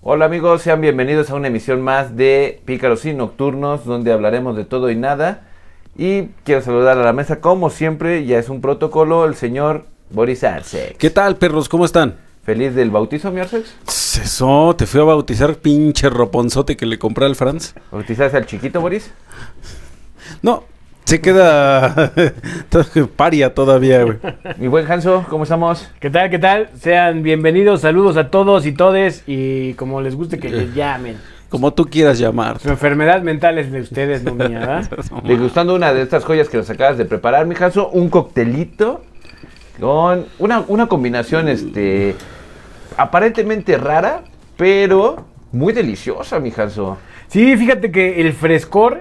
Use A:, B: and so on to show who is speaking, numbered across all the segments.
A: Hola amigos, sean bienvenidos a una emisión más de Pícaros y Nocturnos, donde hablaremos de todo y nada. Y quiero saludar a la mesa, como siempre, ya es un protocolo, el señor Boris Arce.
B: ¿Qué tal, perros? ¿Cómo están?
A: ¿Feliz del bautizo, mi Arcex?
B: Eso, te fui a bautizar, pinche roponzote que le compré al Franz.
A: ¿Bautizaste al chiquito, Boris?
B: No, se queda todo- paria todavía, güey.
A: Mi buen Hanso, ¿cómo estamos?
C: ¿Qué tal? ¿Qué tal? Sean bienvenidos, saludos a todos y todes y como les guste que les llamen.
B: Como tú quieras llamar.
C: Su enfermedad mental es de ustedes, no mía, ¿verdad?
A: Degustando una de estas joyas que nos acabas de preparar, mi Hanso, un coctelito con una, una combinación este aparentemente rara, pero muy deliciosa, mi Hanso.
C: Sí, fíjate que el frescor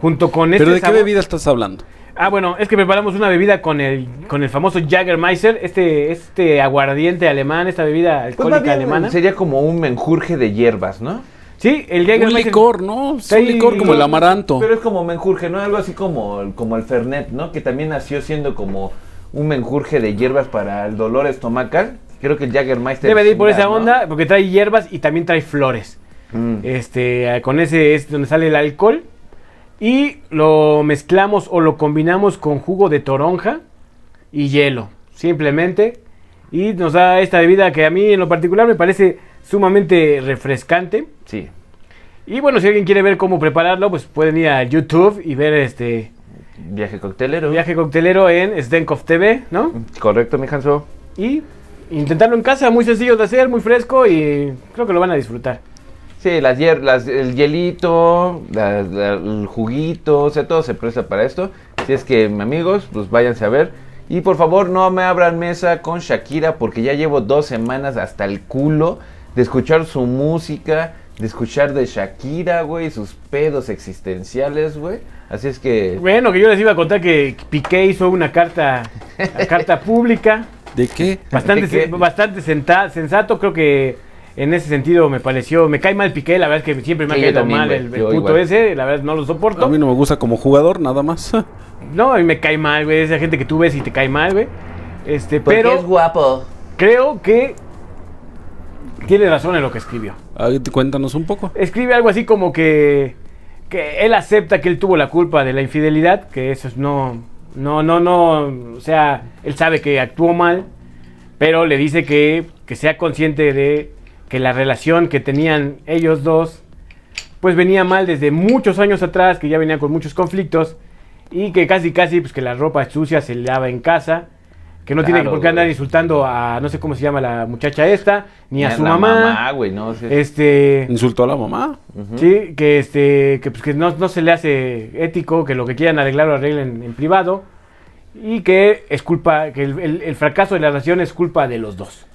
C: junto con este
B: ¿Pero de qué
C: sabor-
B: bebida estás hablando?
C: Ah, bueno, es que preparamos una bebida con el con el famoso Jagermeister, este este aguardiente alemán, esta bebida
A: Pues más
C: alcohólica
A: bien,
C: alemana.
A: Sería como un menjurje de hierbas, ¿no?
C: Sí, el
B: Un
C: Jagermeister.
B: licor, ¿no? Es un
C: Sí.
B: licor como el amaranto.
A: Pero es como menjurje, ¿no? Algo así como, el- como el Fernet, ¿no? Que también nació siendo como un menjurje de hierbas para el dolor estomacal. Creo que el Jaggermeister.
C: Debe de ir por esa
A: ¿no?
C: onda porque trae hierbas y también trae flores.
A: Mm.
C: Este, eh, con ese es donde sale el alcohol. Y lo mezclamos o lo combinamos con jugo de toronja y hielo, simplemente. Y nos da esta bebida que a mí en lo particular me parece sumamente refrescante.
A: Sí.
C: Y bueno, si alguien quiere ver cómo prepararlo, pues pueden ir a YouTube y ver este
A: Viaje coctelero.
C: viaje coctelero en Stenkov TV, ¿no?
A: Correcto, mi Hanso.
C: Y intentarlo en casa, muy sencillo de hacer, muy fresco y creo que lo van a disfrutar.
A: Sí, las hier- las, el hielito, la- la- el juguito, o sea, todo se presta para esto. Si es que, amigos, pues váyanse a ver. Y por favor, no me abran mesa con Shakira porque ya llevo dos semanas hasta el culo de escuchar su música, de escuchar de Shakira, güey, sus pedos existenciales, güey. Así es que...
C: Bueno, que yo les iba a contar que Piqué hizo una carta, una carta pública,
B: ¿De qué?
C: bastante,
A: Piqué.
C: sen- bastante senta- sensato, creo que en ese sentido me pareció, me cae mal Piqué, la verdad es que siempre me ha
A: Sí, yo
C: caído
A: también,
C: mal
A: güey,
C: el, el
A: yo
C: puto
A: igual.
C: ese, la verdad no lo
B: A
C: soporto.
B: mí
C: no.
B: no me gusta como jugador, nada más.
C: a mí me cae mal, güey, esa gente que tú ves y te cae mal, güey. Este,
A: porque
C: pero
A: es guapo.
C: creo que tiene razón en lo que escribió.
B: Ahí te- cuéntanos un poco.
C: escribe algo así como que, que él acepta que él tuvo la culpa de la infidelidad, que eso es no, no, no, no, o sea, él sabe que actuó mal, pero le dice que, que sea consciente de que la relación que tenían ellos dos, pues venía mal desde muchos años atrás, que ya venía con muchos conflictos, y que casi, casi, pues que la ropa sucia se lava en casa. Que no tiene
A: Claro,
C: por qué andar
A: güey.
C: insultando a no sé cómo se llama la muchacha esta, ni a
A: La
C: su mamá.
A: mamá, güey, no Sí.
C: Este.
B: Insultó a la mamá.
C: Sí, que este, que, pues, que no, no se le hace ético, que lo que quieran arreglar lo arreglen en privado y que es culpa, que el, el- el fracaso de la relación es culpa de los dos.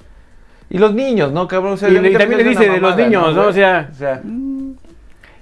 A: Y los niños, ¿no, cabrón? O sea,
C: Y
A: a mí
C: le- y también
A: se me hace
C: le dice
A: una
C: de los
A: mamada,
C: niños, ¿no?
A: güey?
C: O sea-
A: O sea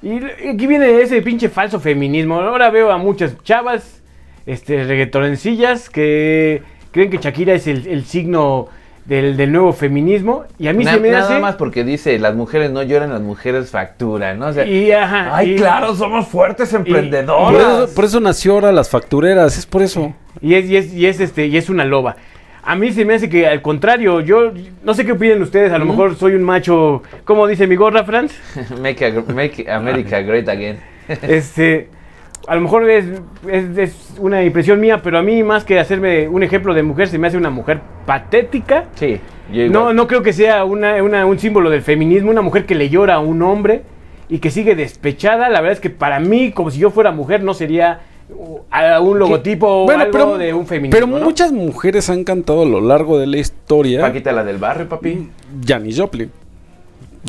C: Y l- aquí viene ese pinche falso feminismo. Ahora veo a muchas chavas, este, reggaetoncillas que creen que Shakira es el, el signo del, del nuevo feminismo y a mí
A: Na-
C: se me
A: nada
C: hace
A: más porque dice las mujeres no lloran, las mujeres facturan, ¿no? O sea,
C: y ajá,
A: ay,
C: y-
A: claro, somos fuertes
B: Por
A: emprendedoras.
B: eso, por eso nació ahora las factureras, es por eso.
C: Y es, y es, y es, este, y es una loba. A mí se me hace que al contrario, yo no sé qué opinen ustedes, a lo mejor soy un macho, como dice mi gorra, Franz.
A: make, a- make America great again.
C: Este, a lo mejor es, es- es una impresión mía, pero a mí más que hacerme un ejemplo de mujer, se me hace una mujer patética.
A: Sí, yo igual.
C: No, no creo que sea una, una- un símbolo del feminismo, una mujer que le llora a un hombre y que sigue despechada. La verdad es que para mí, como si yo fuera mujer, no sería uh, a- un logotipo o algo de un feminismo.
B: pero
C: ¿no?
B: muchas mujeres han cantado a lo largo de la historia.
A: Paquita la del barrio, papi.
B: Janis Joplin.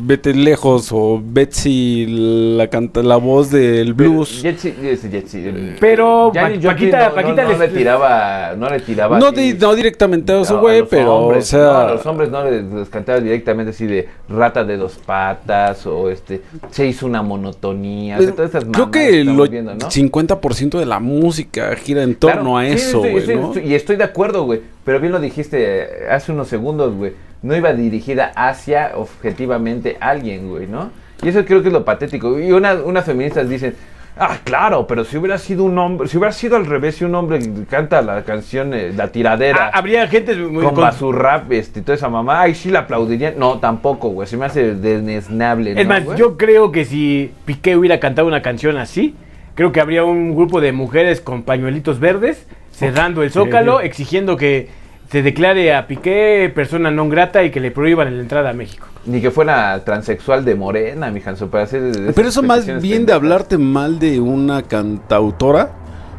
B: Vete lejos o Betsy la canta la voz del blues.
A: Jetsi, Jetsi, Jetsi, el-
C: Pero
A: Janis
C: Pa-
A: Joplin
C: Paquita-
A: no,
C: Paquita
A: no, no
C: les-
A: le tiraba, no le tiraba.
B: No,
A: así.
B: di- no directamente a
A: No,
B: ese
A: a
B: güey,
A: los
B: pero
A: hombres,
B: o sea,
A: no, a los hombres no les, les cantaba directamente así de rata de dos patas o este se hizo una monotonía, o sea, todas esas
B: Pues, creo
A: mamadas
B: que el
A: estamos viendo, ¿no?
B: 50% de la música gira en torno
A: Claro,
B: a
A: sí,
B: eso,
A: estoy-
B: güey,
A: estoy-
B: ¿no?
A: estoy- y estoy de acuerdo, güey. Pero bien lo dijiste eh, hace unos segundos, güey. No iba dirigida hacia objetivamente alguien, güey, ¿no? Y eso creo que es lo patético. Y una- unas feministas dicen, Ah, claro, pero si hubiera sido un hombre, si hubiera sido al revés, si un hombre canta la canción, eh, la tiradera,
C: Ah, habría gente muy
A: con
C: con-
A: Bazurrap, este, y toda esa mamá, ay, sí la aplaudirían. No, tampoco, güey, se me hace desneznable.
C: Es
A: ¿no,
C: más,
A: güey?
C: yo creo que si Piqué hubiera cantado una canción así, creo que habría un grupo de mujeres con pañuelitos verdes cerrando el zócalo, exigiendo que se declare a Piqué persona non grata y que le prohíban la entrada a México.
A: Ni que fuera transexual de morena, mi Hanso, para hacer... esas
B: Pero eso más
A: peticiones
B: bien de
A: pendejas.
B: hablarte mal de una cantautora,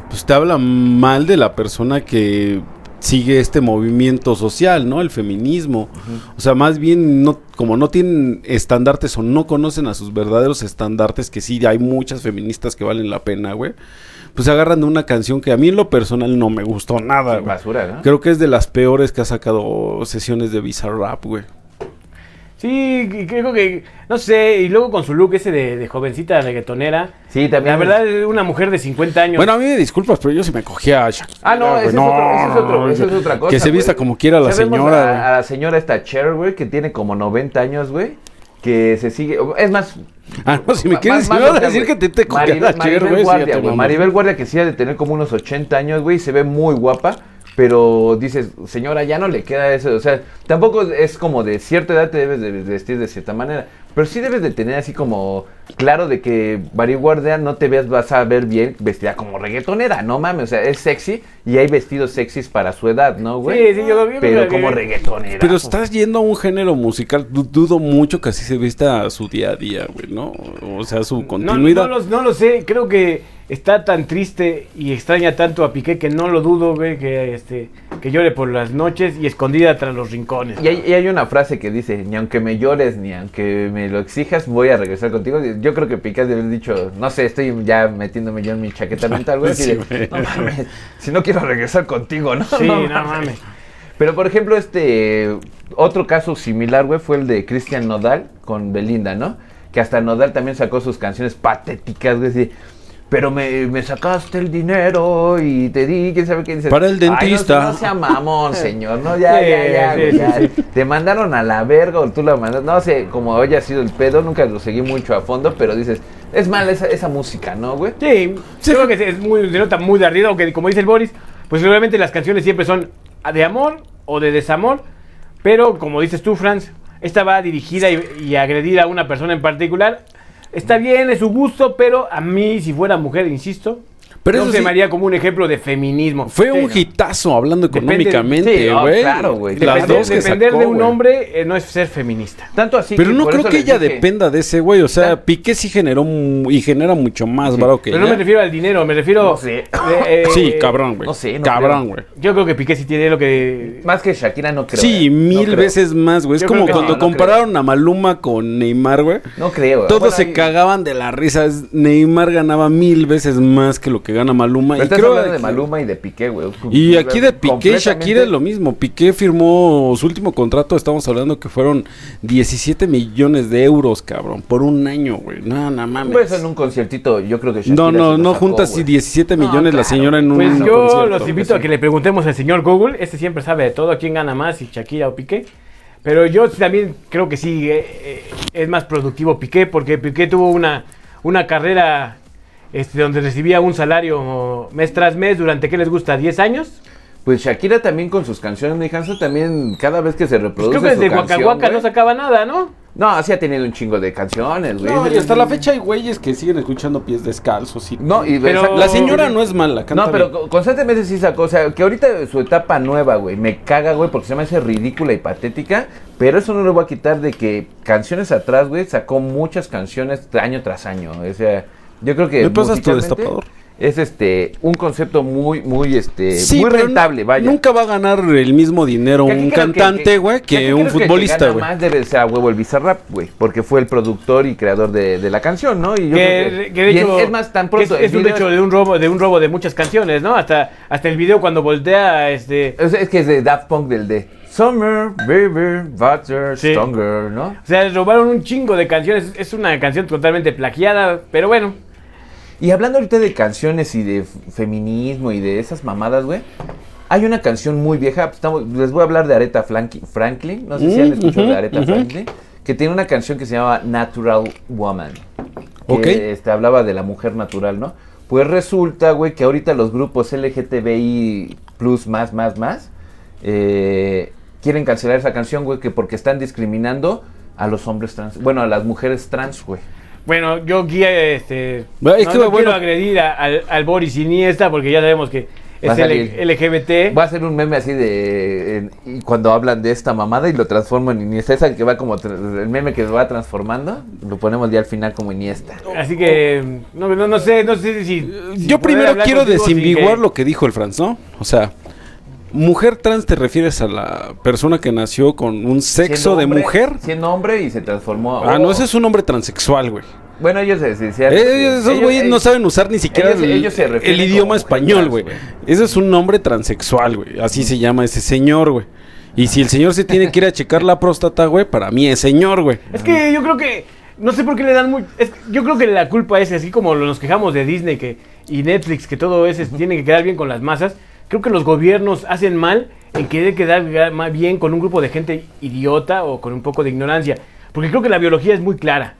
B: pues te habla mal de la persona que sigue este movimiento social, ¿no? El feminismo. O sea, más bien no como no tienen estandartes o no conocen a sus verdaderos estandartes, que sí hay muchas feministas que valen la pena, güey. Pues se agarran de una canción que a mí en lo personal no me gustó nada, güey.
A: Basura, ¿no?
B: Creo que es de las peores que ha sacado sesiones de Bizarrap, güey.
C: Sí, y creo que, no sé, y luego con su look ese de, de jovencita reggaetonera.
A: Sí, también.
C: La verdad, es una mujer de 50 años.
B: Bueno, a mí me disculpas, pero yo sí me cogía a Shakira.
A: Ah, no,
B: güey.
A: ese es otro- ese es otro- esa es otra cosa,
B: Que se
A: güey.
B: vista como quiera la
A: Sabemos
B: señora. eh.
A: A, a la señora esta Cher, güey, que tiene como 90 años, güey, que se sigue... Es más...
B: güey. Ah, no, si me quieres, me
A: más-
B: vas
A: más
B: a
A: loca,
B: decir que
A: güey.
B: te, te cogía
A: Maribel-
B: la Cher,
A: Maribel
B: güey. sí, ya
A: Guardia,
B: te
A: güey.
B: mamas.
A: Maribel Guardia, que sí ha de tener como unos 80 años, güey, y se ve muy guapa. Pero dices, señora, ya no le queda eso. O sea, tampoco es como de cierta edad te debes de vestir de cierta manera. Pero sí debes de tener así como claro de que Maribel Guardia no te veas, vas a ver bien vestida como reggaetonera. No mames, o sea, es sexy y hay vestidos sexys para su edad, ¿no, güey?
C: Sí, sí, yo- yo creo
A: Pero
C: que-
A: como reggaetonera.
B: Pero estás yendo a un género musical, du- dudo mucho que así se vista a su día a día, güey, ¿no? O sea, su
C: no,
B: continuidad.
C: no lo, no lo sé, creo que está tan triste y extraña tanto a Piqué que no lo dudo, güey, que, este, que llore por las noches y escondida tras los rincones.
A: Y hay, y hay una frase que dice, ni aunque me llores, ni aunque me lo exijas, voy a regresar contigo. Yo creo que Picas debe haber dicho, no sé, estoy ya metiéndome yo en mi chaqueta mental, güey. así
B: Sí,
A: de,
B: güey.
A: no mames, si no quiero regresar contigo, ¿no?
C: Sí, no
A: mames".
C: mames.
A: Pero, por ejemplo, este, otro caso similar, güey, fue el de Cristian Nodal con Belinda, ¿no? Que hasta Nodal también sacó sus canciones patéticas, güey, así, Pero me, me sacaste el dinero y te di, quién sabe qué dice.
B: Para el dentista".
A: no, sea mamón, señor. No, ya, ya, ya,
C: Sí,
A: güey,
C: sí,
A: ya. Te mandaron a la verga o tú la mandaste. No sé cómo haya sido el pedo, nunca lo seguí mucho a fondo, pero dices, es mala esa, esa música, ¿no, güey?
C: Sí, creo que es muy, se nota muy de arriba, aunque como dice el Boris, pues seguramente las canciones siempre son de amor o de desamor, pero como dices tú, Franz, esta va dirigida y, y agredida a una persona en particular. Está bien, es su gusto, pero a mí, si fuera mujer, insisto,
B: Pero
C: no
B: eso
C: se
B: sí-
C: me haría como un ejemplo de feminismo.
B: Fue
C: Sí,
B: un
C: ¿no?
B: hitazo hablando
C: Depende-
A: sí,
B: económicamente,
A: no,
B: güey.
A: claro, güey.
B: Las
C: Depender,
B: dos que
C: depender
B: sacó,
C: de un
B: güey.
C: hombre eh, no es ser feminista.
A: Tanto así
B: Pero
A: que
B: no
A: por
B: creo
A: eso
B: que
A: les
B: ella
A: dije-
B: dependa de ese güey. O sea,
A: Está-
B: Piqué sí generó mu- y genera mucho más varo que
C: Pero no
B: ella.
C: me refiero al dinero, me refiero.
A: No sé.
C: eh, eh,
B: Sí, cabrón, güey.
A: no sé, no
B: cabrón,
A: creo.
B: güey.
C: Yo creo que Piqué sí tiene lo que.
A: Más que Shakira no creo.
B: Sí,
A: eh, no
B: mil
A: creo.
B: veces más, güey. Es
C: Yo
B: como
C: creo que
B: cuando
A: no, no
B: compararon a Maluma con Neymar, güey.
A: No creo.
B: Todos
A: Bueno,
B: se
A: y-
B: cagaban de la risa. Es- Neymar ganaba mil veces más que lo que gana Maluma.
A: Pero
B: Y,
A: estás
B: creo
A: hablando de
B: que-
A: Maluma y de Piqué, güey.
B: y aquí de Piqué y Shakira es
A: Completamente-
B: lo mismo. Piqué firmó su último contrato. Estamos hablando que fueron 17 millones de euros, cabrón. Por un año, güey. No, no mames.
A: Pues en un conciertito, yo creo que Shakira
B: no,
A: sí lo
B: no, no
A: sacó,
B: juntas
A: güey.
B: 17 millones la
A: claro.
B: señora en un
C: Pues yo
B: concierto.
C: los invito a que le preguntemos al señor Google. Este siempre sabe de todo, quién gana más, si Shakira o Piqué. Pero yo también creo que sí eh, eh, es más productivo Piqué, porque Piqué tuvo una, una carrera este, donde recibía un salario mes tras mes durante, ¿qué les gusta? ¿10 años?
A: Pues Shakira también con sus canciones, mi Hanso, también cada vez que se
C: Pues
A: reproduce
C: creo que
A: su
C: desde
A: canción,
C: Huacahuaca no
A: güey-
C: sacaba nada, ¿no?
A: No, así ha tenido un chingo de canciones, güey.
B: No, y hasta la fecha hay güeyes que siguen escuchando pies descalzos. Y...
A: No, y
C: Pero-
A: exacto.
B: la señora no es mala, canta
A: No, pero
B: bien.
A: co- constantemente sí sacó. O sea, que ahorita su etapa nueva, güey, me caga, güey, porque se me hace ridícula y patética. Pero eso no le voy a quitar de que canciones atrás, güey, sacó muchas canciones año tras año. O sea, yo creo que.
B: ¿Me pasas tu
A: musicalmente
B: destapador?
A: Es este, un concepto muy, muy, este,
B: Sí,
A: muy
B: pero nu-
A: rentable, vaya.
B: Nunca va a ganar el mismo dinero
A: Que aquí
B: un
A: creo que-
B: cantante, güey, que,
A: aquí
B: un
A: creo que
B: futbolista,
A: el que gana
B: güey.
A: más debe ser a huevo el Bizarrap, güey, porque fue el productor y creador de, de la canción, ¿no? Y yo creo
C: que, que de
A: y es-
C: hecho
A: es, más tan
C: que es-
A: pronto. el
C: es, un
A: video-
C: hecho de un robo de un robo de muchas canciones no hasta hasta el video cuando voltea este
A: O sea, es que es de Daft Punk del de Summer, Baby, Butter,
C: Sí.
A: Stronger, ¿no?
C: o sea robaron un chingo de canciones es una canción totalmente plagiada pero bueno
A: Y hablando ahorita de canciones y de f- feminismo y de esas mamadas, güey. Hay una canción muy vieja, pues, estamos- les voy a hablar de Aretha Franki- Franklin, no sé si han escuchado de Aretha Franklin, que tiene una canción que se llama Natural Woman. que
B: Ok.
A: este, hablaba de la mujer natural, ¿no? Pues resulta, güey, que ahorita los grupos LGTBI plus más, más, más, eh, quieren cancelar esa canción, güey, que porque están discriminando a los hombres trans, bueno, a las mujeres trans, güey.
C: Bueno, yo guía, este.
B: Bueno, es
C: no,
B: que,
C: no
B: bueno-
C: quiero agredir a- al, al Boris Iniesta porque ya sabemos que
A: Va a
C: es L-
A: salir.
C: LGBT.
A: Va a ser un meme así de. en- y cuando hablan de esta mamada y lo transforman en Iniesta. Es el que va como. tra- El meme que va transformando. Lo ponemos ya al final como Iniesta.
C: Así que. No, no, no sé, no sé si. si
B: Eh, Yo
C: poder
B: primero
C: hablar
B: quiero
C: contigo sin
B: desambiguar
C: que-
B: lo que dijo el Franz, ¿no? O sea, mujer trans te refieres a la persona que nació con un sexo
A: Siendo
B: de
A: hombre-
B: mujer.
A: Siendo hombre y se transformó. oh.
B: Ah, no, ese es un hombre transexual, güey.
A: Bueno, ellos se decían.
B: Eh, esos güeyes no saben usar ni siquiera
A: ellos-
B: el,
A: ellos se refieren
B: el idioma
A: como
B: español,
A: mujeres,
B: güey.
A: güey.
B: Ese es un hombre transexual, güey. Así se llama ese señor, güey. Y si el señor se tiene que ir a checar la próstata, güey, para mí es señor, güey.
C: Es que yo creo que. No sé por qué le dan muy. es- yo creo que la culpa es así como nos quejamos de Disney que, y Netflix, que todo eso es- tiene que quedar bien con las masas. Creo que los gobiernos hacen mal en querer quedar ga- ma- bien con un grupo de gente idiota o con un poco de ignorancia. Porque creo que la biología es muy clara.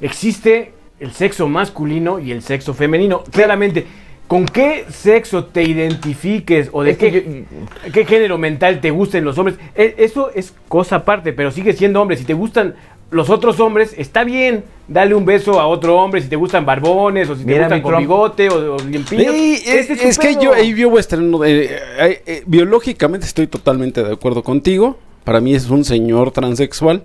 C: Existe el sexo masculino y el sexo femenino. Claramente, ¿con qué sexo te identifiques o de
A: Es que
C: qué, qué género mental te gusten los hombres? E- Eso es cosa aparte, pero sigue siendo hombre. Si te gustan los otros hombres, está bien. Dale un beso a otro hombre si te gustan barbones o si te
A: Mira,
C: gustan
A: mi
C: con
A: Trump.
C: bigote o, o limpios.
B: Ey, es,
A: este
C: Ese su
B: es que
C: pedo.
B: yo ahí yo voy a estar en uno de- eh, eh, eh, biológicamente estoy totalmente de acuerdo contigo. Para mí es un señor transexual.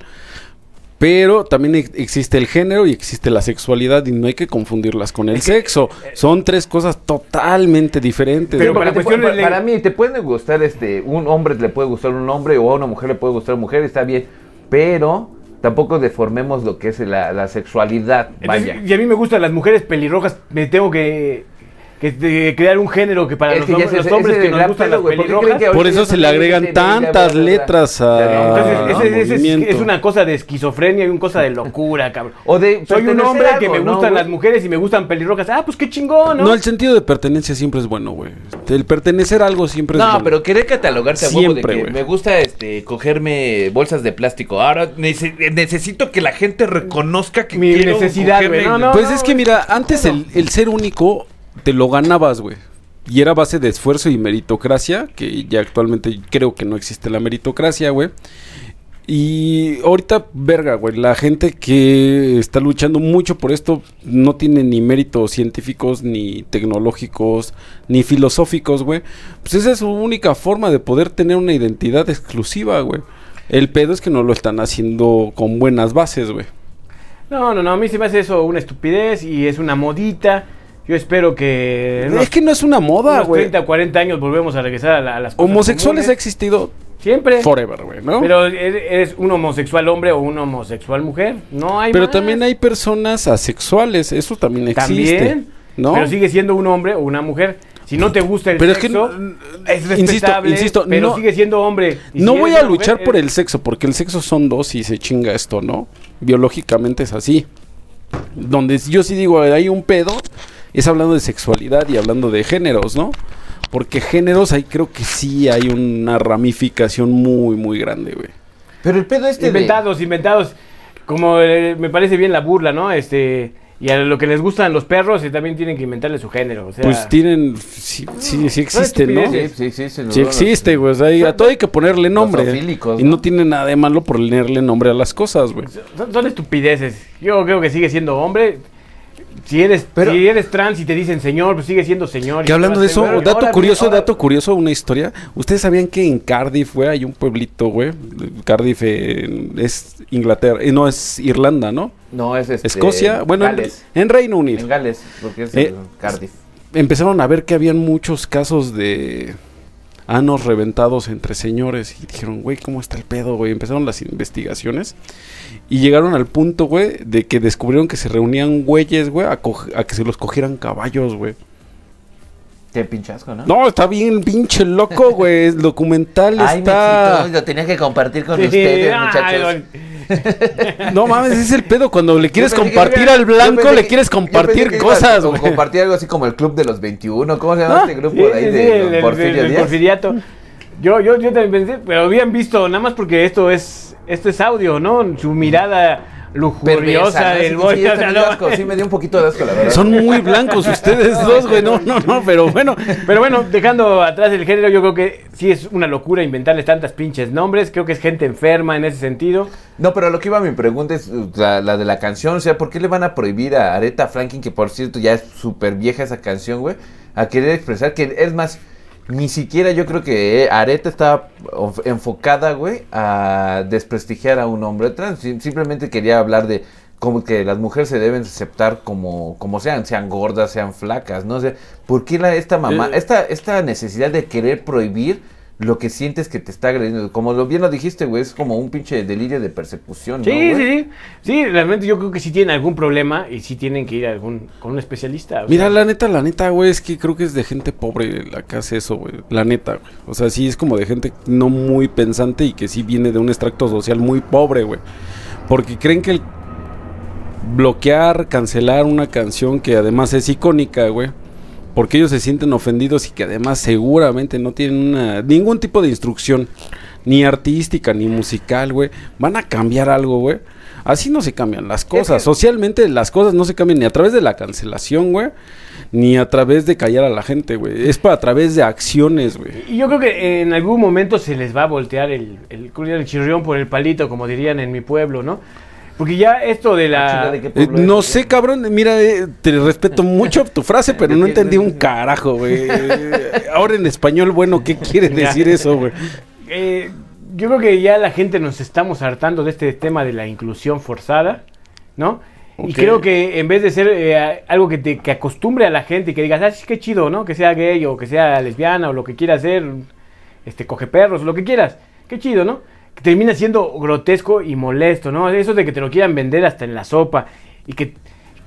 B: Pero también ex- existe el género y existe la sexualidad y no hay que confundirlas con el sexo. Son tres cosas totalmente diferentes.
C: Pero
A: eh, Pero para,
C: para cuestiones
A: para,
C: de-
A: para mí, te puede gustar este. Un hombre le puede gustar un hombre o a una mujer le puede gustar una mujer, está bien. Pero tampoco deformemos lo que es la, la sexualidad.
C: Entonces,
A: Vaya.
C: y a mí me gustan las mujeres pelirrojas, me tengo que, que, eh, crear un género que para
A: Es
C: los,
A: que ya
C: hombres-
A: se-
C: los
A: ese
C: hombres
A: es
C: que
A: el
C: nos
A: gran
C: gustan
A: pedo,
C: las
A: güey. ¿Por qué creen
C: pelirrojas.
A: que ahorita
B: Por eso
A: ya
B: se
A: son
B: le agregan
A: LGBT, bla, bla,
B: tantas
A: bla, bla?
B: letras
A: Ya,
B: a-
A: entonces,
B: Ah,
C: Entonces, ese-
A: ese-
C: ese es-
B: movimiento.
C: es, una cosa de esquizofrenia y una cosa de locura, cabrón.
A: O de
C: Soy un
A: pertenecer
C: hombre
A: a
C: que
A: algo,
C: me
A: ¿no,
C: gustan
A: güey?
C: las mujeres y me gustan pelirrojas. Ah, pues qué chingón, ¿no?
B: No, el sentido de pertenencia siempre es bueno, güey. El pertenecer a algo siempre es
A: No,
B: bueno.
A: pero querer catalogarse a huevo de
B: Siempre,
A: que
B: güey.
A: me gusta este cogerme bolsas de plástico. Ahora nece- necesito que la gente reconozca que
C: Mi
A: quiero
C: necesidad, güey.
A: cogerme-
C: No, no.
B: Pues es que
C: güey.
B: mira, antes el, el ser único te lo ganabas, güey. Y era base de esfuerzo y meritocracia, que ya actualmente creo que no existe la meritocracia, güey. Y ahorita, verga, güey, la gente que está luchando mucho por esto no tiene ni méritos científicos, ni tecnológicos, ni filosóficos, güey. Pues esa es su única forma de poder tener una identidad exclusiva, güey. El pedo es que no lo están haciendo con buenas bases, güey.
C: No, no, no, a mí se me hace eso una estupidez y es una modita. Yo espero que en unos,
B: Es que no es una moda,
C: unos
B: güey.
C: 30 o 40 años volvemos a regresar a, la- a las cosas
B: Homosexuales ha
C: comunes.
B: existido
C: Siempre.
B: forever, güey, ¿no? Pero,
C: Pero eres eres un homosexual hombre o un homosexual mujer. No hay más.
B: también hay personas asexuales, eso también existe.
C: También.
B: ¿No?
C: Pero sigue siendo un hombre o una mujer. Si no te gusta el
B: Pero es que
C: sexo,
B: n-
C: es
B: insisto,
C: respetable,
B: insisto,
C: pero
B: no-
C: sigue siendo hombre. Y
B: No
C: si
B: voy
C: eres
B: a
C: una
B: luchar
C: mujer,
B: por
C: eres-
B: el sexo, porque el sexo son dos y se chinga esto, ¿no? Biológicamente es así. Donde yo sí digo, hay un pedo, es hablando de sexualidad y hablando de géneros, ¿no? Porque géneros ahí creo que sí hay una ramificación muy, muy grande, güey.
A: Pero el pedo este de-
C: Inventados, inventados. Como eh, me parece bien la burla, ¿no? Este... Y a lo que les gustan los perros, eh, también tienen que inventarle su género. o sea-
B: Pues tienen, sí, sí, sí existen, ¿no?
A: Sí, sí, sí, sin
B: Sí
A: duda.
B: existe, güey. o sea, y a todo hay que ponerle nombre.
A: zoofílicos,
B: Y no
A: ¿no?
B: tiene nada de malo ponerle nombre a las cosas, güey.
C: Son, son estupideces. Yo creo que sigue siendo hombre. Si eres,
A: Pero-
C: si eres trans y te dicen señor, pues sigue siendo señor. y
B: Que hablando
C: vas
B: de
C: a-
B: eso,
A: Ahora,
B: dato
A: ahora,
B: curioso,
A: ahora-
B: dato curioso, una historia. ¿Ustedes sabían que en Cardiff, güey, hay un pueblito, güey? Cardiff eh, es Inglaterra, eh, no, es Irlanda, ¿no?
A: No, es este,
B: Escocia, bueno, en,
A: Gales.
B: en Reino
A: En,
B: Unido.
A: Gales, porque es
B: Eh,
A: el Cardiff.
B: Empezaron a ver que habían muchos casos de anos reventados entre señores y dijeron, güey, ¿cómo está el pedo, güey? Empezaron las investigaciones y llegaron al punto, güey, de que descubrieron que se reunían güeyes, güey, a, coj- a que se los cogieran caballos, güey.
A: Qué pinchasco, ¿no?
B: No, está bien pinche loco, güey. El documental está...
A: lo tenía que compartir con
C: Sí, ay, don-
B: No mames, ese es el pedo. Cuando le quieres
A: Yo pensé que-
B: compartir
A: yo
B: al blanco,
A: pensé
B: le
A: que-
B: quieres
A: yo pensé que
B: compartir
A: ibas a
B: cosas,
A: co-
B: güey.
A: Compartir algo así como el Club de los 21. ¿Cómo se llama
B: Ah,
A: este grupo
C: Sí,
A: de ahí
C: sí,
A: de
C: sí,
A: don
C: el- el-
A: Porfirio
C: el
A: Díaz?
C: Porfiriato. Yo, yo, yo también pensé, pero habían visto, nada más porque esto es, esto es audio, ¿no? Su mirada lujuriosa
A: perversa, ¿no?
C: del
A: Sí, sí, sí,
C: bosque. o
A: yo
C: sea,
A: también
C: no.
A: me dio asco, sí, me dio un poquito de asco, la verdad.
B: Son muy blancos ustedes dos, güey. No, no, no, pero bueno.
C: Pero bueno, dejando atrás el género, yo creo que sí es una locura inventarles tantas pinches nombres. Creo que es gente enferma en ese sentido.
A: No, pero lo que iba a mi pregunta es uh, la, la de la canción. O sea, ¿por qué le van a prohibir a Aretha Franklin, que por cierto ya es súper vieja esa canción, güey, a querer expresar que, es más, ni siquiera yo creo que eh, Aretha estaba of- enfocada, güey, a desprestigiar a un hombre trans. Sim- Simplemente quería hablar de como que las mujeres se deben aceptar como, como sean, sean gordas, sean flacas, ¿no? O sea, ¿por qué la, esta mamá,
C: Eh.
A: esta, esta necesidad de querer prohibir lo que sientes que te está agrediendo? Como lo bien lo dijiste, güey, es como un pinche delirio de persecución, ¿no,
C: Sí,
A: güey?
C: sí, sí. Sí, realmente yo creo que sí tienen algún problema y sí tienen que ir a algún, con un especialista. o
B: Mira,
C: sea.
B: la neta, la neta, güey, es que creo que es de gente pobre la que hace eso, güey. La neta, güey. O sea, sí es como de gente no muy pensante y que sí viene de un extracto social muy pobre, güey. Porque creen que el bloquear, cancelar una canción que además es icónica, güey. Porque ellos se sienten ofendidos y que además seguramente no tienen una- ningún tipo de instrucción, ni artística, ni musical, güey. Van a cambiar algo, güey. Así no se cambian las cosas. Socialmente las cosas no se cambian ni a través de la cancelación, güey. Ni a través de callar a la gente, güey. Es para a través de acciones, güey.
C: Y yo creo que en algún momento se les va a voltear el, el, culo y el chirrión por el palito, como dirían en mi pueblo, ¿no? Porque ya esto de
A: Ah,
C: la...
A: chinga, ¿de qué
B: Eh,
A: pueblo
B: no
A: eres,
B: sé, cabrón. Mira, eh, te respeto mucho tu frase, pero no entendí un carajo, güey. Eh, Ahora en español, bueno, ¿qué quiere
C: Ya.
B: decir eso, güey?
C: Eh, yo creo que ya la gente nos estamos hartando de este tema de la inclusión forzada, ¿no? Y
B: Ok.
C: creo que en vez de ser eh, a- algo que, te, que acostumbre a la gente y que digas, ah, sí, qué chido, ¿no? Que sea gay o que sea lesbiana o lo que quiera ser, este, coge perros, lo que quieras, qué chido, ¿no? Que termina siendo grotesco y molesto, ¿no? Eso de que te lo quieran vender hasta en la sopa y que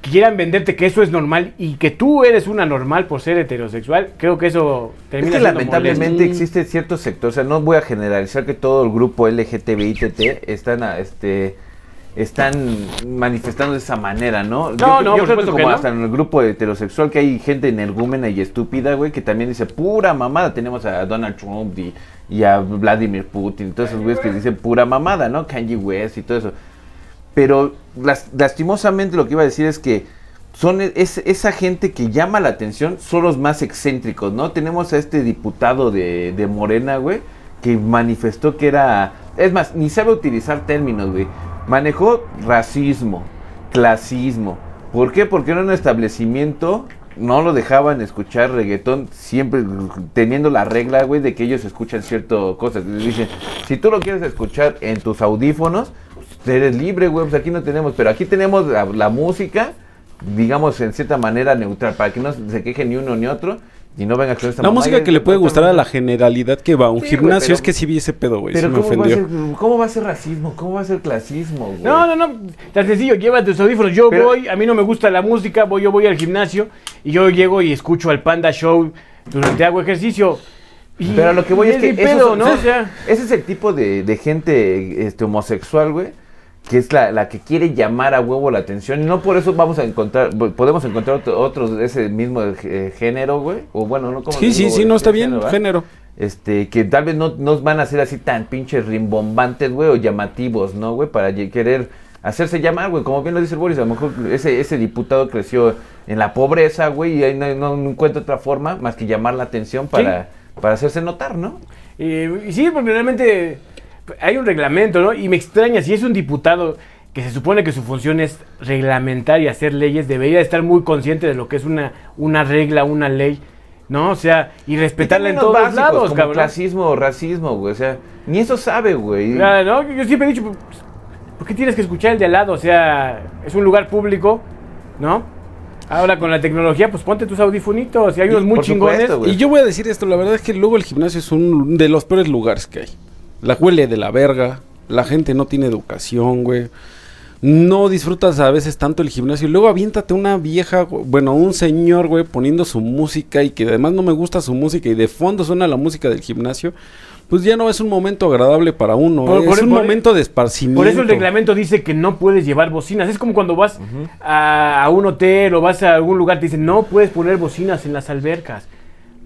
C: quieran venderte que eso es normal y que tú eres una normal por ser heterosexual, creo que eso
A: Es
C: termina
A: que
C: siendo
A: lamentablemente
B: molesto.
A: existe cierto sector, o sea, no voy a generalizar que todo el grupo LGTBITT están, a- este, están manifestando de esa manera, ¿no? Yo-
C: No, no,
A: yo creo
C: por
A: que
C: supuesto
A: como
C: que no.
A: hasta en el grupo heterosexual que hay gente energúmena y estúpida, güey, que también dice pura mamada. Tenemos a Donald Trump y, y a Vladimir Putin, todos esos güeyes que dicen pura mamada, ¿no? Kanye West y todo eso. Pero las- lastimosamente lo que iba a decir es que son e- es- esa gente que llama la atención son los más excéntricos, ¿no? Tenemos a este diputado de, de Morena, güey, que manifestó que era... Es más, ni sabe utilizar términos, güey. Manejó racismo, clasismo. ¿Por qué? Porque era un establecimiento, no lo dejaban escuchar reggaetón, siempre teniendo la regla, güey, de que ellos escuchan cierto cosas. Les dicen, si tú lo quieres escuchar en tus audífonos, eres libre, güey, pues aquí no tenemos, pero aquí tenemos la, la música, digamos, en cierta manera neutral, para que no se queje ni uno ni otro y no venga con esta
B: La
A: mamá,
B: música
A: ya
B: que le puede gustar a la
A: completamente-
B: generalidad que va a un
A: Sí, güey,
B: gimnasio
A: pero-
B: es que sí vi ese pedo, güey. Sí
A: Pero
B: me
A: ¿cómo va, a
B: ofendió.
A: ser, ¿cómo va a ser racismo? ¿Cómo va a ser clasismo, güey?
C: No, no, no, tan sencillo, lleva tus audífonos. Yo
A: Pero-
C: voy, a mí no me gusta la música, voy, yo voy al gimnasio y yo llego y escucho al Panda Show durante hago ejercicio. Y-
A: Pero a lo que voy
C: y
A: es que
C: mi
A: esos
C: pedo,
A: son-
C: ¿no? O sea,
A: ese es el tipo de, de gente este, homosexual, güey, que es la, la que quiere llamar a huevo la atención. Y no por eso vamos a encontrar, podemos encontrar otro- otros de ese mismo eh, género, güey. O bueno, no como.
B: Sí, sí, sí, no está bien,
A: ¿verdad?
B: género.
A: Este, que tal vez no, no van a ser así tan pinches rimbombantes, güey, o llamativos, ¿no, güey? Para ye- querer hacerse llamar, güey. Como bien lo dice el Boris, a lo mejor ese, ese diputado creció en la pobreza, güey, y ahí no, no encuentra otra forma más que llamar la atención para, para hacerse notar, ¿no?
C: eh, y sí, porque realmente hay un reglamento, ¿no? Y me extraña, si es un diputado que se supone que su función es reglamentar y hacer leyes, debería estar muy consciente de lo que es una, una regla, una ley, ¿no? O sea, y respetarla en
A: términos
C: todos
A: básicos,
C: lados,
A: como
C: cabrón.
A: clasismo, racismo, güey. O sea, ni eso sabe, güey.
C: Claro, ¿no? Yo siempre he dicho, pues, ¿por qué tienes que escuchar el de al lado? O sea, es un lugar público, ¿no? Ahora con la tecnología, pues ponte tus audifunitos y hay unos muy
A: por
C: chingones.
A: supuesto, güey.
B: Y yo voy a decir esto, la verdad es que luego el gimnasio es un de los peores lugares que hay. La huele de la verga, la gente no tiene educación, güey. No disfrutas a veces tanto el gimnasio. Y luego aviéntate una vieja, güey, bueno, un señor, güey, poniendo su música y que además no me gusta su música y de fondo suena la música del gimnasio. Pues ya no es un momento agradable para uno. ¿eh?
C: Por-
B: es
C: por-
B: un
C: por-
B: momento de esparcimiento.
C: Por eso el reglamento dice que no puedes llevar bocinas. Es como cuando vas a, a un hotel o vas a algún lugar, te dicen, no puedes poner bocinas en las albercas.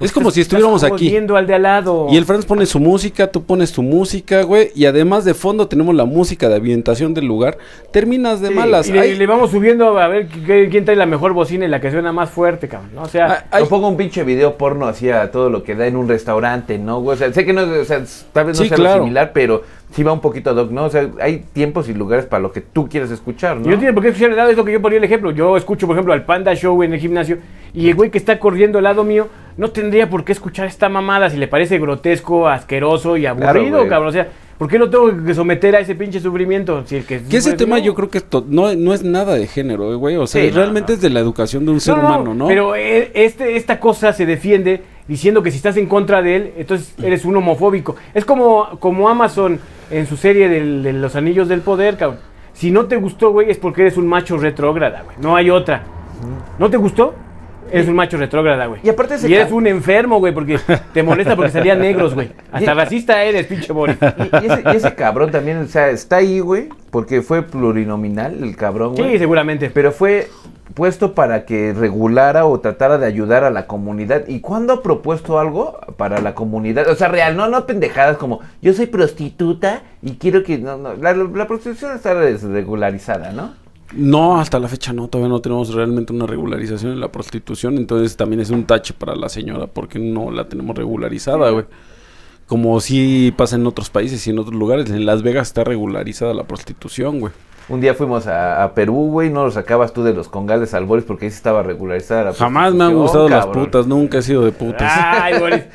B: es como
C: Estás-
B: si estuviéramos
C: estás
B: aquí.
C: jodiendo al de al lado.
B: Y el Franz pone su música, tú pones tu música, güey. Y además de fondo tenemos la música de ambientación del lugar. Terminas de
A: Sí,
B: malas.
C: Y le,
B: Hay-
C: le vamos subiendo a ver qué- qué- quién trae la mejor bocina y la que suena más fuerte, cabrón. ¿no? O sea,
B: hay- hay-
A: Yo pongo un pinche video porno así a todo lo que da en un restaurante, ¿no? güey? O sea, sé que no, o sea, s- tal vez no
B: Sí,
A: sea
B: claro.
A: lo similar, pero sí va un poquito ad hoc, ¿no? O sea, hay tiempos y lugares para lo que tú quieres escuchar, ¿no?
C: Yo no tiene por qué escuchar helado, es lo que yo ponía el ejemplo. Yo escucho, por ejemplo, al Panda Show en el gimnasio y el güey que está corriendo al lado mío no tendría por qué escuchar esta mamada si le parece grotesco, asqueroso y aburrido,
A: güey.
C: cabrón. O sea, ¿por qué lo tengo que someter a ese pinche sufrimiento? Si el que
B: Que ese
C: sufre,
B: tema
C: no.
B: yo creo que to- no, no es nada de género, eh, güey. O sea,
A: Sí, no,
B: realmente
A: no.
B: es de la educación de un ser
C: No, no,
B: humano, ¿no?
C: Pero eh, este, esta cosa se defiende diciendo que si estás en contra de él, entonces
B: Mm.
C: eres un homofóbico. Es como, como Amazon en su serie del- de Los Anillos del Poder, cabrón. Si no te gustó, güey, es porque eres un macho retrógrada, güey. No hay otra.
B: Mm.
C: ¿No te gustó? Eres un macho retrógrada, güey.
A: y aparte se
C: Y eres
A: ca-
C: un enfermo, güey, porque te molesta porque salían negros, güey. Hasta
A: Y-
C: racista eres, pinche Boris.
A: Y, y ese, y ese cabrón también, o sea, está ahí, güey, porque fue plurinominal el cabrón, güey.
C: Sí, seguramente.
A: Pero fue puesto para que regulara o tratara de ayudar a la comunidad. ¿Y cuándo ha propuesto algo para la comunidad? O sea, real, no, no pendejadas como yo soy prostituta y quiero que. No, no, la, la prostitución está desregularizada, ¿no?
B: No, hasta la fecha no, todavía no tenemos realmente una regularización en la prostitución, entonces también es un tache para la señora porque no la tenemos regularizada, güey. Como sí pasa en otros países y en otros lugares, en Las Vegas está regularizada la prostitución, güey.
A: Un día fuimos a, a Perú, güey, no lo sacabas tú de los congales de Salbores porque ahí sí estaba regularizada la
B: Jamás me han
A: prostitución,
B: gustado las
A: cabrón. Ah.
B: putas, nunca he sido de putas.
C: Ay, Boris.
A: Eh,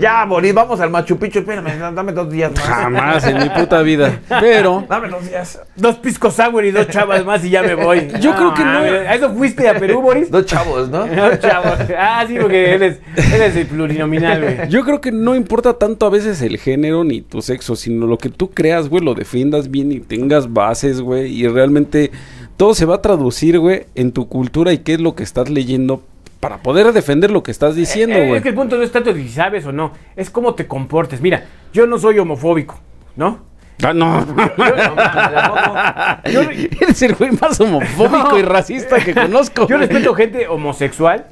A: Ya, morir, vamos al Machu Picchu, espérame, dame dos días más.
B: Jamás en mi puta vida. Pero
A: Dame dos días.
C: Dos piscos sour y dos chavas más y ya me voy.
B: Yo creo que no.
C: mames, ¿A eso fuiste a Perú, Boris?
A: Dos chavos, ¿no?
C: No, chavos. Ah, sí, porque él es, él es el plurinominal, güey.
B: yo creo que no importa tanto a veces el género ni tu sexo, sino lo que tú creas, güey, lo defiendas bien y tengas bases, güey, y realmente todo se va a traducir, güey, en tu cultura y qué es lo que estás leyendo para poder defender lo que estás diciendo,
C: Eh, eh,
B: güey.
C: Es que el punto no es tanto si sabes o no, es cómo te comportes. Mira, yo no soy homofóbico, ¿no?
B: Ah, no.
A: No mames, ¿a poco?
C: Yo,
B: Eres el güey más homofóbico
C: No.
B: y racista que conozco.
C: yo
B: güey.
C: respeto gente homosexual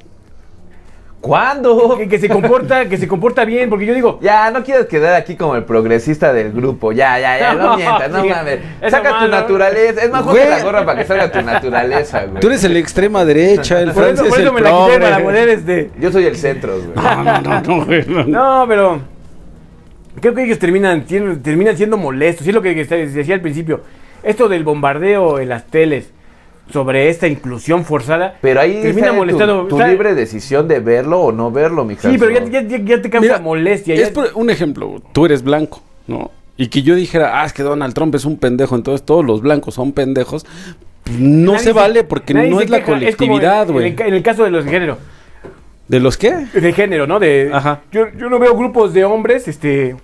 A: ¿Cuándo?
C: que, que se comporta, que se comporta bien, porque yo digo,
A: Ya, no quieras quedar aquí como el progresista del grupo. Ya, ya, ya, no,
C: No,
A: mientas, no
C: sí.
A: mames.
C: Eso
A: Saca tu
C: malo.
A: naturaleza. Es más,
B: Güey.
A: ponte la gorra para que salga tu naturaleza, güey.
B: Tú eres el extrema derecha, el
C: por eso,
B: francés
C: por eso
B: el
C: me la quité
B: progre.
C: para poner este.
A: Yo soy el centro, güey.
B: No, no, no, no, güey, no, no.
C: No, pero creo que ellos terminan, tien- terminan siendo molestos. Sí, es lo que que se decía al principio. Esto del bombardeo en las teles sobre esta inclusión forzada.
A: Pero ahí
C: termina
A: sale tu-
C: molestando.
A: tu,
C: o sea,
A: libre decisión de verlo o no verlo, mi
C: Sí, pero ya, ya- ya- ya te causa
B: Mira,
C: molestia.
B: Es
C: ya-
B: por- un ejemplo, tú eres blanco, ¿no? Y que yo dijera, ah, es que Donald Trump es un pendejo, entonces todos los blancos son pendejos. No
C: nadie
B: se vale porque
C: nadie
B: no
C: se
B: es la
C: queja, como en-
B: colectividad,
C: en
B: güey.
C: el ca- En, el caso de los de género.
B: ¿De los qué?
C: De género, ¿no? De,
B: Ajá.
C: Yo, yo no veo grupos de hombres este,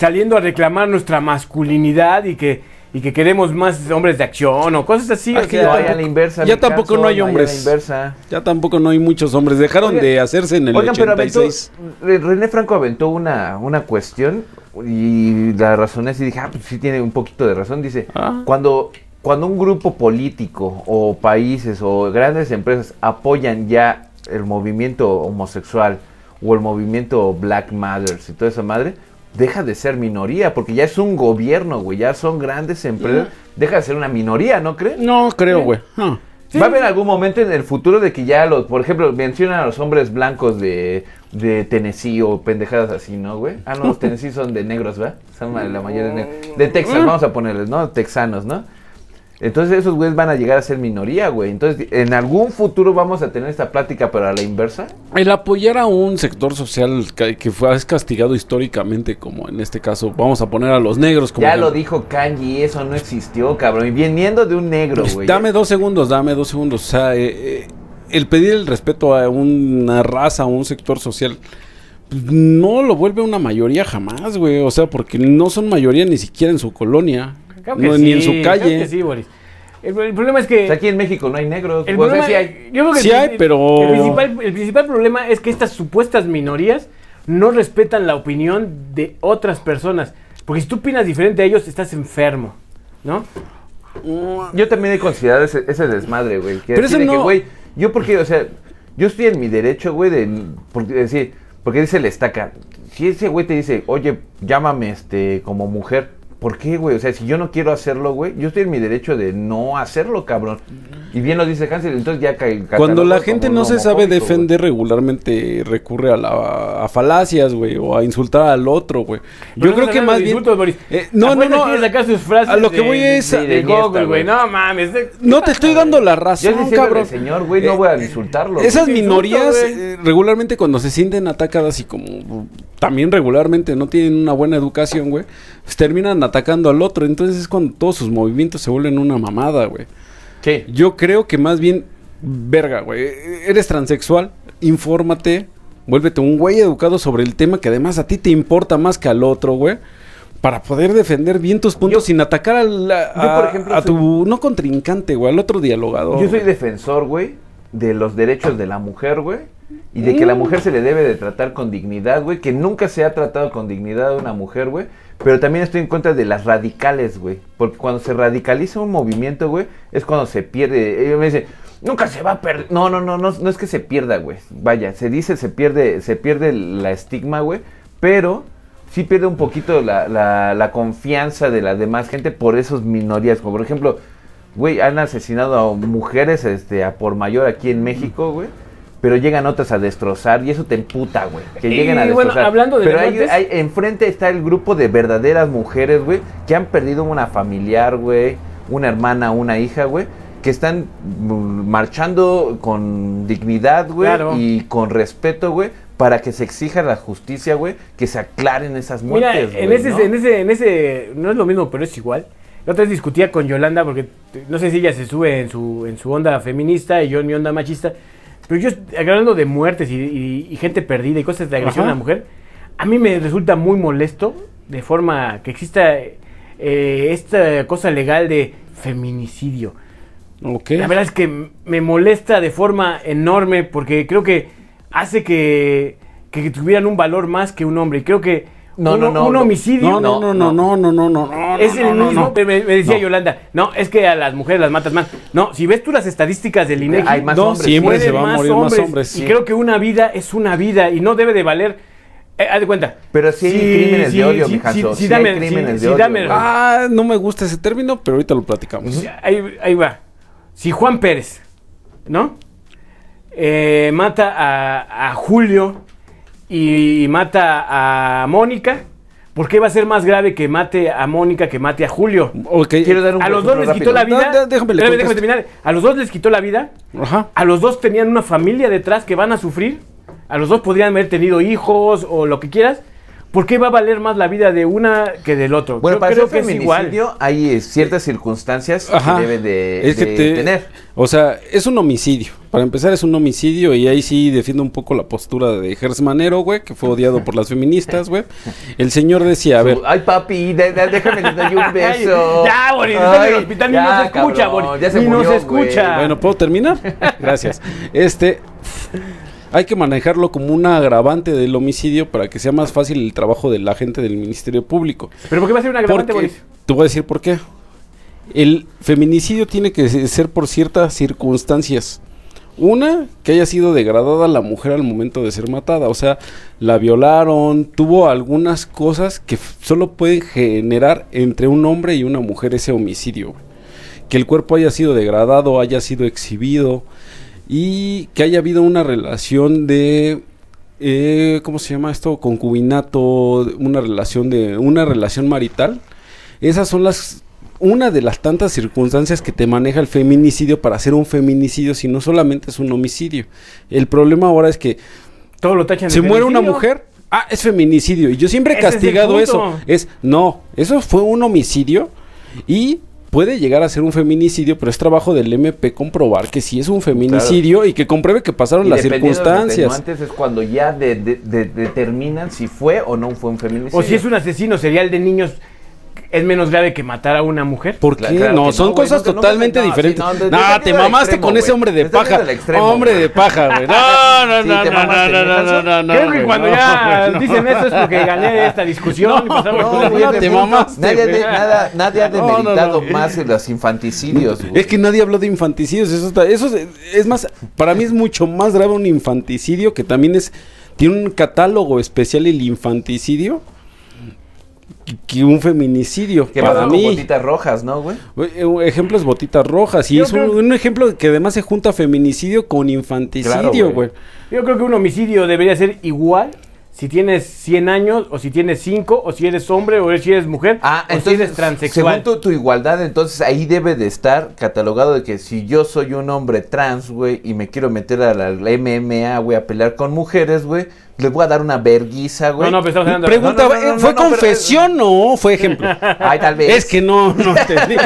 C: saliendo a reclamar nuestra masculinidad y que, y que queremos más hombres de acción o cosas así. o
A: Aquí
C: sea,
A: no hay a la inversa.
B: Ya
A: mi
B: tampoco
A: caso,
B: no hay
A: a
B: hombres.
A: la inversa.
B: Ya tampoco no hay muchos hombres, dejaron
A: Oigan-
B: de hacerse en el
A: Oigan, pero aventó,
B: 86.
A: Re- René Franco aventó una, una cuestión y la razón es y dije, ah, pues sí tiene un poquito de razón. Dice,
B: Ah.
A: cuando, cuando un grupo político o países o grandes empresas apoyan ya el movimiento homosexual o el movimiento Black Matters y toda esa madre, deja de ser minoría, porque ya es un gobierno, güey, ya son grandes empresas,
B: Mm.
A: deja de ser una minoría, ¿no crees?
B: No creo, güey. Ah.
A: Va a haber algún momento en el futuro de que ya los, por ejemplo, mencionan a los hombres blancos de, de Tennessee o pendejadas así, ¿no, güey? Ah, no, los Tennessee son de negros, ¿va? Son ma- la mayoría de negros. De Texas,
C: Mm.
A: vamos a ponerles, ¿no? Texanos, ¿no? Entonces esos güeyes van a llegar a ser minoría, güey. Entonces, en algún futuro vamos a tener esta plática, pero a la inversa.
B: El apoyar a un sector social ca- que fue es castigado históricamente, como en este caso, vamos a poner a los negros como.
A: Ya
B: ejemplo.
A: lo dijo Kanye, eso no existió, cabrón. Y viniendo de un negro,
B: Pues,
A: güey.
B: Dame dos segundos, dame dos segundos. O sea, eh, eh, el pedir el respeto a una raza, a un sector social, pues, no lo vuelve una mayoría jamás, güey. O sea, porque no son mayoría ni siquiera en su colonia,
C: Claro que
B: no, ni en
C: sí,
B: su
C: claro
B: calle.
C: que sí, Boris. El, el problema es que.
A: O sea, aquí en México no hay negros.
C: el
A: güey. O sea,
C: problema-
A: sí hay-
C: yo creo que
B: Sí
C: el-
B: hay,
C: el-
B: pero-
C: El principal, el principal problema es que estas supuestas minorías no respetan la opinión de otras personas. Porque si tú opinas diferente a ellos, estás enfermo, ¿no?
A: Yo también he considerado ese, ese desmadre, güey. Que
B: Pero
A: así
B: eso
A: de que,
B: no-
A: güey, yo porque, o sea, Yo estoy en mi derecho, güey, de porque decir, porque dice el estaca, si ese güey te dice, "Oye, llámame este como mujer." ¿Por qué, güey? O sea, si yo no quiero hacerlo, güey, yo estoy en mi derecho de no hacerlo, cabrón. Y bien lo dice Hansel, entonces ya cae
B: Cuando la gente no se sabe defender, regularmente recurre a, la, a falacias, güey, o a insultar al otro, güey. Yo
C: Pero no
B: creo
C: estamos
B: que
C: hablando
B: más
C: de
B: bien.
C: insultos, Boris.
B: Eh, no, no,
C: Apenas
B: no.
C: quieres sacar sus frases
B: a lo que
C: de-
B: voy
C: de-
B: es. eh,
C: De,
A: de
C: Google,
A: fiesta,
C: güey.
A: güey.
C: No mames. de-
B: no te estoy dando la
A: Yo
B: razón,
A: decía,
B: cabrón. Eh,
A: señor, güey, no voy a insultarlo. güey".
B: Esas
C: Qué insulto,
B: minorías
C: güey.
B: eh, regularmente cuando se sienten atacadas y como también regularmente no tienen una buena educación, güey, pues terminan atacando al otro. Entonces es cuando todos sus movimientos se vuelven una mamada, güey.
A: Sí.
B: Yo creo que más bien, verga, güey, eres transexual, infórmate, vuélvete un güey educado sobre el tema que además a ti te importa más que al otro, güey. Para poder defender bien tus puntos
A: Yo-
B: sin atacar al- a,
A: yo, por ejemplo,
B: a
A: soy-
B: tu no contrincante, güey, al otro dialogador.
A: Yo soy
B: güey.
A: defensor, güey, de los derechos de la mujer, güey. Y de que la mujer se le debe de tratar con dignidad, güey. Que nunca se ha tratado con dignidad a una mujer, güey. Pero también estoy en contra de las radicales, güey. Porque cuando se radicaliza un movimiento, güey, es cuando se pierde. Ellos me dicen, nunca se va a perder. No, no, no, no, no es que se pierda, güey. Vaya, se dice, se pierde, se pierde la estigma, güey. Pero sí pierde un poquito la, la- la confianza de la demás gente por esas minorías. Como por ejemplo, güey, han asesinado a mujeres este, a por mayor aquí en México, güey. Pero llegan otras a destrozar y eso te emputa, güey. Que
C: Y,
A: lleguen a
C: bueno,
A: destrozar.
C: hablando de
A: pero hay,
C: muertes-
A: hay- enfrente está el grupo de verdaderas mujeres, güey, que han perdido una familiar, güey, una hermana, una hija, güey, que están mm, marchando con dignidad, güey,
C: Claro.
A: y con respeto, güey, para que se exija la justicia, güey, que se aclaren esas
C: Mira,
A: muertes,
C: en,
A: güey,
C: ese,
A: ¿no?
C: en ese, en ese, no es lo mismo, pero es igual. La otra vez discutía con Yolanda porque t- no sé si ella se sube en su, en su onda feminista y yo en mi onda machista. Pero yo, hablando de muertes y, y- y gente perdida y cosas de agresión
B: Ajá.
C: a la mujer, a mí me resulta muy molesto de forma que exista eh, esta cosa legal de feminicidio.
B: Ok.
C: La verdad es que m- me molesta de forma enorme porque creo que hace que, que tuvieran un valor más que un hombre. Y creo que
A: No,
C: un,
A: no, no,
C: un
A: no.
C: homicidio
B: No, no, no, no, no, no, no, no, no.
C: es el
B: no,
C: mismo.
B: no.
C: Me, me decía
B: No.
C: Yolanda, no, es que a las mujeres las matas más. No, si ves tú las estadísticas del E INEGI,
A: Hay más
B: No,
A: hombres.
B: siempre
A: sí.
B: se va a morir más hombres,
C: Y
B: sí.
C: creo que una vida es una vida y no debe de valer. eh, haz de cuenta.
A: Pero sí hay crímenes de odio,
C: sí,
A: mijazo,
C: sí, sí,
A: sí
C: dame,
A: hay crímenes
C: sí,
A: de
C: sí,
A: odio,
C: dame-
A: güey.
B: Ah, no me gusta ese término, pero ahorita lo platicamos.
C: ahí, ahí va. Si Juan Pérez, ¿no? Eh, mata a, a Julio y mata a Mónica, ¿por qué va a ser más grave que mate a Mónica que mate a Julio?
B: Ok.
A: Quiero dar un
C: A los dos les
A: ejemplo
C: quitó
A: rápido.
C: la vida.
B: No, no, déjame le
C: Espérame,
B: contesto.
C: déjame terminar. A los dos les quitó la vida.
B: Ajá.
C: A los dos tenían una familia detrás que van a sufrir. A los dos podrían haber tenido hijos o lo que quieras. ¿Por qué va a valer más la vida de una que del otro?
A: Bueno,
C: Yo
A: para
C: creo
A: ser
C: que es
A: feminicidio hay eh, ciertas circunstancias
B: Ajá.
A: que debe de,
B: Es que
A: de
B: te-
A: tener.
B: O sea, es un homicidio. Para empezar, es un homicidio. Y ahí sí defiendo un poco la postura de Gersmanero, güey, que fue odiado por las feministas, güey. El señor decía, a ver.
A: Ay, papi, de- de- déjame que te doy un beso.
C: Ya, Boris, está en el hospital, ni nos escucha, Boris,
A: Ya se
C: ni nos
A: murió,
C: escucha.
A: güey.
B: Bueno, ¿puedo terminar? Gracias. Este. Hay que manejarlo como un agravante del homicidio para que sea más fácil el trabajo de la gente del Ministerio Público.
C: ¿Pero por qué va a ser una agravante,
B: Porque-
C: Boris?
B: Te voy a decir por qué. El feminicidio tiene que se- ser por ciertas circunstancias. Una, que haya sido degradada la mujer al momento de ser matada. O sea, la violaron, tuvo algunas cosas que f- solo pueden generar entre un hombre y una mujer ese homicidio. güey. Que el cuerpo haya sido degradado, haya sido exhibido y que haya habido una relación de eh, ¿cómo se llama esto? concubinato, una relación de una relación marital. Esas son las una de las tantas circunstancias que te maneja el feminicidio para ser un feminicidio, si no solamente es un homicidio. El problema ahora es que
C: Todo lo tachan de
B: se muere una
C: feminicidio.
B: mujer, ah, es feminicidio. Y yo siempre he
C: Ese es el
B: castigado eso.
C: punto.
B: Es, no, eso fue un homicidio y puede llegar a ser un feminicidio, pero es trabajo del MP comprobar que sí es un feminicidio y que compruebe que pasaron
A: Y
B: las
A: dependiendo de los
B: circunstancias.
A: atenuantes es cuando ya de- de- de- determinan si fue o no fue un feminicidio.
C: O si es un asesino serial de niños. es menos grave que matar a una mujer.
B: ¿Por
A: Cla-
B: qué?
A: claro
B: no,
A: que
B: son
A: no, güey,
B: cosas
A: no te- no te-
B: totalmente
A: no, sí,
B: diferentes.
A: no,
B: No,
A: te- te estás
B: te
A: yendo al
B: mamaste
A: extremo,
B: con ese
A: güey.
B: hombre de
A: Te estás
B: paja.
A: yendo al extremo,
B: hombre
A: güey.
B: de paja, güey. No, no,
A: Sí,
B: no,
A: te
B: no,
A: mamaste,
B: no, no, no,
A: Hanson.
B: no, no.
C: Creo que
B: güey,
C: cuando
B: no,
C: ya
B: güey, no.
C: dicen eso es porque gané esta discusión y pasamos
B: No,
C: por
B: güey,
C: la
A: Nadie de
B: ya te
C: siguiente.
A: punto.
B: mamaste,
A: Nadie,
B: güey.
A: de, nada, nadie ha
B: No, no, no.
A: demeritado más de los infanticidios. güey.
B: Es que nadie habló de infanticidios. Eso está- eso es, es más, para mí es mucho más grave un infanticidio que también es. Tiene un catálogo especial el infanticidio que- que un feminicidio.
A: que
B: para
A: pasó con
B: mí. Eh,
A: botitas rojas, ¿no, güey?
B: Ejemplos botitas rojas. Y
C: Yo
B: es un,
C: creo-
B: un ejemplo que además se junta feminicidio con infanticidio,
A: Claro, güey.
B: güey.
C: Yo creo que un homicidio debería ser igual si tienes 100 años o si tienes 5 o si eres hombre o si eres mujer
A: Ah,
C: o si
A: entonces,
C: eres transexual.
A: según tu, tu igualdad, entonces ahí debe de estar catalogado de que si yo soy un hombre trans, güey, y me quiero meter a la MMA, güey, a pelear con mujeres, güey, les voy a dar una verguiza, güey.
C: No, pues, no, pero estamos hablando de...
B: Pregunta,
A: No, no, no,
B: eh,
A: no,
B: ¿fue
A: no, pero-
B: confesión o fue ejemplo?
A: Ay, tal vez.
B: es que no, no entendí.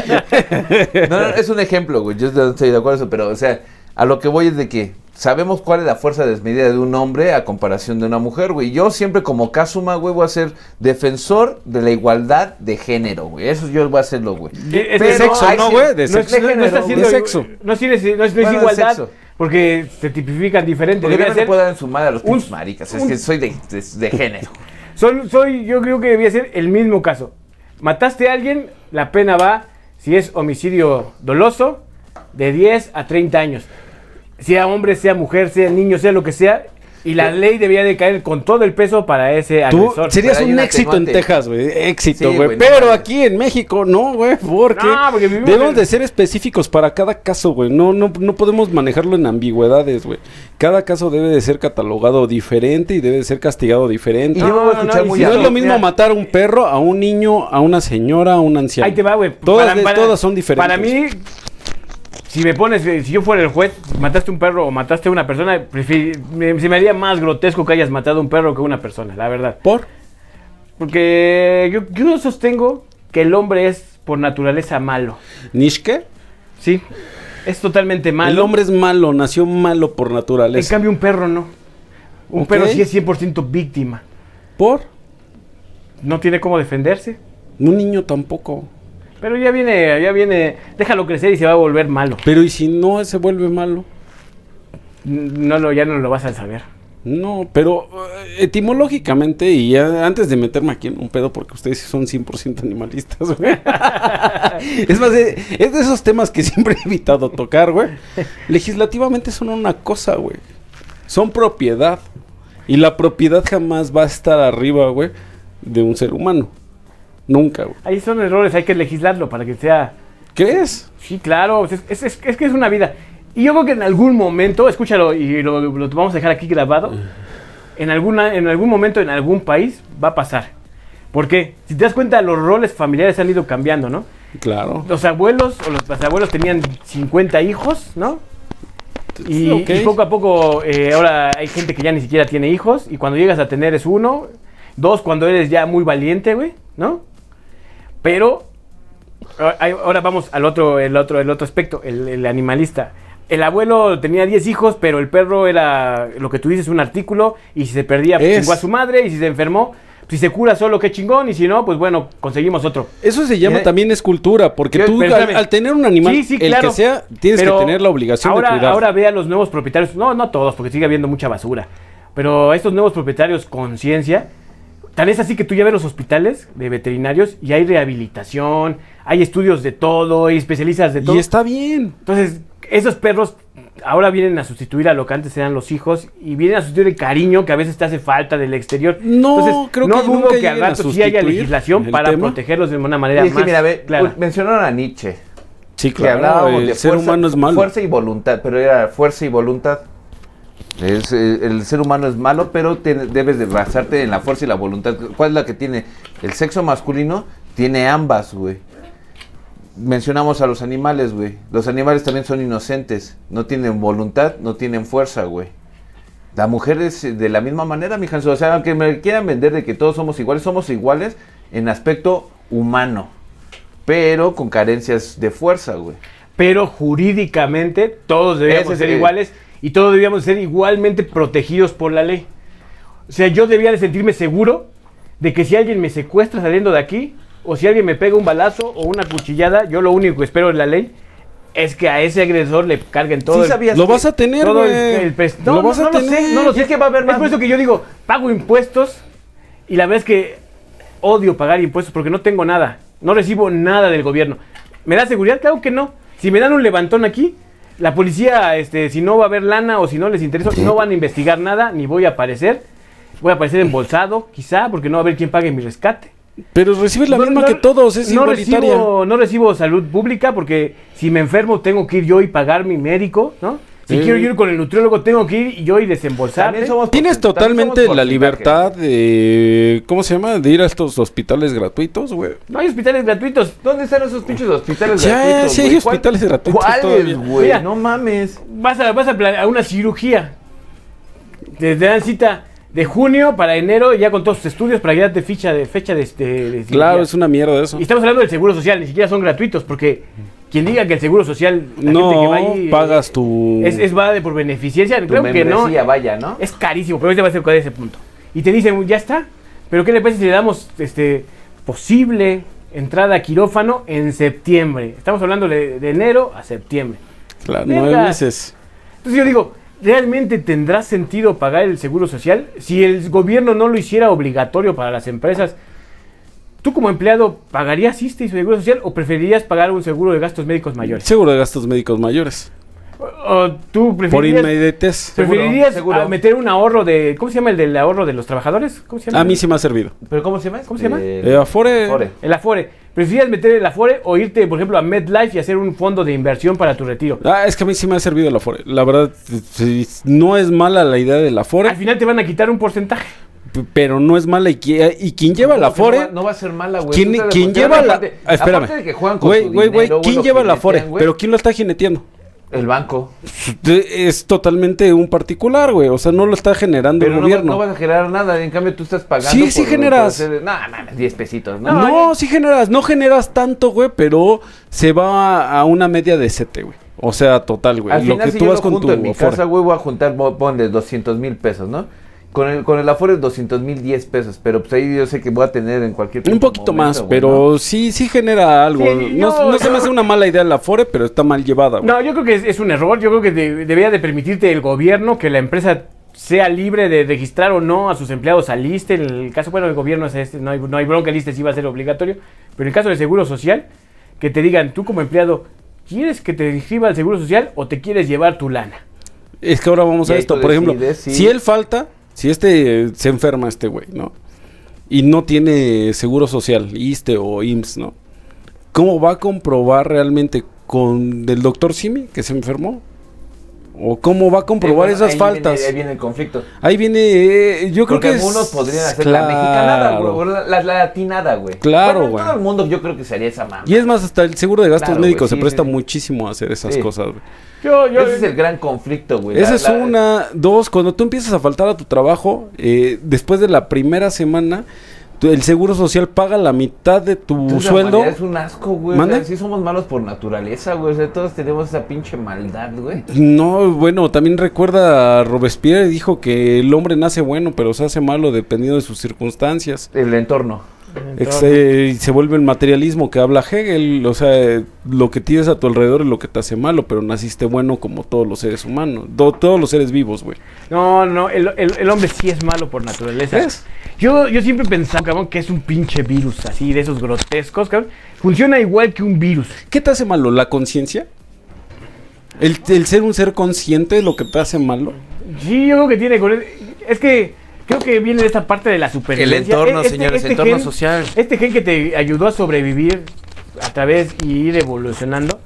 A: No, no, es un ejemplo, güey. Yo no estoy de acuerdo, eso, pero, o sea, a lo que voy es de que sabemos cuál es la fuerza desmedida de un hombre a comparación de una mujer, güey. Yo siempre, como Kazuma, güey, voy a ser defensor de la igualdad de género, güey. Eso yo voy a hacerlo, güey.
C: De- es de
A: Pero
C: sexo,
A: hay-
B: ¿no, güey? De
A: es-
C: No, es-
B: sexo.
C: no- no
A: género,
C: está
A: güey.
C: siendo
B: de sexo.
C: No, es- no es- no es
A: Bueno, de
C: igualdad
A: sexo.
C: porque se tipifican diferente.
A: Porque
C: Debería
A: no le
C: ser-
A: puedo dar en su madre a los
C: un-
A: pinches maricas. Es
C: un-
A: que soy de, de- de género.
C: Son- soy, yo creo que debía ser el mismo caso. Mataste a alguien, la pena va, si es homicidio doloso, de 10 a 30 años. Sea hombre, sea mujer, sea niño, sea lo que sea. Y la ley debía de caer con todo el peso para ese
B: Tú
C: agresor.
B: serías
A: Pero hay
B: un
A: un
B: éxito en
A: atenuante.
B: Texas, güey. Éxito,
A: Sí,
B: güey.
A: güey, no
B: Pero
A: mames.
B: aquí en México, no, güey. Porque,
C: No, porque vivimos
B: debemos
C: en-
B: de ser específicos para cada caso, güey. No, no, no podemos manejarlo en ambigüedades, güey. Cada caso debe de ser catalogado diferente y debe de ser castigado diferente.
A: Y yo me voy a escuchar
C: y
A: muy
C: si
B: no
A: a-
B: es lo mismo
C: mira,
B: matar a un perro, a un niño, a una señora, a un anciano.
C: Ahí te va, güey.
B: Todas,
C: Para-
B: de-
C: para-
B: todas son diferentes.
C: Para mí, si me pones, eh, si yo fuera el juez, mataste un perro o mataste a una persona, prefi- me- se me haría más grotesco que hayas matado a un perro que a una persona, la verdad.
B: ¿Por?
C: Porque yo, yo sostengo que el hombre es por naturaleza malo.
B: ¿Nishke?
C: Sí, es totalmente malo.
B: El hombre es malo, nació malo por
C: En
B: naturaleza.
C: cambio, un perro no. Un
B: Ok.
C: perro sí es 100% víctima.
B: ¿Por?
C: No tiene cómo defenderse.
B: Un niño tampoco.
C: Pero ya viene, ya viene. Déjalo crecer y se va a volver malo.
B: Pero ¿y si no se vuelve malo?
C: No, lo, ya no lo vas a saber.
B: No, pero eh, etimológicamente, y ya antes de meterme aquí en un pedo, porque ustedes sí son 100% animalistas, güey. es más, eh, es de esos temas que siempre he evitado tocar, güey. Legislativamente son una cosa, güey. Son propiedad. Y la propiedad jamás va a estar arriba, güey, de un ser humano. Nunca, güey.
C: Ahí son errores, hay que legislarlo para que sea.
B: ¿Crees?
C: Sí, claro, es, es- es- es que es una vida. Y yo creo que en algún momento, escúchalo y lo, lo vamos a dejar aquí grabado, en, alguna, en algún momento, en algún país, va a pasar. Porque, si te das cuenta, los roles familiares han ido cambiando, ¿no?
B: Claro.
C: Los abuelos o los pasabuelos tenían 50 hijos, ¿no? Y,
B: Ok.
C: y poco a poco eh, ahora hay gente que ya ni siquiera tiene hijos y cuando llegas a tener es uno, dos cuando eres ya muy valiente, güey, ¿no? Pero a- hay- ahora vamos al otro, el otro, el otro aspecto, el, el animalista. El abuelo tenía 10 hijos, pero el perro era lo que tú dices, un artículo, y si se perdía, pues,
B: Es.
C: chingó a su madre, y si se enfermó, pues, si se cura solo, qué chingón, y si no, pues bueno, conseguimos otro.
B: Eso se llama
C: Ya-
B: también escultura, porque
C: Yo-
B: tú
C: pero
B: al,
C: espérame.
B: al tener un animal,
C: Sí, sí,
B: el
C: claro.
B: que sea, tienes
C: Pero
B: que tener la obligación
C: ahora,
B: de cuidarlo.
C: Ahora ve a los nuevos propietarios, no, no todos, porque sigue habiendo mucha basura, pero estos nuevos propietarios con ciencia, tan es así que tú ya ves los hospitales de veterinarios y hay rehabilitación, hay estudios de todo, y especialistas de todo.
B: y está bien.
C: Entonces, esos perros ahora vienen a sustituir a lo que antes eran los hijos y vienen a sustituir el cariño que a veces te hace falta del exterior.
B: No,
C: Entonces,
B: creo
C: no
B: que
C: dudo
B: nunca
C: que al
B: lleguen a
C: rato sí haya
B: sustituir
C: legislación
B: el
C: para
B: tema.
C: protegerlos de una manera
A: Es que,
C: más
A: mira, ve,
C: clara.
A: mencionaron a Nietzsche.
B: Sí,
A: que hablábamos
B: el
A: de
B: ser
A: fuerza,
B: humano es malo.
A: fuerza y voluntad, pero era fuerza y voluntad. Es, eh, el ser humano es malo, pero te- debes de basarte en la fuerza y la voluntad. ¿Cuál es la que tiene? El sexo masculino tiene ambas, güey. Mencionamos a los animales, güey. Los animales también son inocentes. No tienen voluntad, no tienen fuerza, güey. La mujer es eh, de la misma manera, mi Hanso. O sea, aunque me quieran vender de que todos somos iguales, somos iguales en aspecto humano. Pero con carencias de fuerza, güey.
C: pero jurídicamente todos debíamos
A: Ese es
C: ser
A: el-
C: iguales y todos debíamos ser igualmente protegidos por la ley. O sea, yo debía de sentirme seguro de que si alguien me secuestra saliendo de aquí, o si alguien me pega un balazo o una cuchillada, yo lo único que espero en la ley es que a ese agresor le carguen todo.
A: Sí
C: el-
A: sabías
B: Lo
A: que-
B: vas a tener,
C: todo el-
B: güey.
C: el pres-
B: Lo
C: No,
B: vas
C: no,
B: a
C: no lo
B: tener.
C: sé, no lo sé.
A: Y es que va a haber más-
C: Es por eso que yo digo, pago impuestos y la verdad es que odio pagar impuestos porque no tengo nada. No recibo nada del gobierno. ¿Me da seguridad? Claro que no. Si me dan un levantón aquí, la policía, este, si no va a haber lana o si no les interesa, no van a investigar nada, ni voy a aparecer. Voy a aparecer embolsado, quizá, porque no va a haber quien pague mi rescate.
B: Pero recibes la
C: No-
B: misma
C: no-
B: que todos, es
C: no
B: igualitaria.
C: Recibo, no recibo salud pública porque si me enfermo tengo que ir yo y pagar mi médico, ¿no? Si
B: Sí.
C: quiero ir con el nutriólogo tengo que ir yo y desembolsar.
A: También somos
B: Tienes
A: por- también somos
B: totalmente la
A: porcentaje.
B: libertad de. ¿Cómo se llama? De ir a estos hospitales gratuitos, güey.
C: No hay hospitales gratuitos.
A: ¿Dónde están esos pinches hospitales
B: Ya,
A: gratuitos?
B: sí hay
A: güey? ¿Cuál-
B: hospitales gratuitos todavía.
A: ¿Cuáles,
C: Mira.
A: güey? No mames.
C: Vas a, vas a, pla- a una cirugía. Te, te dan cita de junio para enero ya con todos tus estudios para que ya te ficha de fecha de, este
B: Claro, es una mierda eso.
C: Y estamos hablando del seguro social, ni siquiera son gratuitos porque quien diga que el seguro social la gente que
B: No,
C: va ahí, eh,
B: pagas tu.
C: es, es va de por beneficencia,
A: Tu
C: creo que no.
A: membresía, vaya, ¿no?
C: Es carísimo, pero ahorita va a ser de ese punto. Y te dicen, ya está. Pero ¿qué le parece si le damos este posible entrada a quirófano en septiembre? Estamos hablando de, de enero a septiembre.
B: Claro, nueve
C: Neta.
B: meses.
C: Entonces yo digo, ¿realmente tendrá sentido pagar el seguro social si el gobierno no lo hiciera obligatorio para las empresas? ¿Tú como empleado pagarías ISSSTE y seguro social o preferirías pagar un seguro de gastos médicos mayores?
B: Seguro de gastos médicos mayores.
C: ¿O- ¿O tú
B: Por
C: preferirías,
B: inmediatez.
A: Seguro,
C: preferirías
A: seguro.
C: ah, meter un ahorro de... ¿Cómo se llama el del ahorro de los trabajadores? ¿Cómo se llama?
B: A mí sí me ha servido.
A: ¿Pero cómo se llama?
C: ¿Cómo se llama?
B: Eh, Afore.
A: Afore.
C: El Afore. ¿Prefieres meter el Afore o irte, por ejemplo, a MedLife y hacer un fondo de inversión para tu retiro?
B: Ah, es que a mí sí me ha servido el Afore. La verdad, sí, no es mala la idea del
C: Al
B: Afore,
C: final te van a quitar un porcentaje.
B: p- pero no es mala. Y, qui- eh, y quien lleva el
A: No, porque
B: Afore.
A: No va, no va a ser mala, güey.
B: ¿Quién,
A: Eso es
B: quién
A: demostración.
B: lleva la.?
A: Aparte-
B: ah, espérame.
A: aparte de que juegan con
B: Güey,
A: su
B: güey, güey.
A: dinero,
B: ¿Quién
A: lo
B: lleva
A: que
B: el Afore?
A: metían, güey,
B: Pero ¿quién lo está jineteando?
A: El banco.
B: Es totalmente un particular, güey. O sea, no lo está generando
A: Pero
B: el
A: no, va-
B: gobierno.
A: no vas a generar nada. En cambio, tú estás pagando.
B: Sí, sí
A: por-
B: generas.
A: por hacer- No, mames, 10 pesitos, ¿no?
B: No, sí generas, no generas tanto, güey, pero se va a, a una media de sete, güey. O sea, total, güey.
A: Al
B: Lo
A: final,
B: que
A: si
B: tú
A: yo
B: vas
A: lo
B: con
A: junto
B: tu
A: en mi
B: Afore.
A: casa, güey, voy a juntar, mo- ponle 200 mil pesos, ¿no? Con el, con el Afore 200 mil 10 pesos, pero pues ahí yo sé que voy a tener en cualquier
B: Un
A: momento,
B: poquito más,
A: güey,
B: pero
A: ¿no?
B: sí, sí genera algo.
C: Sí,
B: no,
C: yo-
B: no se me hace una mala idea la Afore, pero está mal llevada, güey.
C: No, yo creo que es, es un error. Yo creo que de- debería de permitirte el gobierno que la empresa sea libre de registrar o no a sus empleados al ISSSTE. En el caso, bueno, el gobierno es este, no hay, no hay bronca, el ISSSTE sí va a ser obligatorio. Pero en el caso del seguro social, que te digan, tú como empleado, ¿quieres que te inscriba al seguro social o te quieres llevar tu lana?
B: Es que ahora vamos
A: Y
B: a
A: ahí
B: esto.
A: tú
B: Por ejemplo,
A: decides si-
B: si él falta, si este eh, se enferma, este güey, ¿no? Y no tiene seguro social, ISTE o IMSS, ¿no? ¿Cómo va a comprobar realmente con del doctor Simi que se enfermó? ¿O cómo va a
A: Sí,
B: comprobar
A: Eh, bueno,
B: esas
A: ahí
B: faltas?
A: viene- ahí viene el conflicto.
B: Ahí viene, eh, yo creo
A: Porque
B: que es-
A: algunos podrían hacer la
B: Claro.
A: mexicanada, güey, o la, la- la latinada, güey.
B: Claro,
A: Bueno,
B: güey.
A: Todo el mundo yo creo que sería esa mamá.
B: Y es más, hasta el seguro de gastos
A: Claro, güey,
B: médicos
A: sí,
B: se presta
A: sí, sí.
B: muchísimo a hacer esas
A: Sí.
B: cosas, güey.
C: Yo, yo,
A: Ese es el gran conflicto, güey.
B: Esa
A: La-
B: es
A: la-
B: una. Dos, cuando tú empiezas a faltar a tu trabajo, eh, después de la primera semana, tu- el seguro social paga la mitad de tu
A: Entonces, la
B: sueldo.
A: humanidad Es un asco, güey. O
B: ¿Mande?
A: sea, sí somos malos por naturaleza, güey. O sea, todos tenemos esa pinche maldad, güey.
B: No, bueno, también recuerda a Robespierre, dijo que el hombre nace bueno, pero se hace malo dependiendo de sus circunstancias.
A: El entorno.
B: Ex- eh, y se vuelve el materialismo que habla Hegel, o sea, eh, lo que tienes a tu alrededor es lo que te hace malo, pero naciste bueno como todos los seres humanos, do- todos los seres vivos, güey.
C: No, no, el, el- el hombre sí es malo por naturaleza.
B: ¿Ves?
C: Yo, yo siempre pensaba, cabrón, que es un pinche virus así, de esos grotescos, cabrón. Funciona igual que un virus.
B: ¿Qué te hace malo? ¿La conciencia? ¿El, el ser un ser consciente es lo que te hace malo?
C: Sí, yo creo que tiene con Es que creo que viene de esta parte de la supervivencia.
A: El entorno,
C: E- este-
A: señores,
C: este
A: entorno
C: gen-
A: social.
C: Este gen que te ayudó a sobrevivir a través y ir evolucionando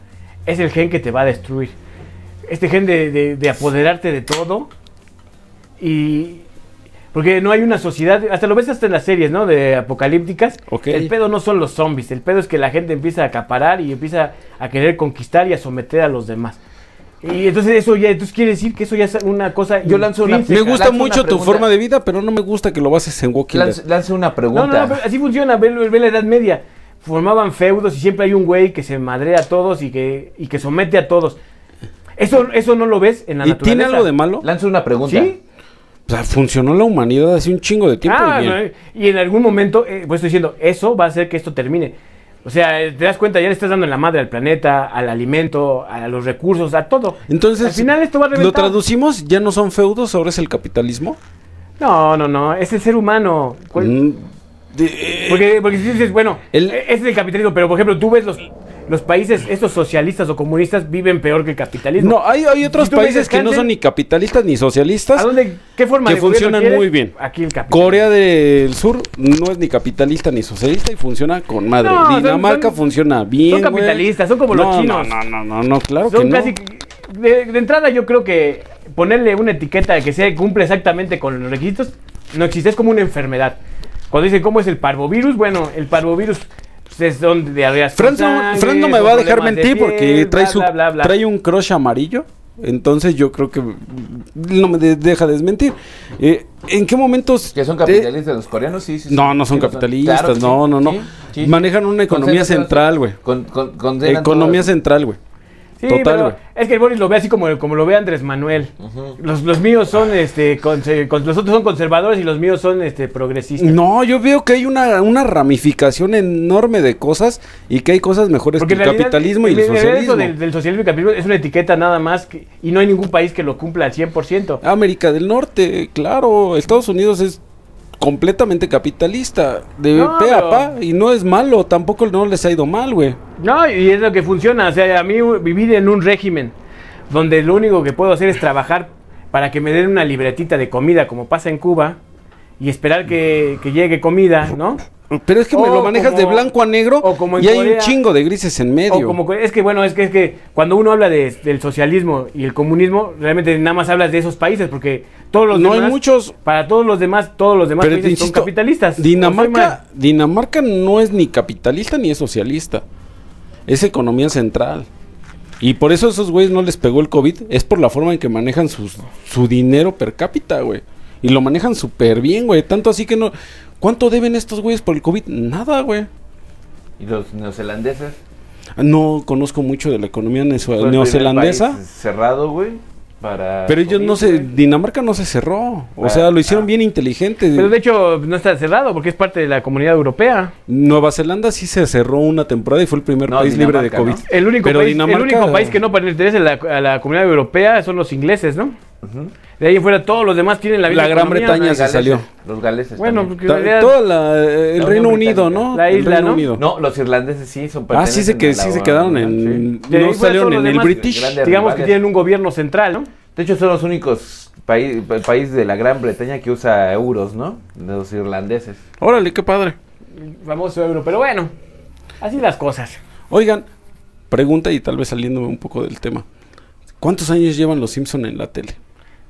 C: es el gen que te va a destruir. Este gen de, de- de apoderarte de todo y... Porque no hay una sociedad, hasta lo ves hasta en las series, ¿no? De apocalípticas.
B: Ok.
C: El pedo no son los zombies, el pedo es que la gente empieza a acaparar y empieza a querer conquistar y a someter a los demás. Y entonces eso ya, entonces quiere decir que eso ya es una cosa.
A: Yo lanzo una-
B: Me
C: intrínseca.
A: Lanza
B: gusta mucho tu
A: pregunta.
B: forma de vida, pero no me gusta que lo bases en Walking
A: Lance,
B: Dead.
A: lance una
C: No,
A: pregunta.
C: no, no, pero así funciona. Ve, ve la Edad Media. Formaban feudos y siempre hay un güey que se madrea a todos y que, y que somete a todos. Eso, eso no lo ves en la
B: ¿Y
C: naturaleza.
B: tiene algo de malo?
A: Lanzo una pregunta.
C: Sí.
B: Pues sea, funcionó la humanidad hace un chingo de tiempo.
C: Ah,
B: y bien.
C: no, y en algún momento, eh, pues estoy diciendo, eso va a hacer que esto termine. O sea, eh, te das cuenta, ya le estás dando en la madre al planeta, al alimento, a los recursos, a todo.
B: Entonces,
C: al final esto va a
B: lo
C: reventar.
B: traducimos, ya no son feudos, ahora es el capitalismo.
C: No, no, no, es el ser humano. ¿Cuál-
B: Mm, de- eh,
C: Porque, porque si dices, bueno,
B: El-
C: eh, ese es el capitalismo, pero por ejemplo, tú ves los, los países, estos socialistas o comunistas viven peor que el capitalismo.
B: no, hay, hay otros
C: Si tú ves
B: países que no
C: descansen-
B: son ni capitalistas ni
C: ¿A
B: socialistas.
C: dónde, qué forma
B: que
C: de gobierno
B: funcionan
C: quieres?
B: muy bien.
C: Aquí el capitalismo.
B: Corea del Sur no es ni capitalista ni socialista y funciona con madre.
C: No, son-
B: Dinamarca
C: son-
B: funciona bien.
C: son
B: güey.
C: capitalistas, son como
B: No,
C: los chinos.
B: No, no, no, no, no, claro que
C: Son
B: no.
C: casi. De, de entrada, yo creo que ponerle una etiqueta que sea cumple exactamente con los requisitos no existe, es como una enfermedad. Cuando dicen cómo es el parvovirus, bueno, el parvovirus pues, es donde diarreas. con
B: Fran no,
C: sangre,
B: Fran no me
C: son
B: va a dejar
C: problemas de
B: mentir
C: piel,
B: porque trae,
C: bla,
B: su,
C: bla, bla, bla.
B: trae un crush amarillo. Entonces yo creo que no me de- deja desmentir. Eh, ¿En qué momentos...
A: Que son
B: te-
A: capitalistas los coreanos, sí, sí. sí.
B: No, no son
A: Sí, lo
B: capitalistas,
A: Claro que sí,
B: no, no, no.
A: sí, sí, sí.
B: Manejan una economía
A: Concenan todo-
B: central, güey.
A: Con, con, condenan
B: Economía
A: todo.
B: central, güey.
C: Sí,
B: Total,
C: pero
B: güey.
C: es que el Boris lo ve así como, como lo ve Andrés Manuel. los, los míos son, este, conse- con- los otros son conservadores y los míos son, este, progresistas.
B: No, yo veo que hay una, una ramificación enorme de cosas y que hay cosas mejores que
C: Porque en
B: el
C: realidad-
B: capitalismo y
C: en
B: el
C: realidad
B: socialismo.
C: Eso del, del socialismo y capitalismo es una etiqueta nada más que- y no hay ningún país que lo cumpla al 100%.
B: América del Norte, claro, Estados Unidos es completamente capitalista, de
C: No,
B: pe a
C: pero-
B: pa, y no es malo, tampoco no les ha ido mal, güey.
C: No, y es lo que funciona. O sea, a mí u- vivir en un régimen donde lo único que puedo hacer es trabajar para que me den una libretita de comida, como pasa en Cuba, y esperar que, que llegue comida, ¿no?
B: Pero es que me
C: O
B: lo manejas de
C: como-
B: blanco a negro
C: o como en
B: y hay un
C: Corea.
B: chingo de grises en medio.
C: O como que- es que bueno, es que es que cuando uno habla de- del socialismo y el comunismo, realmente nada más hablas de esos países porque todos los
B: No hay
C: demás-
B: muchos.
C: para todos los demás, todos los demás
B: Pero te
C: países son
B: insisto,
C: capitalistas. O soy mal.
B: Dinamarca, eh, Dinamarca no es ni capitalista ni es socialista. Es economía central. Y por eso a esos güeyes no les pegó el COVID. Es por la forma en que manejan sus- su dinero per cápita, güey. Y lo manejan súper bien, güey. Tanto así que no... ¿Cuánto deben estos güeyes por el COVID? Nada, güey.
A: ¿Y los neozelandeses?
B: Pues, No conozco mucho de la economía nezo-
A: Fue Pues, el
B: neozelandesa.
A: primer país Cerrado, güey. Para
B: Pero ellos no se...
A: COVID, güey.
B: Dinamarca no se cerró. O
A: Ah,
B: sea, lo hicieron
A: ah.
B: bien inteligente.
C: Pero de hecho no está cerrado porque es parte de la comunidad europea.
B: Nueva Zelanda sí se cerró una temporada y fue el primer
A: No,
B: país libre de
A: Dinamarca,
B: COVID.
A: ¿no?
C: El único,
B: Pero
C: país,
B: Dinamarca-
C: el único país que no pertenece a la, a la comunidad europea son los ingleses, ¿no? De ahí en fuera todos los demás tienen la misma
B: La Gran
C: economía.
B: Bretaña
A: Los
B: se
A: galeses,
B: salió.
A: Los galeses.
C: Bueno,
A: también.
C: porque
B: Ta-
C: en realidad-
B: toda la- eh, el
A: La
B: Reino
A: Unión
B: Unido,
A: Británica.
B: ¿no?
C: La
B: El
C: isla,
B: Reino
C: ¿no?
B: Unido.
A: No, los irlandeses sí son
B: Ah, sí se,
A: pertenecen
B: que,
A: a la
B: sí se
A: ONU,
B: quedaron
A: ¿no?
B: en...
A: Sí.
C: De ahí
B: No salieron
C: fuera todos los
B: en el
C: demás
B: British.
A: grandes
C: Digamos que
A: rivales.
C: tienen un gobierno central, ¿no?
A: De hecho, son los únicos paí- pa- país de la Gran Bretaña que usa euros, ¿no? Los irlandeses.
B: Órale, qué padre.
C: El famoso euro, pero bueno, así las cosas.
B: Oigan, pregunta y tal vez saliéndome un poco del tema. ¿Cuántos años llevan los Simpson en la tele?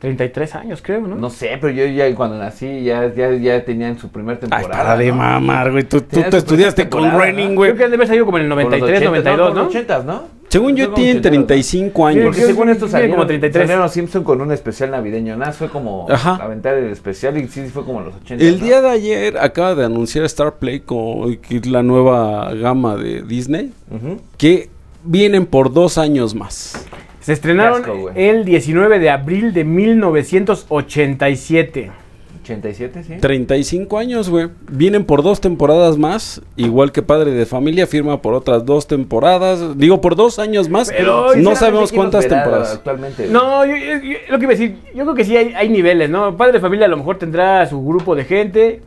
C: 33 años creo, ¿no?
A: No sé, pero yo ya cuando nací ya, ya, ya tenían su primer
B: Ay,
A: temporada.
B: para de
A: ¿no?
B: mamar, güey. Tú, tú
A: Tenían
B: te
A: su propia
B: estudiaste con
A: temporada,
B: Groening,
A: ¿no?
B: güey.
C: Creo que han de haber salido como en el
A: Por los
C: 93,
A: 80,
C: 92,
A: Por
C: ¿no?
A: los 80, ¿no?
B: Según yo
A: Son como
B: tienen
A: 80,
B: 35
C: Sí,
B: años.
A: Porque según esto
C: Tiene
A: salieron,
C: como
A: como
C: 33.
A: salieron los Simpson con un especial navideño, nada, fue como
B: Ajá.
A: aventar el especial y sí fue como los 80.
B: El día
A: ¿no?
B: de ayer acaba de anunciar Starplay con que es la nueva gama de Disney
A: Ujú.
B: que vienen por dos años más.
C: Se estrenaron
A: Qué asco, güey.
C: el 19 de abril de 1987.
A: 87, sí.
B: 35 años, güey. Vienen por dos temporadas más, igual que Padre de Familia firma por otras dos temporadas, digo por dos años más.
C: Pero,
B: no
A: Sinceramente,
B: sabemos
A: ¿quién nos
B: cuántas
A: verá
B: temporadas.
A: Actualmente.
C: No, yo, yo- yo- lo que iba a decir, yo creo que sí hay, hay niveles, ¿no? Padre de familia a lo mejor tendrá su grupo de gente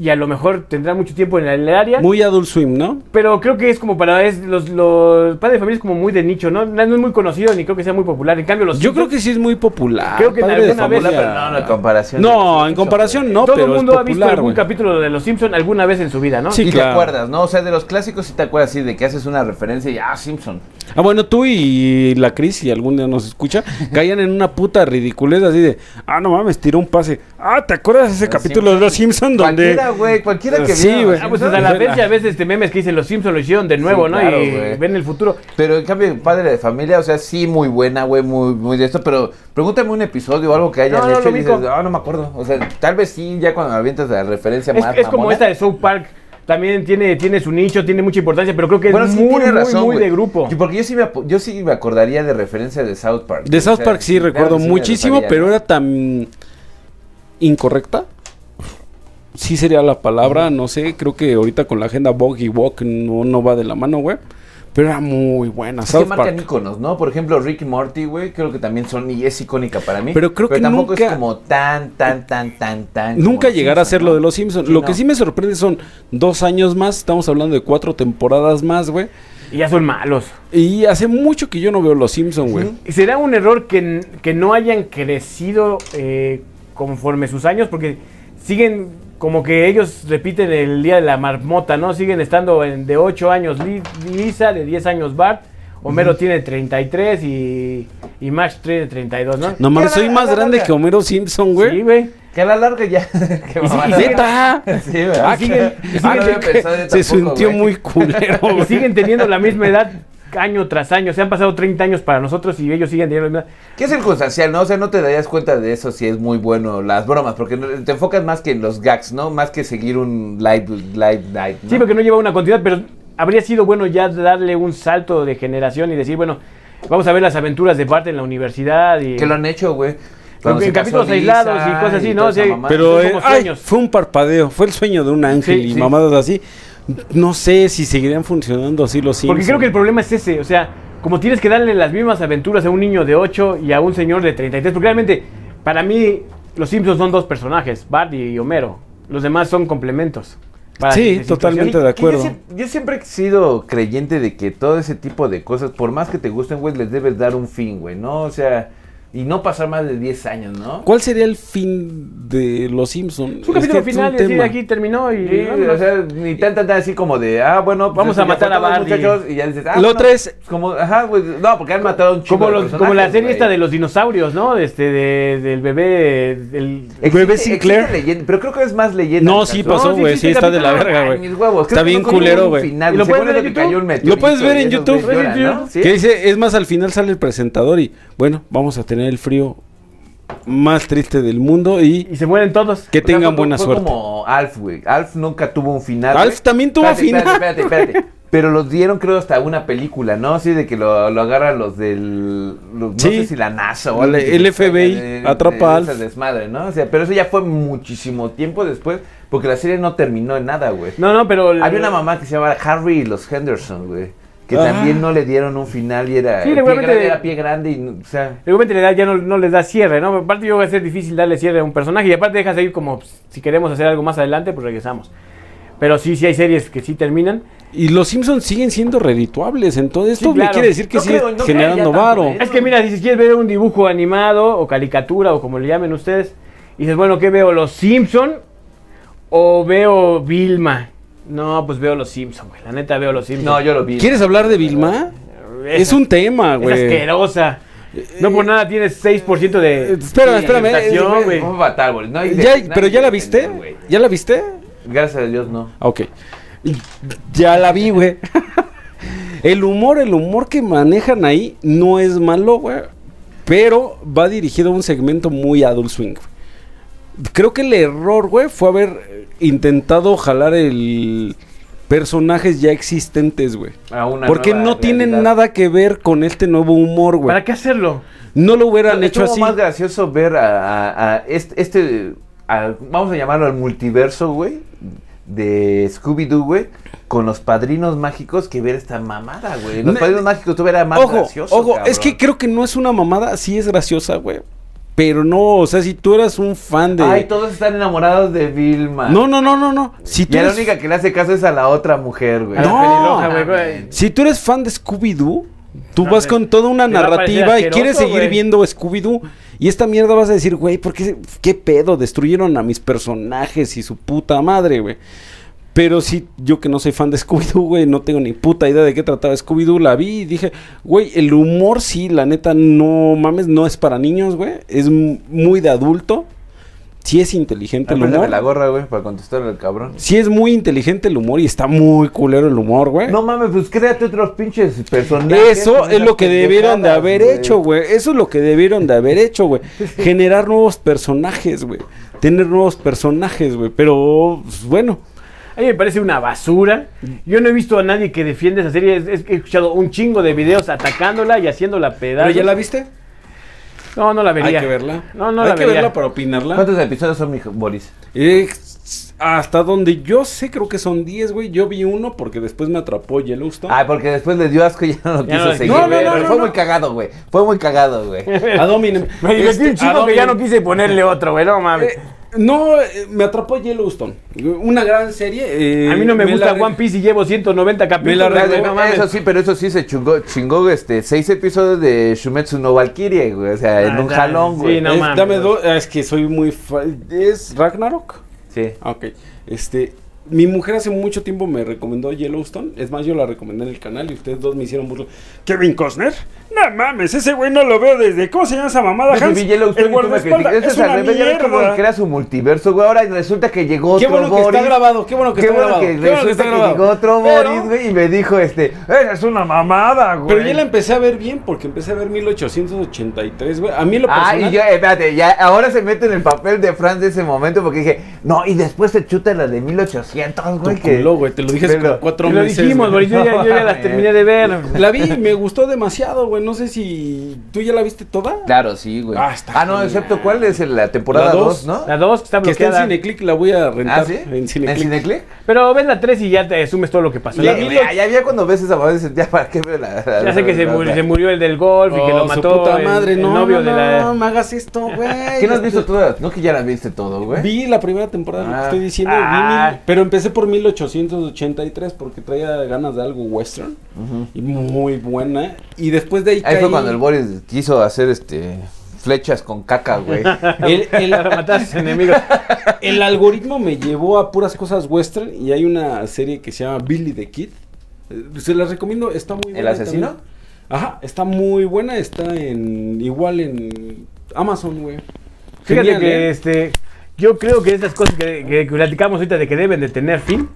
C: y a lo mejor tendrá mucho tiempo en el área.
B: Muy Adult Swim, ¿no?
C: Pero creo que es como para. Es los, los padres de familia es como muy de nicho, ¿no? No es muy conocido ni creo que sea muy popular. En cambio, los.
B: Yo
C: Simpsons,
B: creo que sí es muy popular.
C: Pues Creo que en
B: Padre de
C: alguna vez-
B: Familia.
A: Pero no, no, en comparación.
B: No, en comparación no,
C: Todo
B: pero
C: el mundo
B: es
C: ha visto
B: popular,
C: algún
B: güey.
C: capítulo de Los Simpsons alguna vez en su vida, ¿no?
B: Sí.
A: Sí, te
B: claro.
A: acuerdas, ¿no? O sea, de los clásicos sí te acuerdas, sí, de que haces una referencia y ah, Simpson.
B: Ah, bueno, tú y la Cris, si algún día nos escucha, caían en una puta ridiculez así de, ah, no mames, tiró un pase. Ah, ¿te acuerdas de ese
A: Los
B: capítulo de Los Simpsons donde...
A: Cualquiera, güey, cualquiera que
B: Sí,
A: viera
B: güey.
A: los
C: Ah, pues
A: Simpson.
C: a la vez ya ves este memes que dicen Los Simpsons lo hicieron de nuevo, ¿no?
A: claro,
C: y
A: güey.
C: ven el futuro.
A: Pero en cambio, padre de familia, o sea, sí, muy buena, güey, muy, muy de esto. Pero pregúntame un episodio o algo que hayan
C: No, no,
A: hecho
C: lo
A: y dices,
C: ubico.
A: ah, no me acuerdo. O sea, tal vez sí, ya cuando me avientas la referencia
C: Es,
A: más.
C: es como
A: mamona.
C: esta de South Park. También tiene, tiene su nicho, tiene mucha importancia, pero creo que es
A: Bueno,
C: muy,
A: sí, tiene
C: muy,
A: razón.
C: muy
A: güey.
C: de grupo.
A: Y porque yo sí, me, apo- yo sí me acordaría de referencias de South Park.
B: De
A: O
B: South
A: sea,
B: Park sí
A: claro
B: recuerdo
A: que sí me
B: muchísimo,
A: refería,
B: pero
A: ¿no?
B: era tan... incorrecta. Sí sería la palabra, no sé, creo que ahorita con la agenda Boggy Walk no, no va de la mano, güey. Pero era muy buena.
A: Es
B: South
A: que marcan
B: Park.
A: iconos, ¿no? Por ejemplo, Rick y Morty, güey, creo que también son y es icónica para mí.
B: Pero creo que
A: tampoco
B: nunca-
A: es como tan, tan, tan, tan, tan.
B: Nunca llegará a ser lo de los
A: Simpsons.
B: Simpsons.
A: Sí,
B: lo
A: no.
B: que sí me sorprende son dos años más, estamos hablando de cuatro temporadas más, güey.
C: Y ya son malos.
B: Y hace mucho que yo no veo los Simpsons, güey.
A: Ujú.
C: ¿Será un error que, n- que no hayan crecido eh, conforme sus años? Porque siguen como que ellos repiten el día de la marmota, ¿no? Siguen estando en- de 8 años Li- Lisa, de 10 años Bart. Homero tiene 33 y, y Max tiene 32, ¿no?
B: No mames,
A: Ya,
B: soy
A: la-
B: más
A: la
B: grande
A: verga.
B: que Homero Simpson, güey.
C: Sí, güey.
A: Que a la larga ya. Qué
C: Y sí,
A: mamada.
C: y sí.
B: ¡Neta!
A: Sí, ¿verdad?
B: Ah,
C: siguen-
B: que-
A: y siguen-
B: ah,
A: no había
B: que
A: pensado yo tampoco,
B: se sintió
A: güey.
B: muy culero,
C: Y
B: güey.
C: siguen teniendo la misma edad año tras año. Se han pasado 30 años para nosotros y ellos siguen teniendo la misma edad.
A: Que es circunstancial, ¿no? O sea, no te darías cuenta de eso si es muy bueno las bromas, porque no- te enfocas más que en los gags, ¿no? Más que seguir un live, live night. ¿no?
C: Sí, porque no lleva una continuidad, pero habría sido bueno ya darle un salto de generación y decir, bueno, vamos a ver las aventuras de Bart en la universidad y
A: Que lo han hecho, güey.
C: Pero que
A: se
C: en capítulos
A: pasó
C: aislados
A: Lisa
C: y cosas así, ¿no?
A: toda esa
C: Sí.
A: mamada.
B: Pero
C: Son
B: eh,
C: como
B: ay,
C: sueños.
B: fue un parpadeo, fue el sueño de un ángel
C: Sí,
B: y
C: sí.
B: mamadas así. No sé si seguirían funcionando así los Simpsons.
C: porque creo que el problema es ese, o sea, como tienes que darle las mismas aventuras a un niño de 8 y a un señor de 33, porque realmente para mí los Simpsons son dos personajes, Bart y Homero. Los demás son complementos. para
B: Sí,
C: esa situación.
B: totalmente de
A: Que yo
B: acuerdo.
A: siem- Yo, siempre he sido creyente de que todo ese tipo de cosas, por más que te gusten, güey, les debes dar un fin, güey, ¿no? O sea, y no pasar más de 10 años, ¿no?
B: ¿Cuál sería el fin de los Simpsons?
C: Es un capítulo final, y decir,
B: tema.
C: aquí terminó y...
A: Sí,
C: vámonos.
A: o sea, ni tan, tan, tan así como de, ah, bueno, pues
C: Vamos
A: esto
C: a
A: ya
C: matar
A: fue
C: a
A: todo,
C: Barney.
A: muchachos, y ya dices, ah,
B: Lo
A: bueno,
B: otra es-
A: pues como, ajá, güey, no, porque han matado a un chico
C: Como, los- como la serie esta de los dinosaurios, ¿no? De Este, de- del bebé, del...
B: Bebé Sinclair.
A: pero creo que es más leyenda.
B: No,
A: muchachos.
B: sí pasó,
C: sí,
B: güey.
C: sí,
B: Sí,
C: sí,
B: está de la
C: capítulo.
B: verga,
A: Ay,
B: güey.
A: mis huevos, creo
B: Está
A: que
B: bien
A: no conozco
B: culero,
A: un
B: güey.
A: final,
C: ¿Y lo
A: güey,
C: puedes
A: seguro
C: ver en
A: que cayó
C: YouTube?
A: un
C: Lo
B: Lo puedes
A: meteorito
B: ver
A: y
B: en
A: esos
B: YouTube.
A: güeyes lloran, ¿no?
C: Sí.
B: Que dice, es más, al final sale el presentador y, bueno, vamos a tener el frío más triste del mundo
C: Y
B: y
C: se mueren todos.
B: que
A: O sea,
B: tengan
A: fue-
B: buena
A: fue
B: suerte.
A: como Alf, güey. Alf nunca tuvo un final.
B: Alf
A: güey.
B: también tuvo
A: Espérate,
B: final.
A: Espérate, espérate, espérate. Pero los dieron, creo, hasta una película, ¿no? Así de que lo, lo agarran los del. los- no
B: Sí.
A: sé si la NASA o
B: El-
A: alguien que
B: el
A: se
B: FBI
A: encarga
B: atrapa a
A: de esa
B: Alf.
A: desmadre, ¿no? O sea, pero eso ya fue muchísimo tiempo después, porque la serie no terminó en nada, güey.
C: No, no, pero...
A: Había una mamá que se llamaba Harry y los Henderson, güey. Que
B: Ah.
A: también no le dieron un final y era.
C: Sí,
A: pie
C: seguramente-
A: grande, era pie grande y. no- O sea.
C: Seguramente la edad ya no, no les da cierre, ¿no? Aparte yo voy a ser difícil darle cierre a un personaje y aparte dejas de ir como pues, si queremos hacer algo más adelante, pues regresamos. Pero sí, sí hay series que sí terminan.
B: Y los Simpsons siguen siendo redituables, entonces
C: Sí,
B: esto
C: claro.
B: me quiere decir que
A: No
B: sigue
A: creo, no creo ya
B: generando
A: tanto,
B: varo.
A: ¿eh?
C: Es que mira, si quieres ver un dibujo animado o caricatura o como le llamen ustedes, y dices, bueno, ¿qué veo? ¿Los Simpson o veo Vilma? No, pues veo Los Simpson, güey. La neta veo Los Simpson.
A: No, yo lo vi.
B: ¿Quieres hablar de Vilma?
C: Esa-
B: Es un tema,
C: Es
B: güey.
C: asquerosa. No por nada tienes 6% de...
B: Espera,
C: de
B: espérame,
C: aceptación,
B: eh,
C: güey.
A: Vamos a matar, güey. No hay de-
B: Ya-
A: no hay
B: ¿Pero ya
A: de
B: la viste?
A: defender, güey.
B: ¿Ya la viste?
A: Gracias a Dios, no.
B: Ah, Ok. Ya la vi, güey. El humor, el humor que manejan ahí no es malo, güey. Pero va dirigido a un segmento muy adult swing. güey. Creo que el error, güey, fue haber intentado jalar el personajes ya existentes, güey.
A: a una
B: Porque
A: nueva
B: no tienen
A: realidad.
B: nada que ver con este nuevo humor, güey.
C: ¿Para qué hacerlo?
B: No lo hubieran
A: Estuvo
B: hecho así.
A: más gracioso ver a, a- a este, este- a- vamos a llamarlo al multiverso, güey, de Scooby-Doo, güey, con los padrinos mágicos que ver esta mamada, güey. Los
B: Ne-
A: padrinos mágicos tú era más
B: ojo,
A: gracioso,
B: ojo, es que
A: cabrón.
B: creo que no es una mamada, sí es graciosa, güey. Pero no, o sea, si tú eras un fan de...
A: Ay, todos están enamorados de Vilma.
B: No, no, no, no, no. Si
A: Y
B: tú,
A: a la
B: eres,
A: única que le hace caso es a la otra mujer, güey.
C: A la
B: No.
C: pelirroja, güey,
A: Mames.
B: si tú eres fan de Scooby-Doo, tú
C: No,
B: vas
C: me-
B: con toda una
C: me va a
B: narrativa y
C: parecer
B: quieres
C: asqueroso,
B: seguir
C: güey.
B: viendo Scooby-Doo. Y esta mierda vas a decir, güey, ¿por qué, qué pedo? Destruyeron a mis personajes y su puta madre, güey. Pero sí, yo que no soy fan de Scooby-Doo, güey, no tengo ni puta idea de qué trataba Scooby-Doo, la vi y dije, güey, el humor sí, la neta, no mames, no es para niños, güey, es m- muy de adulto, sí es inteligente el
A: Apriétame
B: humor,
A: la gorra, güey, para contestarle al cabrón.
B: sí es muy inteligente el humor y está muy culero el humor, güey.
A: No mames, pues créate otros pinches personajes.
B: Eso
A: con
B: es
A: esas
B: lo que debieron de
A: pendejadas,
B: haber hecho, güey. Eso es lo que debieron de haber hecho, güey. Generar nuevos personajes, güey. Tener nuevos personajes, güey. Pero, pues, bueno.
C: A mí me parece una basura. Yo no he visto a nadie que defiende esa serie. Es- es que he escuchado un chingo de videos atacándola y haciéndola pedazos.
B: viste?
C: No, no la vería.
B: Hay que verla.
C: No, no
B: Hay
C: la
B: que
C: vería.
B: verla para opinarla.
A: ¿Cuántos episodios son, mijo, Boris?
B: Eh, hasta donde yo sé, creo que son 10, güey. Yo vi uno porque después me atrapó Yellowstone.
A: Ah, porque después le dio asco y ya no lo
C: Ya
A: quiso
C: no lo-
A: seguir,
B: No, no,
A: güey.
B: no,
A: Pero
B: no,
A: fue
B: no.
A: muy cagado, güey. Fue muy cagado, güey.
B: A Dominem.
C: Me divertí un
B: Este,
C: chingo
B: a
C: que ya no
B: Dominem.
C: quise ponerle otro, güey. No mames.
B: Eh, no, eh, me atrapó Yellowstone. Una gran serie. eh,
C: a mí no me, gusta
B: la-
C: One Piece y llevo 190 capítulos.
B: la
C: güey,
B: regó.
C: no mames.
A: eso sí, pero eso sí se chingó, chingó este, seis episodios de Shumetsu no Valkyrie, güey. O sea, en
C: Ah,
A: un
C: ya,
A: jalón,
C: sí,
A: güey.
C: no.
B: Eh,
C: mames.
B: dame dos. Es que soy muy. fa- ¿Es Ragnarok?
A: Sí.
B: Ah, ok. Este. Mi mujer hace mucho tiempo me recomendó Yellowstone. Es más, yo la recomendé en el canal y ustedes dos me hicieron burla. ¿Kevin Costner? No mames, ese güey no lo veo desde. ¿Cómo se llama esa mamada,
A: Yo
B: Hans?
A: vi Yellowstone
B: el
A: y tú me
B: guardaespaldas.
A: criticas. Ese
B: Es,
A: es
B: una
A: al revés, ya ves cómo
B: mierda.
A: crea su multiverso, güey. Ahora resulta que llegó
B: Qué
A: otro
B: bueno que está
A: Boris.
B: grabado, qué bueno que
A: Qué
B: está
A: bueno
B: grabado.
A: que
B: qué bueno que
A: resulta
B: está
A: que
B: grabado.
A: llegó otro
B: Pero-
A: Boris, güey, y me dijo, este, eres una mamada, güey.
B: Pero ya la empecé a ver bien porque empecé a ver 1883, güey. A mí en lo
A: Ah,
B: personal.
A: y yo, eh, espérate, ya, ahora se mete en el papel de Franz de ese momento porque dije, no, y después te chuta la de 1800, güey.
B: tu culo, güey, te lo dije hace
A: Pero-
B: como cuatro
C: Y lo
B: meses.
C: dijimos,
B: güey.
C: Boris. Yo ya, yo ya las terminé de ver.
B: La vi y me gustó demasiado, güey. No sé si tú ya la viste toda.
A: Claro, sí, güey.
B: Ah,
A: Ah,
B: está
A: no,
B: genial.
A: excepto cuál es el- la temporada
B: La
A: 2,
B: dos.
A: ¿no?
C: La 2 está
B: que está en
C: bloqueada.
B: Cineclick, la voy a rentar.
A: ¿Ah, sí?
B: En Cineclick.
A: Cineclick?
C: pero ves la 3 y ya te asumes todo lo que pasó.
A: Ya,
C: La-
B: vi-
A: ya, ya había cuando ves esa mamá, dices, ya para qué ver la, la-
C: ya sé que se
A: la-
C: murió,
A: la-
C: se murió el del golf y que
B: Oh,
C: lo
B: su
C: mató
B: puta
C: el-
B: madre,
C: el,
B: no,
C: novio
B: no,
C: de la...
B: no, me hagas esto, güey.
A: ¿Qué no has visto todas? No que ya la viste todo, güey.
B: Vi la primera temporada, lo que
A: Ah.
B: estoy diciendo,
C: Ah.
B: vi mil- pero empecé por 1883 porque traía ganas de algo western
A: Ujú.
B: y muy buena. Y después de ahí,
A: Ahí
B: caí-
A: fue cuando el Boris quiso hacer este flechas con caca, güey.
B: el- el-
C: Para matar a sus enemigos.
B: el algoritmo me llevó a puras cosas western y hay una serie que se llama Billy the Kid. Eh, Se las recomiendo, está muy
A: ¿El
B: buena.
A: asesino?
B: también. Ajá, está muy buena, está en igual en Amazon, güey.
C: Fíjate
B: Genial,
C: que
B: ¿eh?
C: este, yo creo que estas cosas que, que platicamos ahorita de que deben de tener fin,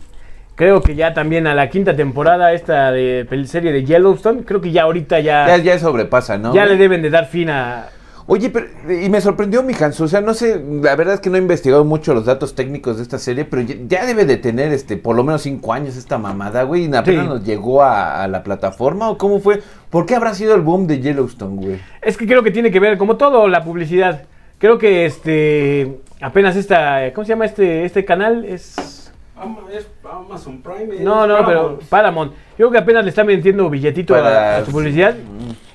C: creo que ya también a la quinta temporada esta de pel- serie de Yellowstone, creo que ya ahorita ya,
A: Ya,
C: ya,
A: ya sobrepasa, ¿no?
C: le
A: güey?
C: deben de dar fin a...
A: Oye, pero, y me sorprendió mi Hans, o sea, no sé, la verdad es que no he investigado mucho los datos técnicos de esta serie, pero ya, ya debe de tener, este, por lo menos cinco años esta mamada, güey, y apenas
C: Sí.
A: nos llegó a, a la plataforma, o cómo fue, ¿por qué habrá sido el boom de Yellowstone, güey?
C: Es que creo que tiene que ver, como todo, la publicidad. Creo que este, apenas esta, ¿cómo se llama este, este canal? Es...
B: Ama- es Amazon Prime.
C: No,
B: es
C: no, pero
B: Paramount.
C: Paramount. Yo creo que apenas le está metiendo billetito a-
A: Para-
C: a, su publicidad.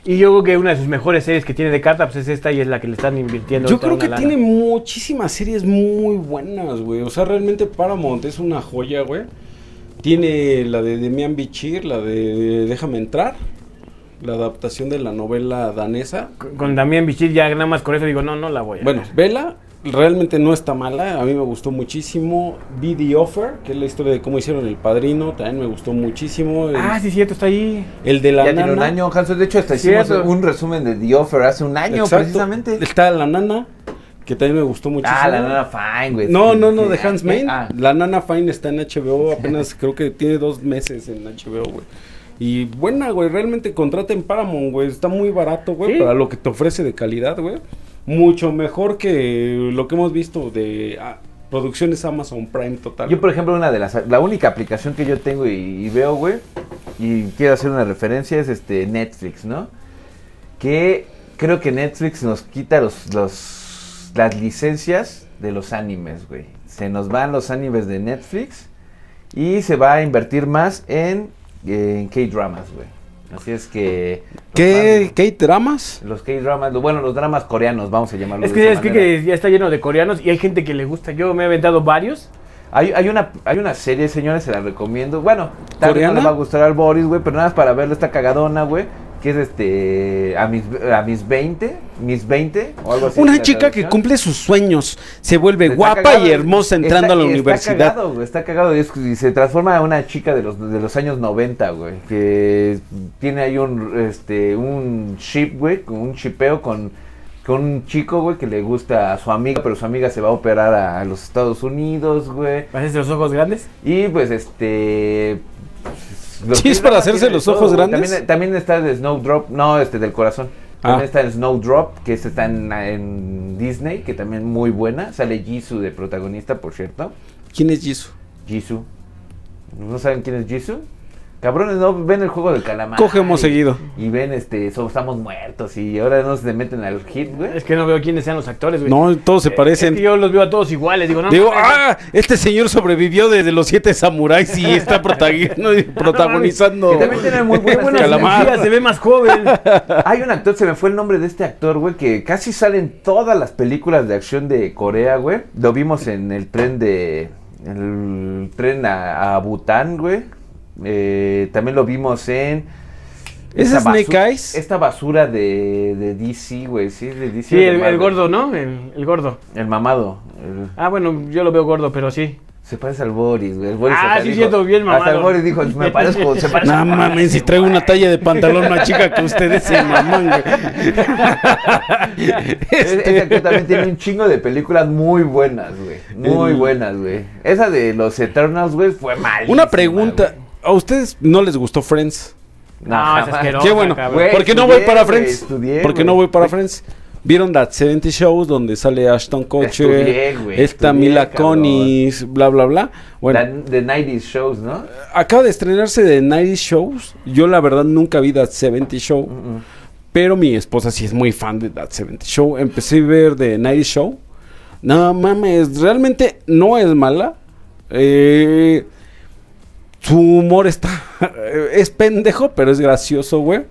C: Y yo creo que una de sus mejores series que tiene de carta pues, es esta y es la que le están invirtiendo.
B: Yo
C: ahorita
B: creo
C: una
B: que
C: lana.
B: tiene muchísimas series muy buenas, güey. O sea, realmente Paramount es una joya, güey. Tiene la de Demian Bichir, la de Déjame entrar, la adaptación de la novela danesa.
C: Con también Bichir ya nada más con eso digo, no, no la voy a
B: Bueno,
C: ver.
B: Vela realmente no está mala, a mí me gustó muchísimo. Vi The Offer, que es la historia de cómo hicieron El Padrino, también me gustó muchísimo. El,
C: Ah, sí, cierto, está ahí.
B: el de la
A: ya tiene un
B: nana.
A: año, Hans, de hecho hasta
C: Es
A: hicimos
C: cierto.
A: un resumen de The Offer hace un año,
B: Exacto.
A: precisamente.
B: Está La Nana, que también me gustó muchísimo.
A: Ah, la nana fine, güey.
B: No,
A: Sí,
B: no, no,
A: sí.
B: de Hans Main.
A: Ah,
B: La Nana Fine está en HBO, apenas creo que tiene dos meses en HBO, güey. Y buena, güey, realmente contraten Paramount, güey. Está muy barato, güey,
C: Sí.
B: para lo que te ofrece de calidad, güey. Mucho mejor que lo que hemos visto de ah, producciones Amazon Prime total.
A: Yo, por ejemplo, una de las. La única aplicación que yo tengo y, y veo, güey, y quiero hacer una referencia es este Netflix, ¿no? Que creo que Netflix nos quita los, los las licencias de los animes, güey. Se nos van los animes de Netflix y se va a invertir más en, en K-dramas, güey. Así es que. los
B: ¿Qué, ¿Qué dramas?
A: fans- Los K-dramas, lo- bueno, los dramas coreanos, vamos a llamarlos.
C: Es
A: de
C: que
A: esa
C: es que,
A: manera.
C: que ya está lleno de coreanos y hay gente que le gusta. Yo me he aventado varios.
A: Hay, hay una, hay una serie, señores, se la recomiendo. Bueno, tal vez no
B: ¿Coreana?
A: le va a gustar al Boris, güey, pero nada más para verla esta cagadona, güey. Que es este. A mis, a mis 20, mis 20, o algo así. es
B: Una
A: la
B: chica que
A: traducción.
B: cumple sus sueños se vuelve
A: Está
B: guapa
A: cagado,
B: y hermosa
A: está-
B: entrando a la
A: está
B: universidad.
A: Cagado, güey, está cagado, y es- y se transforma en una chica de los, de los años 90, güey. Que tiene ahí un, este, un ship, güey, con un chipeo con, con un chico, güey, que le gusta a su amiga, pero su amiga se va a operar a, a los Estados Unidos, güey.
C: Haces los ojos grandes.
A: Y pues este.
B: Sí,
A: K-dramas
B: es para hacerse
A: tienen
B: los
A: todo,
B: ojos
A: güey.
B: grandes.
A: También, también está el Snowdrop, no, este del corazón.
B: Ah.
A: También está el Snowdrop, que este está en, en Disney, que también muy buena. Sale Jisoo de protagonista, por cierto.
B: ¿Quién es Jisoo?
A: Jisoo. ¿No saben quién es Jisoo? Cabrones, ¿no? Ven el juego del calamar.
B: Cogemos
A: y-
B: seguido.
A: Y ven, este, so- estamos muertos y ahora no se meten al hit, güey.
C: Es que no veo quiénes sean los actores, güey.
B: No, todos se
C: Eh,
B: parecen.
C: es que yo los veo a todos iguales. Digo, no,
B: Digo,
C: mames,
B: ah, este señor sobrevivió desde los siete samuráis y está protagui- no, protagonizando.
A: Que también tiene muy
C: Qué buena
A: buenas eh.
B: Calamar.
C: energía, se ve más joven.
A: Hay un actor, se me fue el nombre de este actor, güey, que casi sale en todas las películas de acción de Corea, güey. Lo vimos en el tren de. en el tren a, a Bután, güey. Eh, también lo vimos en.
B: ¿Es
A: esa
B: Snake
A: basu-
B: Eyes?
A: Esta basura de, de DC, güey, sí, de DC.
C: Sí,
A: de
C: el, el
A: Marvel.
C: gordo, ¿no? El, el gordo.
A: El mamado. el-
C: Ah, bueno, yo lo veo gordo, pero sí.
A: se parece al Boris, güey. el Boris
C: Ah,
A: hasta
C: sí,
A: dijo-
C: cierto, bien
A: Hasta el
C: mamado.
A: Boris dijo, me parezco, se parece
B: No
A: al Boris,
B: mames, si traigo una talla de pantalón más chica que ustedes, se mamán, güey.
A: Este... actor también tiene un chingo de películas muy buenas, güey. Muy
B: El-
A: buenas, güey. Esa de los Eternals, güey, fue mal.
B: Una pregunta. ¿A ustedes no les gustó Friends?
C: No, es asqueroso.
B: Qué bueno.
C: cabrón.
A: Güey,
B: ¿Por qué no
A: estudié,
B: voy para
A: güey,
B: Friends?
A: estudié,
B: ¿Por qué
A: güey.
B: no voy para Friends? ¿Vieron That 70 Shows donde sale Ashton
A: Estudié,
B: Kutcher,
A: güey,
B: esta
A: estudié,
B: Mila
A: cabrón.
B: Conis, bla, bla, bla? Bueno,
A: The 90 Shows, ¿no?
B: acaba de estrenarse de 90 Shows. Yo la verdad nunca vi That 70 Show.
C: Mm,
B: Pero mi esposa sí es muy fan de That 70 Show. Empecé a ver The Night Show. No mames, realmente no es mala. Eh, su humor está. Es pendejo, pero es gracioso, güey.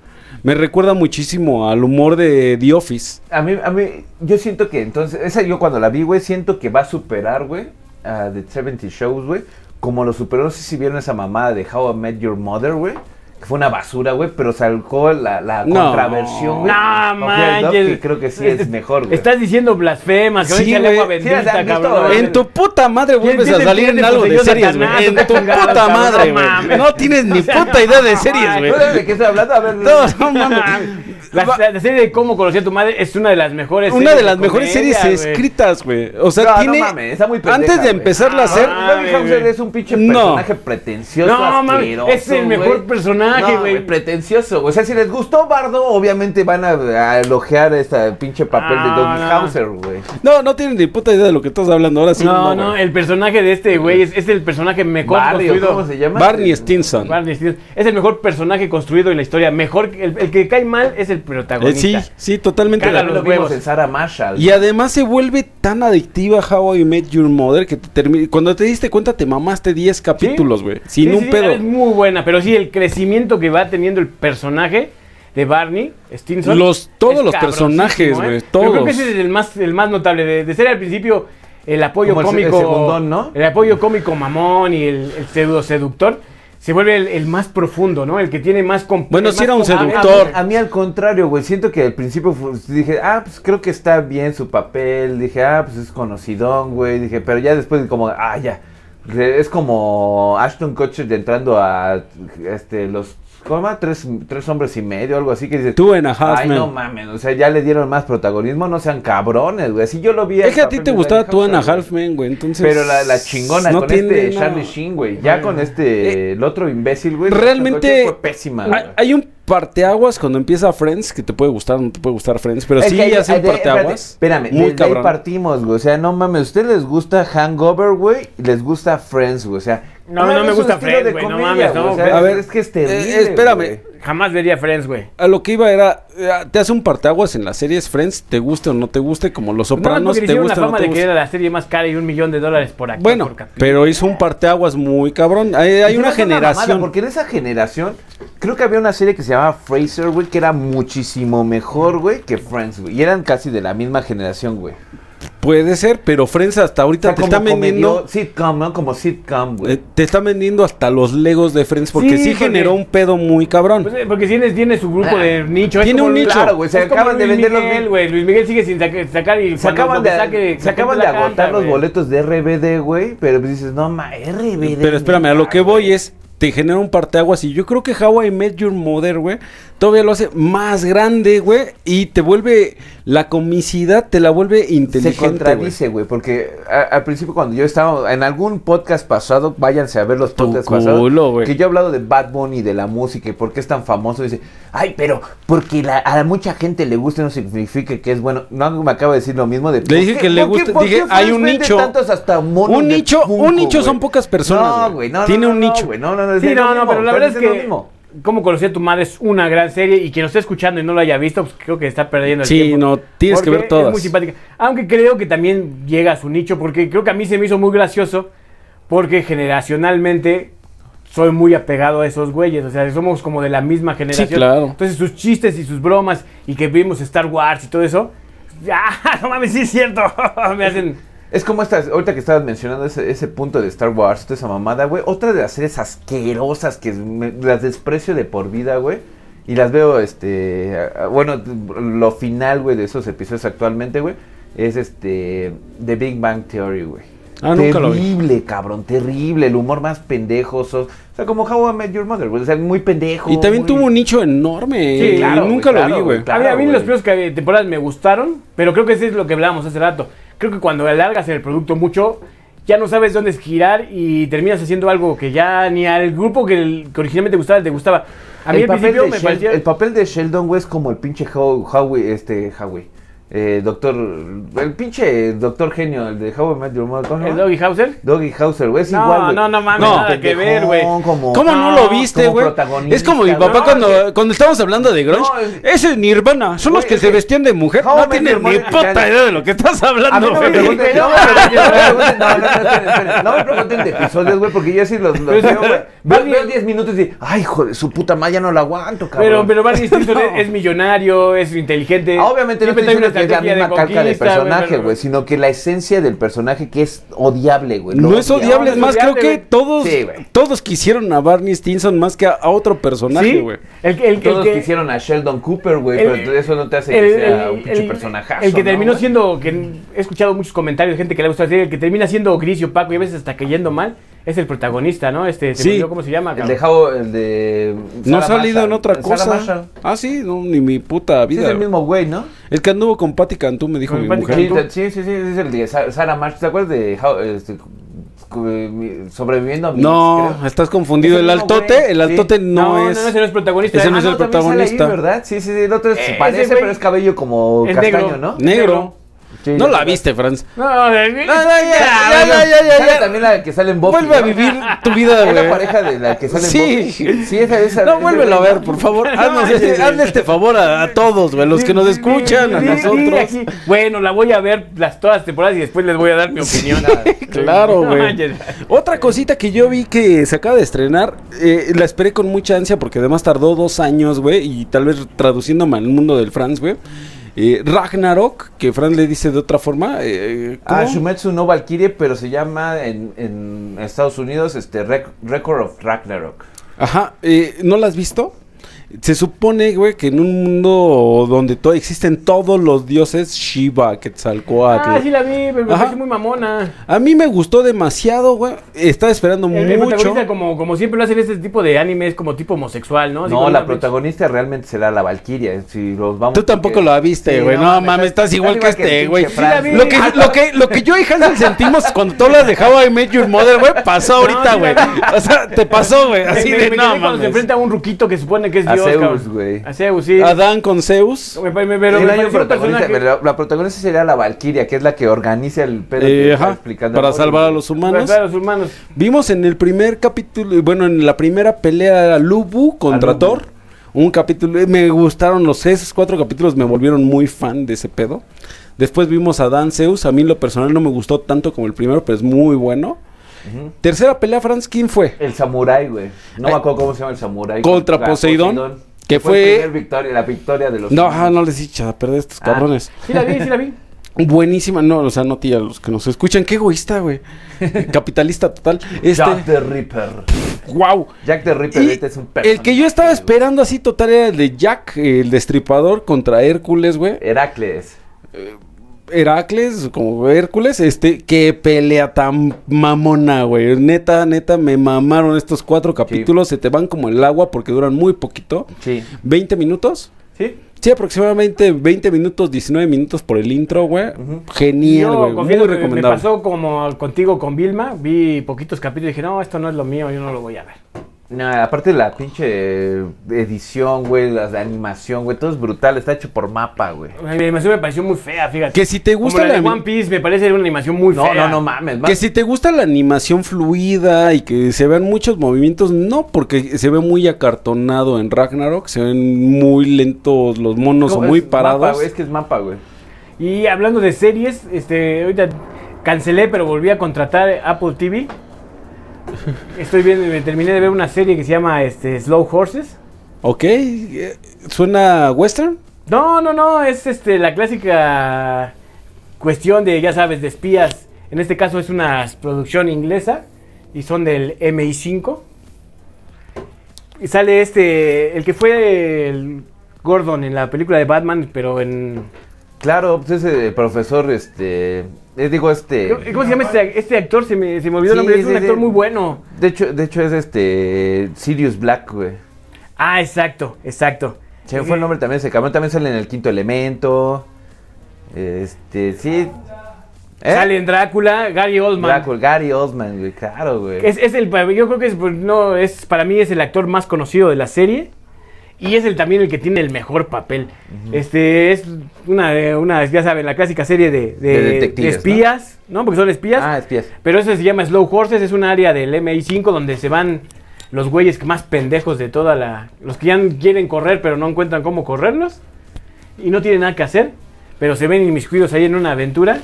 B: Me recuerda muchísimo al humor de The Office.
A: A mí, a mí, yo siento que entonces, esa yo cuando la vi, güey, siento que va a superar, güey, a The 70 Shows, güey. Como lo superó, no sé si vieron esa mamada de How I Met Your Mother, güey. Que fue una basura, güey, pero salcó la, la
B: No.
A: contraversión, güey.
C: No,
A: of Your Dog,
C: manches.
A: que creo que sí es mejor, güey.
C: Estás diciendo blasfemas, que
B: Sí,
C: sí,
B: güey.
C: agua
A: Sí, las
C: bendita,
A: han visto,
C: cabrón.
A: güey.
B: En tu puta madre vuelves
C: ¿Quién
B: a
C: te
B: salir en
C: entiende,
B: algo de
C: poseyó
B: series, güey.
C: Satanás?
B: En
C: No
B: tu
C: te chingadas,
B: puta
C: cabrón,
B: madre,
C: no
B: güey.
C: mames.
B: No tienes ni puta idea de series, güey.
A: ¿No sabes de qué estoy hablando? A ver,
B: No, no mames.
C: La, la- la serie de Cómo conocí a tu madre es una de las mejores
B: Una de las mejores
C: comedia,
B: series
C: güey.
B: escritas, güey. O sea,
A: No, no
B: tiene.
A: mames, está muy pendeja,
B: antes de
A: güey.
B: empezarla a hacer.
C: Ah,
A: David Hamsel
C: güey.
A: es un pinche
B: No.
A: personaje pretencioso.
C: No, mames,
A: asqueroso,
C: es el mejor
A: güey.
C: personaje,
A: No,
C: güey.
A: pretencioso, güey. O sea, si les gustó Bardo, obviamente van a, a elogiar este pinche papel de
C: Ah,
A: David
C: no.
A: Hamsel, güey.
B: No, no tienen ni puta idea de lo que estás hablando ahora sí.
C: No, no,
B: güey.
C: el personaje de este güey es, es el personaje mejor
A: Barrio,
C: construido.
A: ¿cómo se llama?
B: Barney Stinson.
C: Barney Stinson. Es el mejor personaje construido en la historia. Mejor, que- el, el que cae mal es el
B: Eh, sí,
C: protagonista.
B: sí, totalmente. de
C: Caga
A: También
B: acuerdo.
A: lo
C: los
A: vimos
C: huevos.
A: en Sarah Marshall.
B: Y además se vuelve tan adictiva How I Met Your Mother que te termi- cuando te diste cuenta te mamaste 10 capítulos, güey.
C: Sí,
B: Sin
C: sí,
B: un
C: sí,
B: pedo.
C: Es muy buena, pero sí, el crecimiento que va teniendo el personaje de Barney Stinson.
B: Los- todos
C: es
B: los
C: cabroncísimo,
B: personajes,
C: ¿eh?
B: güey,
C: Pero Creo que
B: todos.
C: ese es el más, el más notable. De, de ser al principio el apoyo
A: Como el se- el
C: cómico.
A: segundón, ¿no?
C: el apoyo cómico mamón y el, el pseudo seductor. Se vuelve el, el más profundo, ¿no? El que tiene más com-
B: Bueno,
C: el
B: sí
C: más
B: era un
C: com-
A: A mí- a mí-
B: seductor.
A: A, mí al contrario, güey. Siento que al principio fu- dije, ah, pues creo que está bien su papel. Dije, ah, pues es conocidón, güey. Dije, pero ya después como, ah, ya. Re- Es como Ashton Kutcher de entrando a este los ¿cómo se llama? tres, tres hombres y medio, algo así que dices.
B: Two and a half
A: Ay,
B: men".
A: no mames, o sea, ya le dieron más protagonismo, no sean cabrones, güey. Si yo lo vi.
B: Es
A: el
B: que a ti
A: papel
B: te
A: de
B: gustaba
A: Danny
B: tu Ana
A: Hudson,
B: Halfman, güey. Entonces.
A: Pero la, la chingona con
B: tiene
A: este
B: nada. Eh,
A: Charlie Sheen, güey. Ya con este, el otro imbécil, güey.
B: Realmente-
A: Ashton Kutcher Fue pésima, güey.
B: Hay, hay un parteaguas cuando empieza Friends, que te puede gustar o no te puede gustar Friends, pero
A: Es
B: sí
A: que ahí-
B: hace un
A: ahí- espérate,
B: parteaguas.
A: Espérame,
B: muy
A: desde ahí
B: cabrón.
A: partimos, güey. O sea, no mames, a ustedes les gusta Hangover, güey, y les gusta Friends, güey. O sea,
C: No, no
A: mames,
C: me
A: es
C: gusta
A: un estilo
C: Friends,
A: de
C: güey, no
A: comedia,
C: mames, no,
A: güey. O sea,
C: Friends.
A: a ver, es que es terrible.
B: eh, espérame.
A: güey.
C: Jamás vería Friends, güey.
B: A lo que iba era, eh, te hace un parteaguas en las series Friends, te guste o no te guste, como Los
C: Nada más
B: Sopranos,
C: porque
B: te
C: hicieron
B: gusta
C: la
B: o no
C: fama
B: te
C: de que
B: gusta.
C: era la serie más cara y un millón de dólares por actor.
B: Bueno,
C: por capítulo.
B: pero hizo un parteaguas muy cabrón. Hay, hay
A: Y se me
B: una
A: hace
B: generación.
A: mamada, porque en esa generación, creo que había una serie que se llamaba Fraser, güey, que era muchísimo mejor, güey, que Friends, güey. Y eran casi de la misma generación, güey.
B: Puede ser, pero Friends hasta ahorita te está vendiendo.
A: comedio- sitcom, ¿no? Como sitcom, güey.
B: eh, te están vendiendo hasta los Legos de Friends porque
C: Sí,
B: sí,
C: porque-
B: generó un pedo muy cabrón.
C: Pues, eh, porque tiene, tiene su grupo de nicho. es
B: Tiene
C: como
B: un
C: Luis-
B: nicho.
A: Claro, güey, se
C: es como
A: acaban de
C: Luis
A: vender los
C: Miguel,
A: mil-
C: güey. Luis Miguel sigue sin saca- sacar y
A: Se
C: cuando
A: acaban,
C: lo
A: de,
C: saque,
A: se
C: la
A: acaban de
C: gente la
A: agotar
C: canta,
A: los
C: güey.
A: boletos de RBD, güey, pero pues dices, no, ma, RBD.
B: Pero espérame, a lo que
A: güey.
B: voy es, te genera un parteaguas y yo creo que How I Met Your Mother, güey, todavía lo hace más grande, güey, y te vuelve la comicidad, te la vuelve
A: Se
B: inteligente, güey.
A: contradice, güey, porque a- al principio cuando yo estaba en algún podcast pasado, váyanse a ver los
B: Tu
A: podcasts
B: culo,
A: pasados,
B: güey.
A: que yo he hablado de Bad Bunny, de la música y por qué es tan famoso, dice, ay, pero porque la- a mucha gente le gusta no significa que es bueno. No, me acaba de decir lo mismo de...
B: Le dije que le gusta, dije, hay un nicho. Un nicho- un nicho son pocas personas,
A: No,
B: güey.
A: güey, no, no,
B: Tiene
A: no,
B: un
A: no,
B: nicho.
A: güey, no, no, no, es
C: Sí,
A: lo
C: no, no,
A: mismo,
C: pero la verdad es
A: lo
C: que
A: mismo.
C: Cómo conocí a tu madre es una gran serie y quien lo esté escuchando y no lo haya visto, pues creo que está perdiendo el
B: Sí,
C: tiempo.
B: no, tienes que
C: Porque
B: ver todas.
C: Es muy simpática. Aunque creo que también llega a su nicho, porque creo que a mí se me hizo muy gracioso, porque generacionalmente soy muy apegado a esos güeyes, o sea, somos como de la misma generación.
B: claro.
C: Entonces sus chistes y sus bromas y que vimos Star Wars y todo eso, ya, no mames, sí es cierto, me hacen...
A: Es como estas, ahorita que estabas mencionando ese, ese punto de Star Wars, toda esa mamada, güey. Otra de las series asquerosas que me- las desprecio de por vida, güey. Y las veo, este, a- a- bueno, lo final, güey, de esos episodios actualmente, güey, es este, The Big Bang Theory, güey.
B: Ah, nunca lo vi.
A: Terrible, cabrón, terrible. El humor más pendejo. sos- o sea, como How I Met Your Mother, güey. O sea, muy pendejo.
B: Y también
A: muy-
B: tuvo un nicho enorme.
C: Sí,
B: y
A: claro, güey,
B: nunca
A: claro,
B: lo vi,
A: güey,
B: güey.
A: claro.
C: a mí, a mí
A: güey.
C: los primeros que- temporadas me gustaron, pero creo que ese es lo que hablábamos hace rato. Creo que cuando alargas el producto mucho, ya no sabes dónde girar y terminas haciendo algo que ya ni al grupo que, el- que originalmente gustaba te gustaba. A
A: el
C: mí al
A: papel
C: principio
A: de
C: me
A: Shel-
C: parecía...
A: El papel de Sheldon, güey, es como el pinche How- Howie, este, Howie. eh, doctor, el pinche doctor genio, el de How I Met Your Mother. ¿cómo se
C: ¿El
A: llama?
C: Doggy Hauser?
A: Doggy Hauser, güey, es
C: No,
A: igual, güey.
C: no, no mames,
A: Como
C: nada que ver,
A: pendejón,
C: güey.
A: como-
B: ¿Cómo no,
C: No,
B: lo viste,
A: como
B: güey?
A: protagonista,
B: Es como mi
A: güey.
B: papá
A: No,
B: cuando,
A: es
B: cuando estábamos hablando de grunge.
A: No, es-
B: Ese es Nirvana. Son los
A: Güey,
B: que
A: es
B: se
A: que-
B: vestían de mujer.
A: How I
B: No
A: Met Your
B: tienen ni
A: Mother-
B: puta idea de lo que estás
A: A mí
B: hablando,
A: no me
B: güey.
A: pregunten, no me pregunten, no me pregunten, no, no, no, esperen, esperen, no me pregunten de episodios, güey, porque yo sí los, los veo, güey. Veo- Veo 10 minutos y digo, ay, joder, su puta madre, ya no la aguanto, cabrón.
C: Pero, pero Barney Stinson es- es millonario, es inteligente.
A: Ah, Obviamente no
C: siempre
A: estoy
C: trae
A: diciendo que
C: una
A: es la
C: estrategia de
A: misma calca de
C: conquista, güey,
A: personaje,
C: pero-
A: güey, sino que la esencia del personaje que es odiable, güey. lo
B: No es
A: odio.
B: odiable, es más, creo
C: odiable,
B: que
C: güey.
B: todos,
A: Sí, güey.
B: todos quisieron a Barney Stinson más que a, a otro personaje,
C: Sí,
B: güey.
C: el, que- el, el
A: Todos
C: que-
A: quisieron a Sheldon Cooper, güey,
C: el-
A: pero eso no te hace que
C: el-
A: sea
C: el-
A: un pinche
C: el-
A: personajazo.
C: El que
A: ¿no,
C: terminó
A: güey?
C: siendo, que n- he escuchado muchos comentarios de gente que le gusta decir, el que termina siendo gris y opaco y a veces hasta cayendo mal, es el protagonista, ¿no? Este, se
B: Sí.
C: me olvidó ¿cómo se llama?
A: El
C: cabrón.
A: de How, el de...
B: No ha
A: Sarah
B: salido en
A: Marshall.
B: otra
A: Sarah
B: cosa.
A: Marshall.
B: Ah, sí, no, ni mi puta
A: Sí,
B: vida.
A: es el
B: güey.
A: mismo güey, ¿no?
B: El que anduvo con Patty Cantú me dijo
C: Con
B: mi
C: Patty
B: mujer.
A: Sí,
C: Cantú.
A: sí, sí, sí, es el de Sa- Sarah Marshall. ¿Te acuerdas de How, este, cu- mi- sobreviviendo a mi...
B: No, estás confundido.
A: Es el
B: El
A: mismo güey.
B: altote, el
A: Sí.
B: altote no,
C: no,
B: es.
C: no, ese no es protagonista.
B: Ese
C: Ah,
B: no es el
A: también sale
B: protagonista.
A: Ahí, ¿verdad? Sí, sí, sí, el otro se
C: Eh,
A: parece,
C: ese
A: pero
C: güey
A: es cabello como
C: es
A: castaño,
C: negro.
A: ¿no?
B: Negro.
A: Sí,
B: No la
A: verdad.
B: viste, Franz. Ah,
C: No, no,
B: No,
C: no,
B: no, ya, ya, ya, ya, ya,
A: Ah, Sale
B: ya.
A: también la que sale en Buffy.
B: Vuelve a
A: ¿no?
B: vivir tu vida,
A: Es la
B: güey.
A: pareja de la que sale en
B: Sí.
A: Buffy. Sí, esa, esa.
B: No,
A: esa-
B: vuélvelo a ver, por favor. Haznos
C: manches,
B: este,
C: güey.
B: hazle este favor a, a todos, güey. Los que nos escuchan, a
C: Di- di- di
B: nosotros.
C: aquí, Bueno, la voy a ver las todas las temporadas y después les voy a dar mi opinión.
B: Claro,
C: No
B: güey.
C: manches.
B: Otra cosita que yo vi que se acaba de estrenar, eh, la esperé con mucha ansia porque además tardó dos años, güey, y tal vez traduciéndome al mundo del Franz, güey. eh, Ragnarok, que Franz le dice de otra forma. eh,
A: Ah,
B: ¿cómo?
A: Shumetsu no Valkyrie, pero se llama en, en Estados Unidos este Rec- Record of Ragnarok.
B: Ajá, eh, ¿no la has visto? Se supone, güey, que en un mundo donde to- existen todos los dioses Shiva, Quetzalcoatl.
C: Ah, sí la vi, pero me
B: Ajá.
C: parece muy mamona.
B: A mí me gustó demasiado, güey. Estaba esperando
C: El, el
B: mucho.
C: protagonista, como, como siempre lo hacen este tipo de anime, es como tipo homosexual, ¿no? Así
A: No,
C: con
A: la
C: una pinche-
A: protagonista realmente será la Valkyria. Si los vamos
B: Tú tampoco
A: porque-
B: la viste, güey. No mames, estás igual que
A: el
B: este,
A: pinche
B: güey.
A: Fran.
C: Sí la vi.
B: Lo que, lo, que, lo que yo y Hansel sentimos cuando tú hablas de How I Met Your Mother, güey, pasó ahorita,
C: sí,
B: güey.
C: la-
B: O sea, te pasó, güey.
C: Me-
B: Así
C: me-
B: de
C: me quedé
B: no
C: Cuando se
B: mames.
C: enfrenta a un ruquito que supone que es
A: A
C: Dios.
A: Zeus,
C: cabrón.
A: güey.
C: A Zeus, sí.
B: Adán con Zeus.
C: Me pare- me- pero
A: Sí,
C: me
A: no hay un
C: pareció un
A: protagonista,
C: personaje-
A: pero la, la protagonista sería la Valkyria, que es la que organiza el pedo que
B: eh,
A: está
B: ajá,
A: explicando
B: para
A: ahora,
B: salvar a
A: güey. Pues,
B: los humanos.
C: Para los humanos.
B: Vimos en el primer capítulo, bueno, en la primera pelea a Lubu contra
A: A Lubu.
B: Thor. Un capítulo, eh, me gustaron los esos cuatro capítulos, me volvieron muy fan de ese pedo. Después vimos a Dan Zeus, a mí en lo personal no me gustó tanto como el primero, pero es muy bueno.
A: Ujú.
B: Tercera pelea, Franz, ¿quién fue?
A: El samurái, güey. No
B: Eh,
A: me acuerdo cómo se llama el samurái.
B: contra
A: Ah,
B: Poseidón, que
A: el
B: fue-
A: primer victoria, la victoria de los.
B: No, ajá, no les he echado a perder estos
A: Ah.
B: cabrones.
C: Sí la vi, sí la vi.
B: Buenísima, no, o sea, no tía, los que nos escuchan, qué egoísta, güey. Capitalista total. Este,
A: Jack the Ripper.
B: wow.
A: Jack the Ripper
B: Y
A: este es un
B: el que yo
A: personaje,
B: estaba
A: güey.
B: esperando así total era el de Jack, el destripador contra Hércules, güey.
A: Heracles.
B: Heracles, como Hércules, este, qué pelea tan mamona, güey. Neta, neta, me mamaron estos cuatro capítulos, se te van como el agua porque duran muy poquito.
A: Sí.
B: 20 minutos.
C: ¿Sí?
B: Sí, aproximadamente 20 minutos, 19 minutos por el intro, güey.
A: Ujú.
B: Genial,
C: Yo
B: güey. Muy
C: confieso que me
B: recomendable.
C: pasó como contigo con Vilma, vi poquitos capítulos y dije, no, esto no es lo mío, yo no lo voy a ver.
A: No, aparte la pinche edición, güey, la la animación, güey, todo es brutal, está hecho por mapa, güey.
C: La animación me pareció muy fea, fíjate.
B: Que si te
C: Como
B: gusta
C: la de
B: la-
C: One Piece me parece una animación muy
A: No,
C: fea.
A: no, no mames.
B: Que
A: más-
B: si te gusta la animación fluida y que se vean muchos movimientos, no, porque se ve muy acartonado en Ragnarok, se ven muy lentos los monos o
A: ¿Cómo
B: muy
A: es? Mapa,
B: parados.
A: güey, es que es mapa, güey.
C: Y hablando de series, este, ahorita cancelé pero volví a contratar Apple TV. Estoy viendo, me terminé de ver una serie que se llama este, Slow Horses.
B: ok, eh, ¿suena western?
C: No, no, no, es este, la clásica cuestión de, ya sabes, de espías. En este caso es una producción inglesa y son del MI5. Y sale este, el que fue el Gordon en la película de Batman, pero en...
A: Claro, pues ese profesor, este, eh, digo, este,
C: ¿Cómo se llama este, este actor? Se me, se me olvidó el
A: Sí,
C: nombre, es
A: sí,
C: un actor
A: sí.
C: muy bueno.
A: de hecho, de hecho es este, Sirius Black, güey.
C: Ah, exacto, exacto. Eh,
A: Se me fue el nombre también, ese cabrón también sale en el quinto elemento, este, sí. ¿Eh?
C: Sale en Drácula, Gary Oldman.
A: Drácula, Gary Osman, güey, claro, güey.
C: Es, es el, yo creo que es, pues, no, es, para mí es el actor más conocido de la serie y es el también el que tiene el mejor papel. Este es una, de- una, ya saben, la clásica serie de, de-
A: De detectives,
C: de espías, ¿no? Porque son espías.
A: Ah, espías.
C: Pero eso se llama Slow Horses, es un área del MI5 donde se van los güeyes que más pendejos de toda la... Los que ya quieren correr pero no encuentran cómo correrlos y no tienen nada que hacer, pero se ven inmiscuidos ahí en una aventura.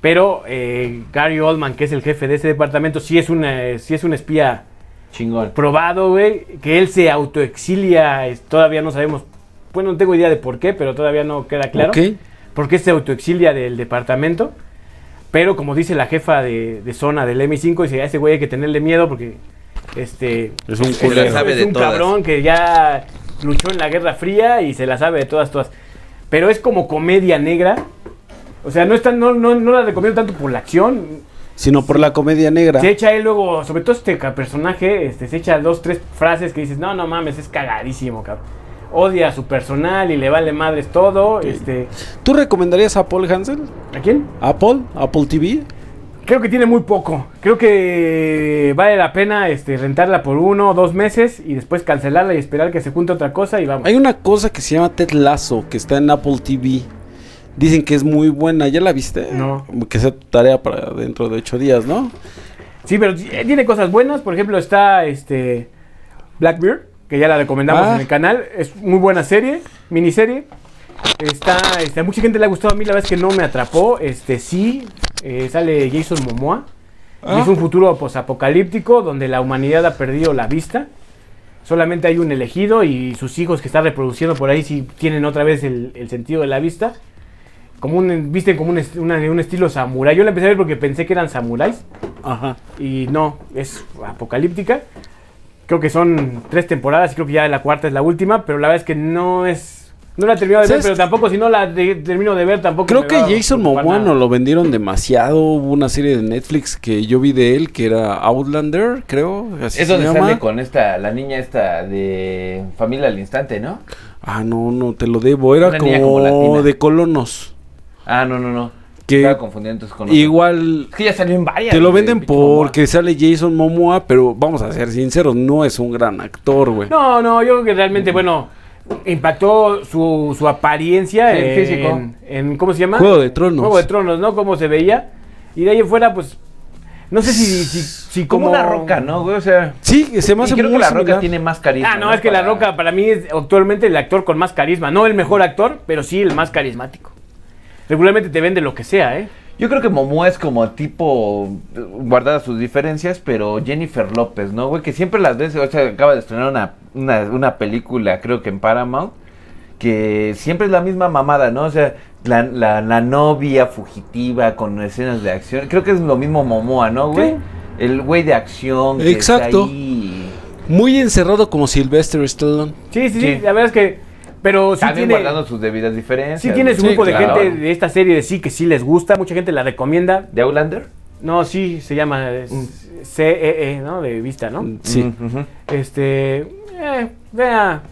C: Pero eh, Gary Oldman, que es el jefe de ese departamento, sí es, una, sí es un espía
A: Chingón.
C: probado, güey, que él se autoexilia, es- todavía no sabemos, bueno, no tengo idea de por qué, pero todavía no queda claro
B: Ok.
C: porque se autoexilia del departamento. Pero como dice la jefa de, de zona del M5, dice, a ese güey hay que tenerle miedo porque este
B: Es un
D: Se la
B: culero.
D: sabe
C: es
D: de
C: un
D: todas.
C: cabrón que ya luchó en la Guerra Fría y se la sabe de todas, todas. Pero es como comedia negra. O sea, no, es tan- no, no, no la recomiendo tanto por la acción.
B: Sino por la comedia negra.
C: Se echa él luego, sobre todo este ca- personaje, este, se echa dos, tres frases que dices, no, no mames, es cagadísimo, cabrón. Odia a su personal y le vale madres todo. Este,
B: ¿Tú recomendarías a Paul Hansel?
C: ¿A quién?
B: ¿Apple? ¿Apple TV?
C: Creo que tiene muy poco. Creo que vale la pena este, rentarla por uno o dos meses y después cancelarla y esperar que se junte otra cosa y vamos.
B: Hay una cosa que se llama Ted Lasso que está en Apple TV. Dicen que es muy buena, ¿ya la viste?
C: No.
B: Que sea tu tarea para dentro de ocho días, ¿no?
C: Sí, pero t- tiene cosas buenas. Por ejemplo, está este Blackbeard, que ya la recomendamos
B: Ah.
C: en el canal. Es muy buena serie, miniserie. Está, este, a mucha gente le ha gustado a mí, la verdad es que no me atrapó. Este sí, eh, sale Jason Momoa. Y es un futuro posapocalíptico donde la humanidad ha perdido la vista. Solamente hay un elegido y sus hijos que están reproduciendo por ahí sí tienen otra vez el, el sentido de la vista. Como un, visten como un, est- una- un estilo samurái. Yo la empecé a ver porque pensé que eran samuráis
B: Ajá.
C: y no, es apocalíptica. Creo que son tres temporadas y creo que ya la cuarta es la última, pero la verdad es que no es... No la he terminado de ver,
B: ¿Sabes?
C: pero tampoco, si no la de- termino de ver, tampoco...
B: Creo
C: me
B: que
C: va a
B: Jason
C: preocupar
B: Momoa
C: nada.
B: no lo vendieron demasiado. Hubo una serie de Netflix que yo vi de él que era Outlander, creo. Así
A: Es
B: se
A: donde
B: llama.
A: sale con esta, la niña esta de Familia al Instante, ¿no?
B: Ah, no, no, te lo debo. Era
A: Una niña como
B: como,
A: latina.
B: de colonos.
A: Ah, no, no, no.
B: Que-
A: Estaba confundiendo entonces con otra.
B: Igual
A: Es que ya salió en varias.
B: te lo
A: güey,
B: venden
A: pinche Momoa.
B: porque sale Jason Momoa, pero vamos a ser sinceros, no es un gran actor, güey.
C: No, no, yo creo que realmente, bueno, impactó su, su apariencia
A: Sí,
C: en,
A: físico.
C: en- ¿Cómo se llama?
B: Juego de Tronos.
C: Juego de Tronos, ¿no? Cómo se veía. Y de ahí en fuera, pues, no sé si... si, si
A: Como una roca, ¿no, güey? O sea.
B: Sí, se me
A: y
B: hace
A: creo
B: muy
A: que la
B: similar.
A: roca tiene más carisma.
C: Ah, no, es que La
A: Para-
C: Roca para mí es actualmente el actor con más carisma. No el mejor actor, pero sí el más carismático. Regularmente te vende lo que sea, ¿eh?
A: Yo creo que Momoa es como tipo. eh, Guardadas sus diferencias, pero Jennifer López, ¿no, güey? Que siempre las veces. O sea, acaba de estrenar una, una, una película, creo que en Paramount. Que siempre es la misma mamada, ¿no? O sea, la, la, la novia fugitiva con escenas de acción. Creo que es lo mismo Momoa, ¿no, güey?
B: Sí.
A: El güey de acción. que está
B: Exacto.
A: ahí.
B: Muy encerrado como Sylvester Stallone.
C: Sí, sí, sí.
A: Sí.
C: La verdad es que Pero sí
A: También
C: tiene,
A: guardando sus debidas diferencias.
C: sí tiene su
B: Sí,
C: grupo
B: claro.
C: de gente de esta serie de sí que sí les gusta. Mucha gente la recomienda.
A: ¿De Outlander?
C: No, sí, se llama eh, CEE, E, ¿no? De vista, ¿no?
B: Sí.
A: Mm, ujú.
C: Este. Eh, vea.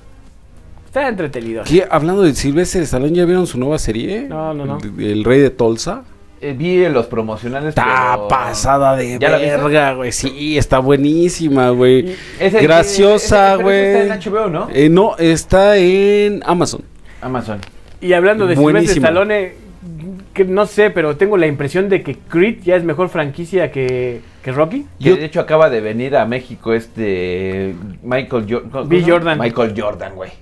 C: Está entretenido.
B: ¿Qué? Hablando de Silvestre Stallone, ¿ya vieron su nueva serie?
C: No, no, no.
B: El, el Rey de Tulsa.
A: Eh, vi los promocionales.
B: Está
A: pero-
B: pasada de
A: ¿Ya la viste?
B: verga, güey. Sí, está buenísima, güey.
A: Ese- ese-
B: Graciosa,
A: ese- pero
B: güey.
A: ese Está en HBO, ¿no?
B: Eh, no, está en Amazon.
A: Amazon.
C: Y hablando de Silvestre
B: Buenísimo.
C: Stallone, que no sé, pero tengo la impresión de que Creed ya es mejor franquicia que, que Rocky.
A: Que
B: Yo-
A: de hecho acaba de venir a México este Michael Jordan.
C: B. Jordan.
A: Michael Jordan, güey.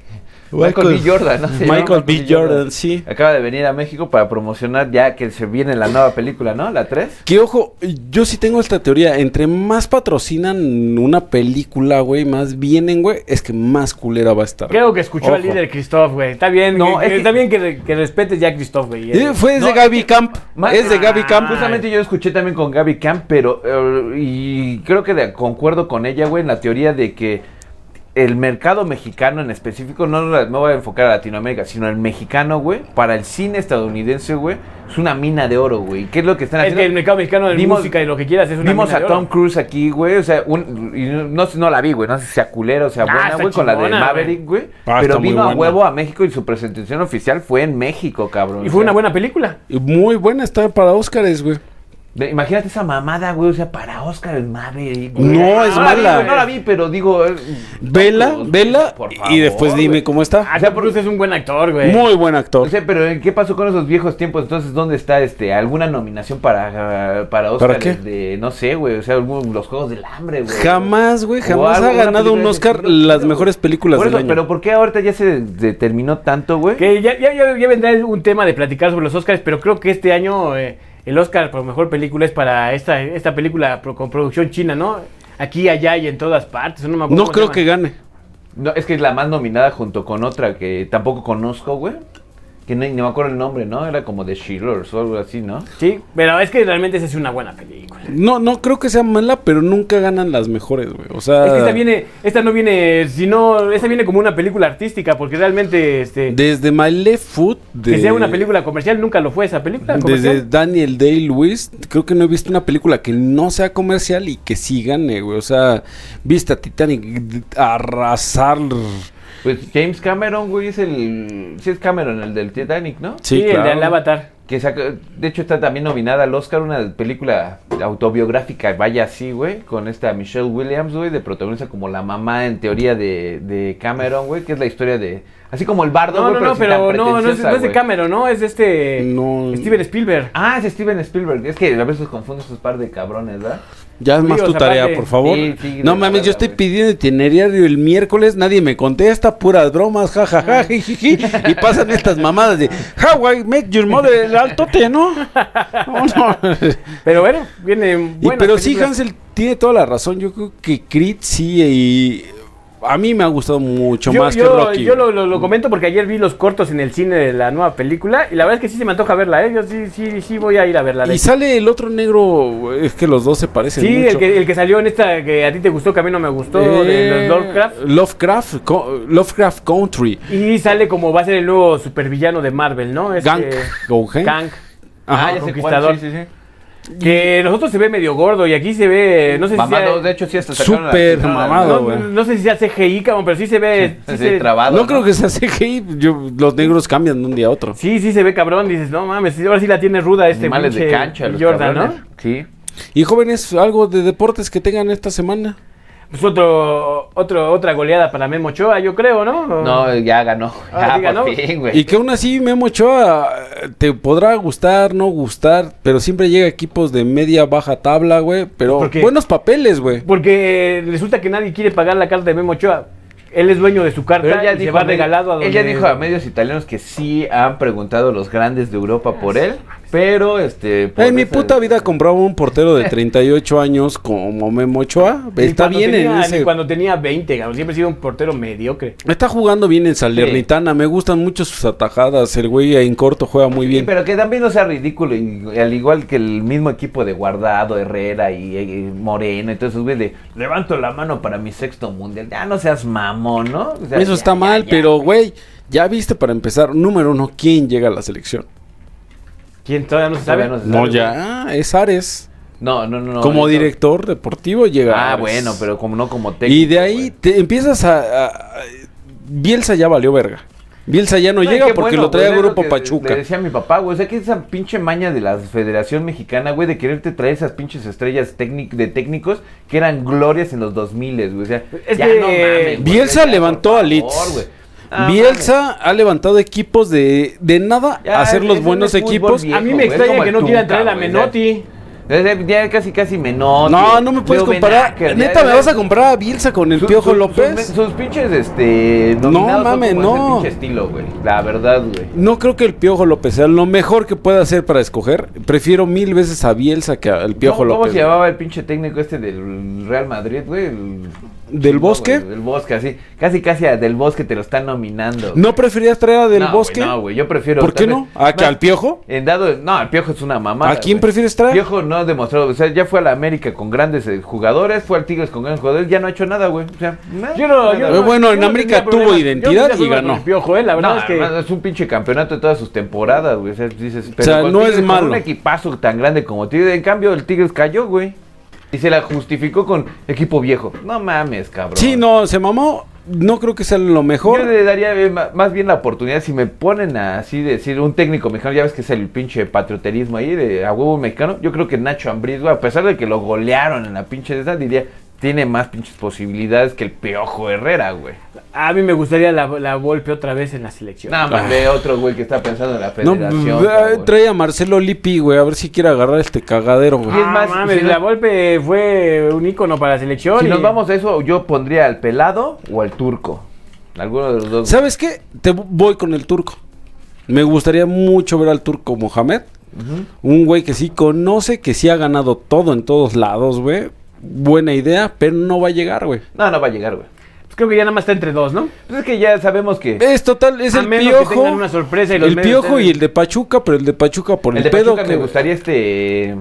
B: Michael-
A: Michael, B. Jordan, ¿no? Se llama
B: Michael B. Jordan, sí.
A: Acaba de venir a México para promocionar ya que se viene la nueva película, ¿no? La 3.
B: Que ojo, yo sí tengo esta teoría. Entre más patrocinan una película, güey, más vienen, güey, es que más culera va a estar.
C: Creo que escuchó al
B: Ojo.
C: líder Christoph, güey. Está bien,
A: No,
C: que-
A: es
C: que-
A: que-
C: está bien que, que respetes ya a Christoph, güey.
B: Eh, fue
A: No,
B: de
A: es
B: Gaby Camp.
A: más-
B: es de Gaby Camp.
A: Justamente yo escuché también con Gaby Camp, pero eh, y creo que de- concuerdo con ella, güey, en la teoría de que el mercado mexicano en específico, no la- me voy a enfocar a Latinoamérica, sino el mexicano, güey, para el cine estadounidense, güey, es una mina de oro, güey. ¿Qué es lo que están
C: Es
A: haciendo?
C: que el mercado mexicano de
A: Vimos-
C: música y lo que quieras es una
A: Vimos
C: mina
A: a
C: de oro.
A: Tom Cruise aquí, güey. O sea, un- y no, no sé- no la vi, güey. No sé si sea culera o sea
C: Ah,
A: buena,
C: está
A: güey, con la de
C: chingona,
A: Maverick, güey.
B: Ah,
A: pero
B: está muy
A: vino a
B: buena.
A: huevo a México y su presentación oficial fue en México, cabrón.
C: Y
A: o sea,
C: fue una buena película.
B: Muy buena está para Óscares, güey.
A: de- imagínate esa mamada, güey. O sea, para Oscar el Maverick, güey. Ah,
B: No, es
A: la vi,
B: mala.
A: güey, no la vi, pero digo. eh, pues,
B: Vela,
A: por
B: vela
A: favor,
B: y después dime
A: güey.
B: cómo
C: Ah,
B: está.
A: sea,
C: Tom Cruise es un buen actor, güey.
B: Muy buen actor.
A: O sea, pero eh, ¿qué pasó con esos viejos tiempos? Entonces, ¿dónde está este alguna nominación para, para Oscar
B: qué?
A: de, no sé, güey? O sea, algún- los Juegos del Hambre, güey.
B: Jamás, güey,
A: O
B: jamás
A: algo,
B: ha
A: una
B: ganado
A: película
B: un
A: de
B: Oscar
A: ese estilo,
B: las
A: güey.
B: mejores películas
A: Por
B: del
A: eso,
B: año.
A: pero ¿por qué ahorita ya se determinó tanto, güey?
C: Que ya, ya, ya, ya vendrá el- un tema de platicar sobre los Oscars, pero creo que este año eh, el Oscar por mejor película es para esta, esta película pro- con producción china, ¿no? Aquí, allá y en todas partes. No, me acuerdo
B: No
C: cómo se
B: creo
C: llama.
B: que gane.
A: No, es que es la más nominada junto con otra que tampoco conozco, güey. Que no, no me acuerdo el nombre, ¿no? Era como de Shillers o algo así, ¿no?
C: Sí, pero es que realmente esa es una buena película.
B: No, no creo que sea mala, pero nunca ganan las mejores, güey. O sea,
C: Es que esta viene, esta no viene, sino, esta viene como una película artística, porque realmente,
A: eh,
C: este,
B: desde My Left Foot, de,
C: que sea una película comercial, nunca lo fue esa película comercial.
B: desde Daniel Day Lewis, creo que no he visto una película que no sea comercial y que sí gane, güey. O sea, viste a Titanic arrasar.
A: Pues James Cameron, güey, es el... Sí es Cameron, el del Titanic, ¿no?
C: Sí, el de el Avatar.
A: Que saca- de hecho está también nominada al Oscar una película autobiográfica, vaya así, güey, con esta Michelle Williams, güey, de protagonista como la mamá en teoría de, de Cameron, güey, que es la historia de... Así como el bardo,
C: No,
A: güey,
C: no, no,
A: sin tan
C: pero no, no es,
A: pretenciosa,
C: no es de
A: güey.
C: Cameron, ¿no? Es de
A: Eh,
C: este
B: No.
C: Steven Spielberg.
A: Ah, es Steven Spielberg. Es que a veces confundo esos par de cabrones, ¿verdad?
B: Ya es más
C: Sí, o
B: tu
C: sea,
B: tarea,
C: aparte-
B: por favor.
A: Sí, sí,
B: no
A: de
B: mames,
A: verdad,
B: yo estoy
A: güey.
B: pidiendo itinerario el miércoles, nadie me contesta, puras bromas,
C: Ah.
B: jajaja, jijiji, y pasan estas mamadas de How I met your mother, el altote, ¿no? No, no.
C: Pero bueno, viene
B: Y,
C: buena.
B: pero sí, Hansel tiene toda la razón, yo creo que Creed sí, y a mí me ha gustado mucho
C: yo,
B: más
C: yo-
B: que Rocky.
C: yo lo, lo- lo comento porque ayer vi los cortos en el cine de la nueva película y la verdad es que sí se me antoja verla, ¿eh? Yo sí, sí, sí voy a ir a verla. de
B: Y
C: hecho.
B: sale el otro negro, es que los dos se parecen
C: Sí,
B: mucho.
C: el que, el que salió en esta que a ti te gustó, que a mí no me gustó, de
B: Eh,
C: los Lovecraft.
B: Lovecraft, co- Lovecraft Country.
C: Y sale como va a ser el nuevo supervillano de Marvel, ¿no? Este,
B: Gank. o Gank.
C: Gank.
B: Ajá.
A: ah, ya sé
C: Conquistador.
A: cuál, sí, sí, sí.
C: Que nosotros se ve medio gordo y aquí se ve, no sé
A: Mamado,
C: si
A: de
C: sea...
A: hecho sí hasta sacaron la-
B: Súper
A: sacaron la-
B: mamado.
C: No,
B: Ah, güey.
C: no sé si sea CGI, cabrón, pero sí se ve... sí
A: Sí,
C: se-
A: trabado.
B: No creo que sea CGI. Yo, los negros cambian de un día a otro.
C: Sí, sí se ve cabrón, dices, no mames, ahora sí la tiene ruda este
A: Animales de
C: pinche
A: cancha, los
C: Jordan,
A: cabrones.
C: ¿no?
A: Sí.
B: Y jóvenes, algo de deportes que tengan esta semana.
C: Pues otro, otro, otra goleada para Memo Ochoa, yo creo, ¿no?
A: No, ya ganó.
C: Ah,
A: ya,
C: sí ganó.
A: por fin, güey.
B: Y que aún así Memo Ochoa eh, te podrá gustar, no gustar, pero siempre llega a equipos de media baja tabla, güey. Pero
C: ¿Por qué?
B: buenos papeles, güey.
C: Porque resulta que nadie quiere pagar la carta de Memo Ochoa. Él es dueño de su carta
A: Pero él ya
C: y se
A: dijo
C: va
A: a medio-
C: regalado a donde...
A: Él ya dijo a medios italianos que sí han preguntado a los grandes de Europa por él, pero este... por
B: En mi
A: esa-
B: puta vida compraba un portero de 38 años como Memo Ochoa.
C: Ni
B: Está
C: cuando
B: bien en
C: tenía- ni
B: ese...
C: cuando tenía 20, cabrón, siempre ha sido un portero mediocre.
B: Está jugando bien en Salernitana. Me gustan mucho sus atajadas. El güey en corto juega muy
A: Sí,
B: bien.
A: pero que también no sea ridículo, y- al igual que el mismo equipo de Guardado, Herrera y, y Moreno, entonces, güey, de levanto la mano para mi sexto mundial. Ya no seas mamón, ¿no? O sea,
B: Eso
A: ya,
B: está
A: ya,
B: mal,
A: ya.
B: pero güey, ya viste para empezar, número uno, quién llega a la selección.
C: ¿Quién todavía no se sabe?
A: Todavía no se
B: No,
A: sabe.
B: ya, ah, es Ares.
A: No, no, no. no,
B: como
A: eso-
B: director deportivo llega
A: Ah,
B: Ares.
A: bueno, pero como no como técnico.
B: Y de ahí
A: güey.
B: te empiezas a, a- a- Bielsa ya valió verga. Bielsa ya
A: No,
B: no,
A: y
B: llega
A: qué
B: porque
A: bueno,
B: lo trae
A: güey,
B: a
A: es lo
B: Grupo
A: que
B: Pachuca.
A: Le decía a mi papá, güey. O sea, que esa pinche maña de la Federación Mexicana, güey, de quererte traer esas pinches estrellas técnic- de técnicos que eran glorias en los 2000, güey. O sea,
C: Es que
A: güey,
B: Bielsa
A: ya, por
B: levantó a
A: favor,
B: Leeds.
A: güey. Ah,
B: Bielsa ha levantado equipos de, de nada
A: Ya,
B: a hacer
A: es-
B: los
A: es
B: buenos
A: el fútbol
B: equipos.
A: viejo.
C: A mí me
A: güey, es
C: extraña
A: como
C: que
A: el
C: no quieran
A: Tuca,
C: traer a
A: güey,
C: Menotti.
A: mames. Ya, ya casi, casi menor.
B: No, no me puedes comparar. Neta, ¿me vas a comparar a Bielsa con el
A: Su-
B: Piojo
A: su-
B: López?
A: Sus, sus pinches, este.
B: No
A: nominados
B: mames,
A: como ese
B: no.
A: pinche estilo, güey. La verdad, güey.
B: No creo que el Piojo López sea lo mejor que pueda hacer para escoger. Prefiero mil veces a Bielsa que al Piojo
A: ¿Cómo,
B: López.
A: ¿Cómo se llamaba el pinche técnico este del Real Madrid, güey? El-
B: ¿Del
A: No,
B: Bosque?
A: güey, del Bosque, así. Casi, casi a Del Bosque te lo están nominando.
B: ¿No preferías traer a Del
A: No, güey,
B: Bosque?
A: no, güey, yo prefiero.
B: ¿Por qué
A: tal vez-
B: no? ¿A que
A: más-
B: al Piojo?
A: En dado, no, el Piojo es una mamada.
B: ¿A quién
A: güey.
B: prefieres traer?
A: Piojo no ha demostrado, o sea, ya fue a la América con grandes eh, jugadores, fue al Tigres con grandes jugadores, ya no ha hecho nada, güey. O sea, nada,
C: Yo no-
A: nada.
C: yo
B: Eh,
C: no-
B: bueno,
C: yo
B: en
C: no
B: América tuvo
C: tendría problema- yo no
B: identidad
C: tendría
B: y
C: problema con
B: ganó.
C: el Piojo, eh, La verdad
A: No,
C: es que.
A: además, es un pinche campeonato de todas sus temporadas, güey. O sea, dices,
B: sea,
A: con
B: no es
A: con
B: malo.
A: un equipazo tan grande como Tigres, en cambio el Tigres cayó, güey. Y se la justificó con equipo viejo. No mames, cabrón.
B: Sí, no, se mamó. No creo que sea lo mejor.
A: Yo le daría eh, ma- más bien la oportunidad si me ponen a así decir un técnico mexicano, ya ves que es el pinche patrioterismo ahí de a huevo mexicano. Yo creo que Nacho Ambriz, güey, a pesar de que lo golearon en la pinche de esa, diría, tiene más pinches posibilidades que el Piojo Herrera, güey.
C: A mí me gustaría la, la Volpe otra vez en la selección.
A: Nada más de otro güey que está pensando en la
B: Ah. No,
A: federación.
B: eh,
A: cabrón.
B: trae a Marcelo Lippi, güey, a ver si quiere agarrar este cagadero, güey.
A: Y es
C: Ah,
A: más,
C: mames,
A: si no-
C: la Volpe fue un ícono para la selección.
A: Si
C: y-
A: nos vamos a eso, yo pondría al pelado o al turco. Alguno de los dos.
B: ¿Sabes qué? Te voy con el turco. Me gustaría mucho ver al turco Mohamed. Un güey que sí conoce, que sí ha ganado todo en todos lados, güey. Buena idea, pero no va a llegar, güey.
A: No, no va a llegar, güey.
C: Pues creo que ya nada más está entre dos, ¿no?
A: Pues es que ya sabemos que.
B: Es total, es
C: A
B: el
C: menos que
B: piojo.
C: tengan una sorpresa y los
B: el
C: medios
B: piojo
C: tengan-
B: y el de Pachuca, pero el de Pachuca por
A: el
B: el,
A: de
B: pedo
A: Pachuca
B: que-
A: me gustaría este.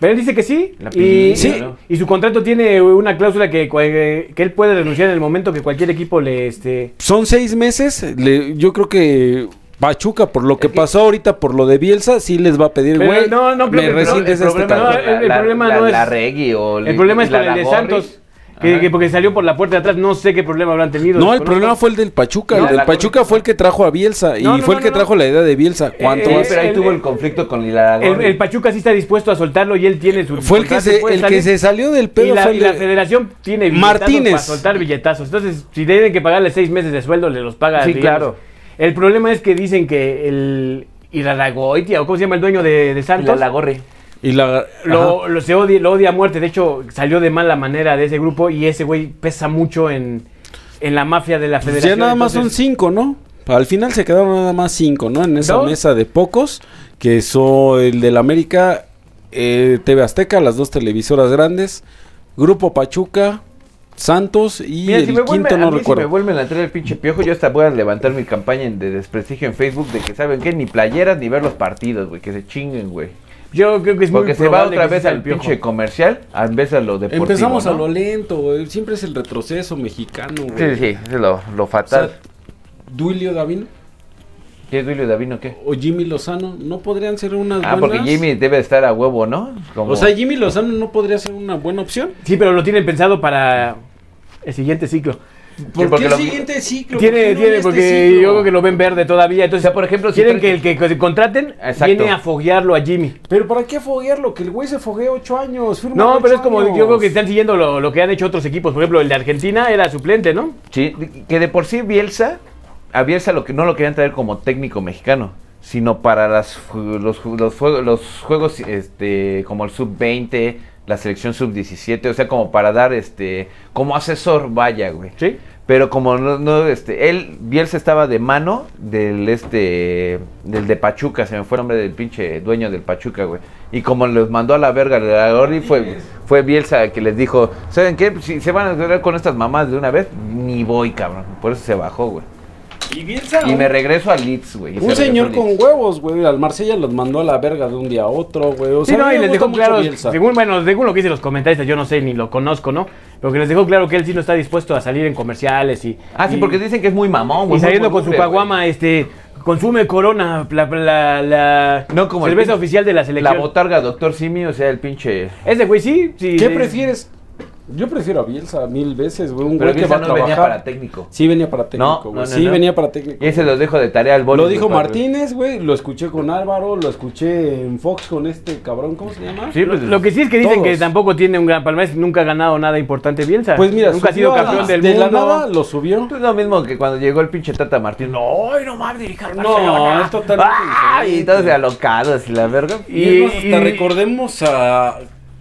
C: Pero él dice que sí.
A: La
C: Y,
A: pinilla,
B: Sí.
A: ¿no?
C: y su contrato tiene una cláusula que, cual- que él puede renunciar en el momento que cualquier equipo le este.
B: Son seis meses. le- yo creo que Pachuca, por lo que pasó ahorita, por lo de Bielsa, sí les va a pedir,
C: Pero
B: güey.
C: no, no creo
B: me
C: que- pero
B: rescindes
A: el
B: este
A: problema no
B: contrato.
A: es- la-
C: el
A: la-
C: problema
A: la-
C: no es-
A: la Regui o
C: El problema es
A: la
C: con el de
A: Lagorri.
C: Santos. Que,
A: Ajá.
C: que porque salió por la puerta de atrás, no sé qué problema habrán tenido.
B: No, el
C: desconozco.
B: problema fue el del Pachuca.
A: No,
B: el del
A: la-
B: Pachuca fue el que trajo a Bielsa y
C: No, no,
B: fue
C: no,
B: el que
C: no, no.
B: trajo la idea de Bielsa. ¿Cuánto
A: Sí,
C: Eh,
B: es?
A: pero ahí
C: el-
A: tuvo el conflicto con la
C: El, el Pachuca sí está dispuesto a soltarlo y él tiene su.
B: fue el que
C: contrato,
B: se,
C: puede
B: el
C: salir.
B: que se salió del
C: Y
B: pedo.
C: la,
B: fue
C: y
B: el
C: la
B: de-
C: federación tiene billetazos
B: Martínez.
C: para soltar billetazos. Entonces, si tienen que pagarle seis meses de sueldo, le los paga.
A: Sí,
C: digamos.
A: claro.
C: El problema es que dicen que el Iraragoitia, o cómo se llama el dueño de, de Santos,
A: Lagorri.
B: y la-
C: lo,
B: ajá.
C: lo, se odia, lo odia a muerte. De hecho, salió de mala manera de ese grupo y ese güey pesa mucho en, en la mafia de la
B: Pues
C: federación.
B: ya nada más son
C: Entonces,
B: cinco, ¿no? Al final se quedaron nada más cinco, ¿no? En esa
C: ¿Dos?
B: mesa de pocos, que son el del América, eh, TV Azteca, las dos televisoras grandes, Grupo Pachuca, Santos y
A: Mira,
B: el
A: si me, vuelven,
B: quinto
A: a
B: no
A: mí si me
B: recuerdo.
A: vuelven a entrar el pinche piojo, yo hasta voy a levantar mi campaña en- de desprestigio en Facebook de que, ¿saben qué? Ni playeras ni ver los partidos, güey. Que se chinguen, güey.
C: Yo creo que es muy
A: Porque se va
C: probable
A: otra
C: que
A: vez
C: sea
A: al
C: el Piojo.
A: pinche comercial, a veces a lo deportivo.
B: Empezamos a
A: ¿no?
B: lo lento, güey. Siempre es el retroceso mexicano,
A: Sí,
B: güey.
A: sí, eso es lo, lo
B: O sea,
A: fatal.
B: Duilio Davino
A: ¿Qué es Duilio Davino qué?
B: o Jimmy Lozano no podrían ser unas
A: Ah,
B: buenas.
A: porque Jimmy debe estar a huevo, ¿no? Como-
B: O sea, Jimmy Lozano no podría ser una buena opción.
C: Sí, pero lo tienen pensado para el siguiente ciclo.
B: ¿Por
A: porque
B: qué el
A: lo-
B: siguiente ciclo? ¿Por qué
C: Tiene,
B: no
C: tiene,
B: en este
C: porque
B: ciclo?
C: yo creo que lo ven verde todavía. Entonces,
A: O sea, por ejemplo, si
C: quieren
A: tra-
C: que el que se contraten
A: Exacto.
C: viene a foguearlo a Jimmy.
B: Pero ¿para qué foguearlo? Que el güey se foguea ocho años. firma
C: No,
B: ocho
C: pero es como,
B: años.
C: yo creo que están siguiendo lo, lo que han hecho otros equipos. Por ejemplo, el de Argentina era suplente, ¿no?
A: Sí, que de por sí Bielsa, a Bielsa lo que no lo querían traer como técnico mexicano, sino para las, ju- los, ju- los, juego- los juegos este, como el sub-20, la selección sub-17, o sea, como para dar, este, como asesor, vaya, güey.
C: Sí.
A: Pero como no, no, este, él, Bielsa estaba de mano del este, del de Pachuca, se me fue el nombre del pinche dueño del Pachuca, güey. Y como los mandó a la verga de la Gorri, fue, fue Bielsa que les dijo, Pues, ¿saben qué? Si se van a quedar con estas mamás de una vez, ni voy, cabrón. Por eso se bajó, güey.
D: Y bien sano.
A: Y me regreso al Leeds, güey. y
B: Un
A: se
B: señor
A: regresó al
B: con
A: Leeds.
B: huevos, güey. Al Marsella los mandó a la verga de un día a otro, güey. O
C: Sí,
B: sea, Pues a
C: no,
B: mí
C: y
B: me
C: les
B: gusta
C: dejó
B: mucho
C: claro,
B: Bielsa.
C: según, bueno, según lo que dicen los comentaristas, yo no sé ni lo conozco, ¿no? Pero que les dejó claro que él sí no está dispuesto a salir en comerciales y.
A: Ah, sí,
C: y-
A: porque dicen que es muy mamón, güey. muy
C: Y saliendo con su
A: voluble, güey.
C: caguama, este, consume corona, la, la- la
A: No como el
C: cerveza
A: pinche-
C: oficial de la
A: La
C: selección.
A: botarga Doctor Simi, o sea, el pinche...
C: Ese güey sí, sí.
B: ¿Qué
C: le-
B: prefieres? Yo prefiero a Bielsa mil veces, güey. Un
A: Pero
B: güey que va
A: Bielsa
B: a
A: no venía
B: trabajar.
A: para técnico.
B: Sí venía para técnico,
A: No,
B: güey.
A: no, no,
B: sí
A: no.
B: venía para técnico.
A: Y ese los dejo de tarea al boli.
B: Lo dijo
A: güey, para-
B: Martínez, güey. Lo escuché con Álvaro. Lo escuché en Fox con este cabrón. ¿Cómo se llama?
C: Sí, pues, lo que sí es que dicen
B: Todos.
C: que tampoco tiene un gran palmarés, nunca ha ganado nada importante Bielsa.
B: Pues mira,
C: nunca ha sido
B: subió a-
C: campeón del
B: de
C: mundo.
B: la nada lo subió.
A: Es lo mismo que cuando llegó el pinche Tata Martín. No, ay, no mames, dirige al
B: No,
A: Barcelona".
B: es totalmente
A: Ah, y
B: diferente.
A: todos alocados y la verga.
B: Y,
C: Y-
B: es más, hasta
C: y-
B: recordemos a.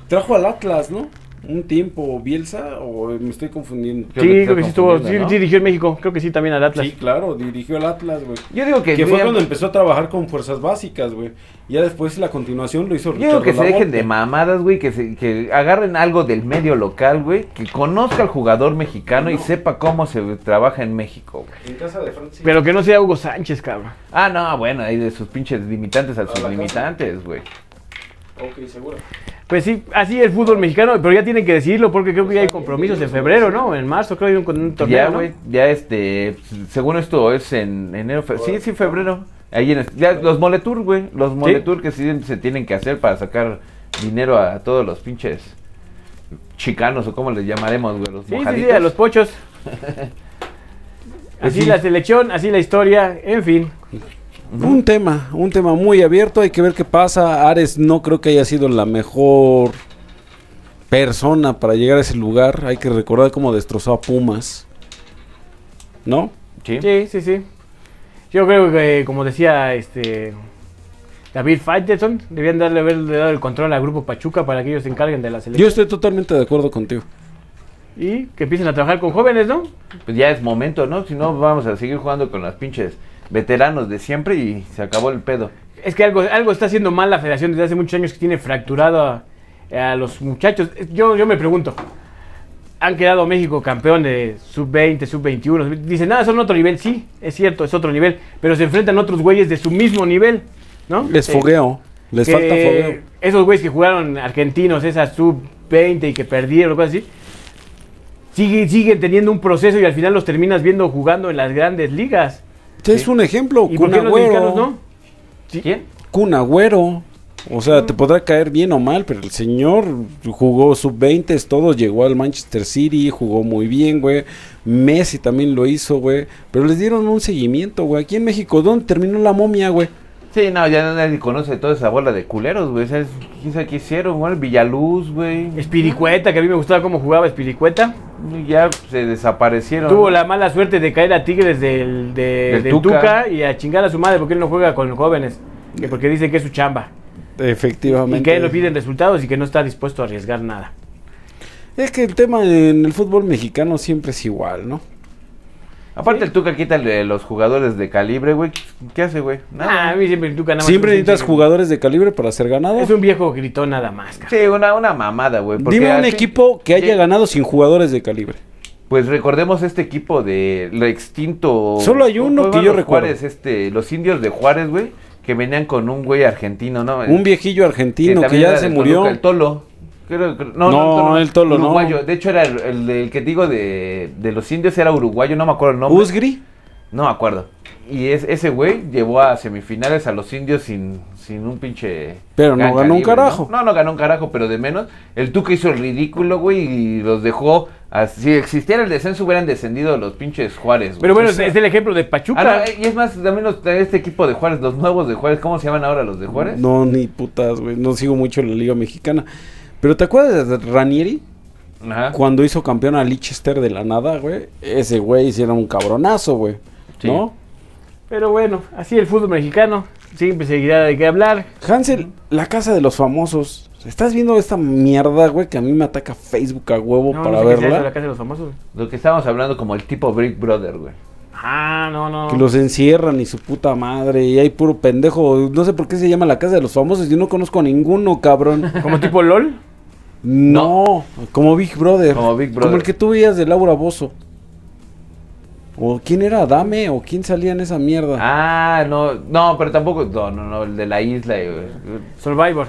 B: Trajo al Atlas, ¿no? Un tiempo, Bielsa, o me estoy confundiendo.
A: Yo
C: sí,
A: me
C: creo que
A: estoy
C: sí estuvo, sí,
A: confundiendo, ¿no?
C: sí dirigió en México, creo que sí también al Atlas.
B: Sí, claro, dirigió al Atlas, güey.
A: Yo digo que,
B: Que fue
A: vean-
B: cuando empezó a trabajar con fuerzas básicas, güey. Ya después la continuación lo hizo
A: Yo digo
B: Ricardo
A: que se dejen
B: Lavolpe.
A: de mamadas, güey, que, se- que agarren algo del medio local, güey, que conozca al jugador mexicano y sepa cómo se trabaja en México, güey.
B: En casa de Francia.
C: Pero que no sea Hugo Sánchez, cabrón.
A: Ah, no, bueno, ahí de sus pinches limitantes a sus
B: la
A: limitantes, güey.
B: Ok, seguro.
C: Pues sí, así el fútbol mexicano, pero ya tienen que decidirlo porque creo que ya hay compromisos en febrero, ¿no? En marzo creo que hay un, un torneo,
A: Ya,
C: ¿no?
A: güey, ya este, según esto es en enero, fe- sí, sí, febrero. Ahí en, ya los Moletour, güey, los Moletour que sí se tienen que hacer para sacar dinero a todos los pinches chicanos o como les llamaremos, güey, los
C: Sí, sí, sí,
A: mojaditos.
C: a los pochos. Así
B: Sí.
C: la selección, así la historia, en fin.
B: Un tema, un tema muy abierto, hay que ver qué pasa. Ares no creo que haya sido la mejor persona para llegar a ese lugar. Hay que recordar cómo destrozó a Pumas. ¿No?
A: Sí.
C: Sí, sí, sí. Yo creo que, como decía este David Faitelson, debían darle haberle dado el control al grupo Pachuca para que ellos se encarguen de la
B: Yo
C: selección.
B: estoy totalmente de acuerdo contigo.
C: Y que empiecen a trabajar con jóvenes, ¿no?
A: Pues ya es momento, ¿no? Si no, vamos a seguir jugando con los pinches veteranos de siempre y se acabó el pedo.
C: Es que algo, algo está haciendo mal la federación desde hace muchos años que tiene fracturado a, a los muchachos. Yo, yo me pregunto, han quedado México campeón de sub-20, sub-21. Dicen, nada, son otro nivel. Sí, es cierto, es otro nivel. Pero se enfrentan otros güeyes de su mismo nivel, ¿no?
B: Les
C: Eh,
B: fogueo, les
C: que
B: falta fogueo.
C: Esos güeyes que jugaron argentinos, esas sub-20 y que perdieron, cosas así. sigue- siguen teniendo un proceso y al final los terminas viendo jugando en las grandes ligas.
B: Es un ejemplo,
C: ¿Y
B: Kun
C: por qué los mexicanos
B: Agüero.
C: no? Sí.
A: ¿Quién?
B: Kun Agüero. O sea,
C: Mm.
B: te podrá caer bien o mal, pero el señor jugó sub-20, todo, llegó al Manchester City, jugó muy bien, güey. Messi también lo hizo, güey. Pero les dieron un seguimiento, güey. Aquí en México, ¿dónde terminó la momia, güey?
A: Sí, no, ya nadie conoce toda esa bola de culeros, güey. ¿Sabes quién sabe qué hicieron, güey? Villaluz, güey.
C: Espiricueta, que a mí me gustaba cómo jugaba Espiricueta.
A: Ya se desaparecieron.
C: Tuvo la mala suerte de caer a Tigres del, de-
A: Del
C: del
A: Tuca.
C: Tuca. y a chingar a su madre porque él no juega con los jóvenes. Que porque dice que es su chamba.
B: Efectivamente.
C: Y que a él le piden resultados y que no está dispuesto a arriesgar nada.
B: Es que el tema en el fútbol mexicano siempre es igual, ¿no?
A: Aparte el Tuca quita el- los jugadores de calibre, güey. ¿Qué hace, güey?
C: Ah, a mí siempre el Tuca nada más
B: siempre
C: es un
B: necesitas
C: pinche-
B: jugadores de calibre para ser ganado.
C: Es un viejo gritón nada más, cara.
A: Sí, una, una mamada, güey. porque
B: Dime un
A: así-
B: equipo que haya
A: Sí,
B: ganado sin jugadores de calibre.
A: Pues recordemos este equipo de lo extinto.
B: Solo hay uno
A: ¿Cómo
B: que
A: iban
B: yo
A: los
B: recuerdo.
A: Juárez, este, los indios de Juárez, güey, que venían con un güey argentino, ¿no?
B: Un viejillo argentino que,
A: también
B: ya
A: era
B: se
A: del
B: murió.
A: Toluca, el Tolo. Creo- creo- no,
B: No,
A: no,
B: el Tolo, no.
A: uruguayo. De hecho, era el, el- el que digo de, de los indios, era uruguayo, no me acuerdo el nombre.
B: Usgri.
A: No me acuerdo. Y es, ese güey llevó a semifinales a los indios sin, sin un pinche.
B: Pero no
A: gran
B: ganó un
A: calibre,
B: carajo.
A: ¿no? no, no ganó un carajo, pero de menos. El Tuca hizo el ridículo, güey, y los dejó. a- si existiera el descenso, hubieran descendido los pinches Juárez, güey.
C: Pero bueno,
A: O sea,
C: es el ejemplo de Pachuca.
A: ah, no, eh, y es más, también los, de este equipo de Juárez, los nuevos de Juárez, ¿cómo se llaman ahora los de Juárez?
B: No, ni putas, güey. No sigo mucho la Liga Mexicana. Pero ¿te acuerdas de Ranieri?
A: Ajá.
B: Cuando hizo campeón a Leicester de la nada, güey. Ese güey sí era un cabronazo, güey.
A: Sí.
B: ¿No?
C: Pero bueno, así el fútbol mexicano. Siempre seguirá de qué hablar.
B: Hansel, la casa de los famosos. ¿Estás viendo esta mierda, güey? Que a mí me ataca Facebook a huevo
C: No,
B: para
C: no sé qué sea
B: verla.
C: eso de la casa de los famosos.
A: Lo que estábamos hablando como el tipo Brick Brother, güey.
C: Ah, no, no.
B: Que los encierran y su puta madre. Y hay puro pendejo. No sé por qué se llama la casa de los famosos. Yo no conozco a ninguno, cabrón.
C: Como tipo LOL.
B: No, como Big Brother.
A: Como Big Brother.
B: Como el que tú veías de Laura Bozo. ¿O quién era Adame? ¿O quién salía en esa mierda?
A: Ah, no, no, pero tampoco. No, no, no, el de la isla, eh, güey.
C: Survivor.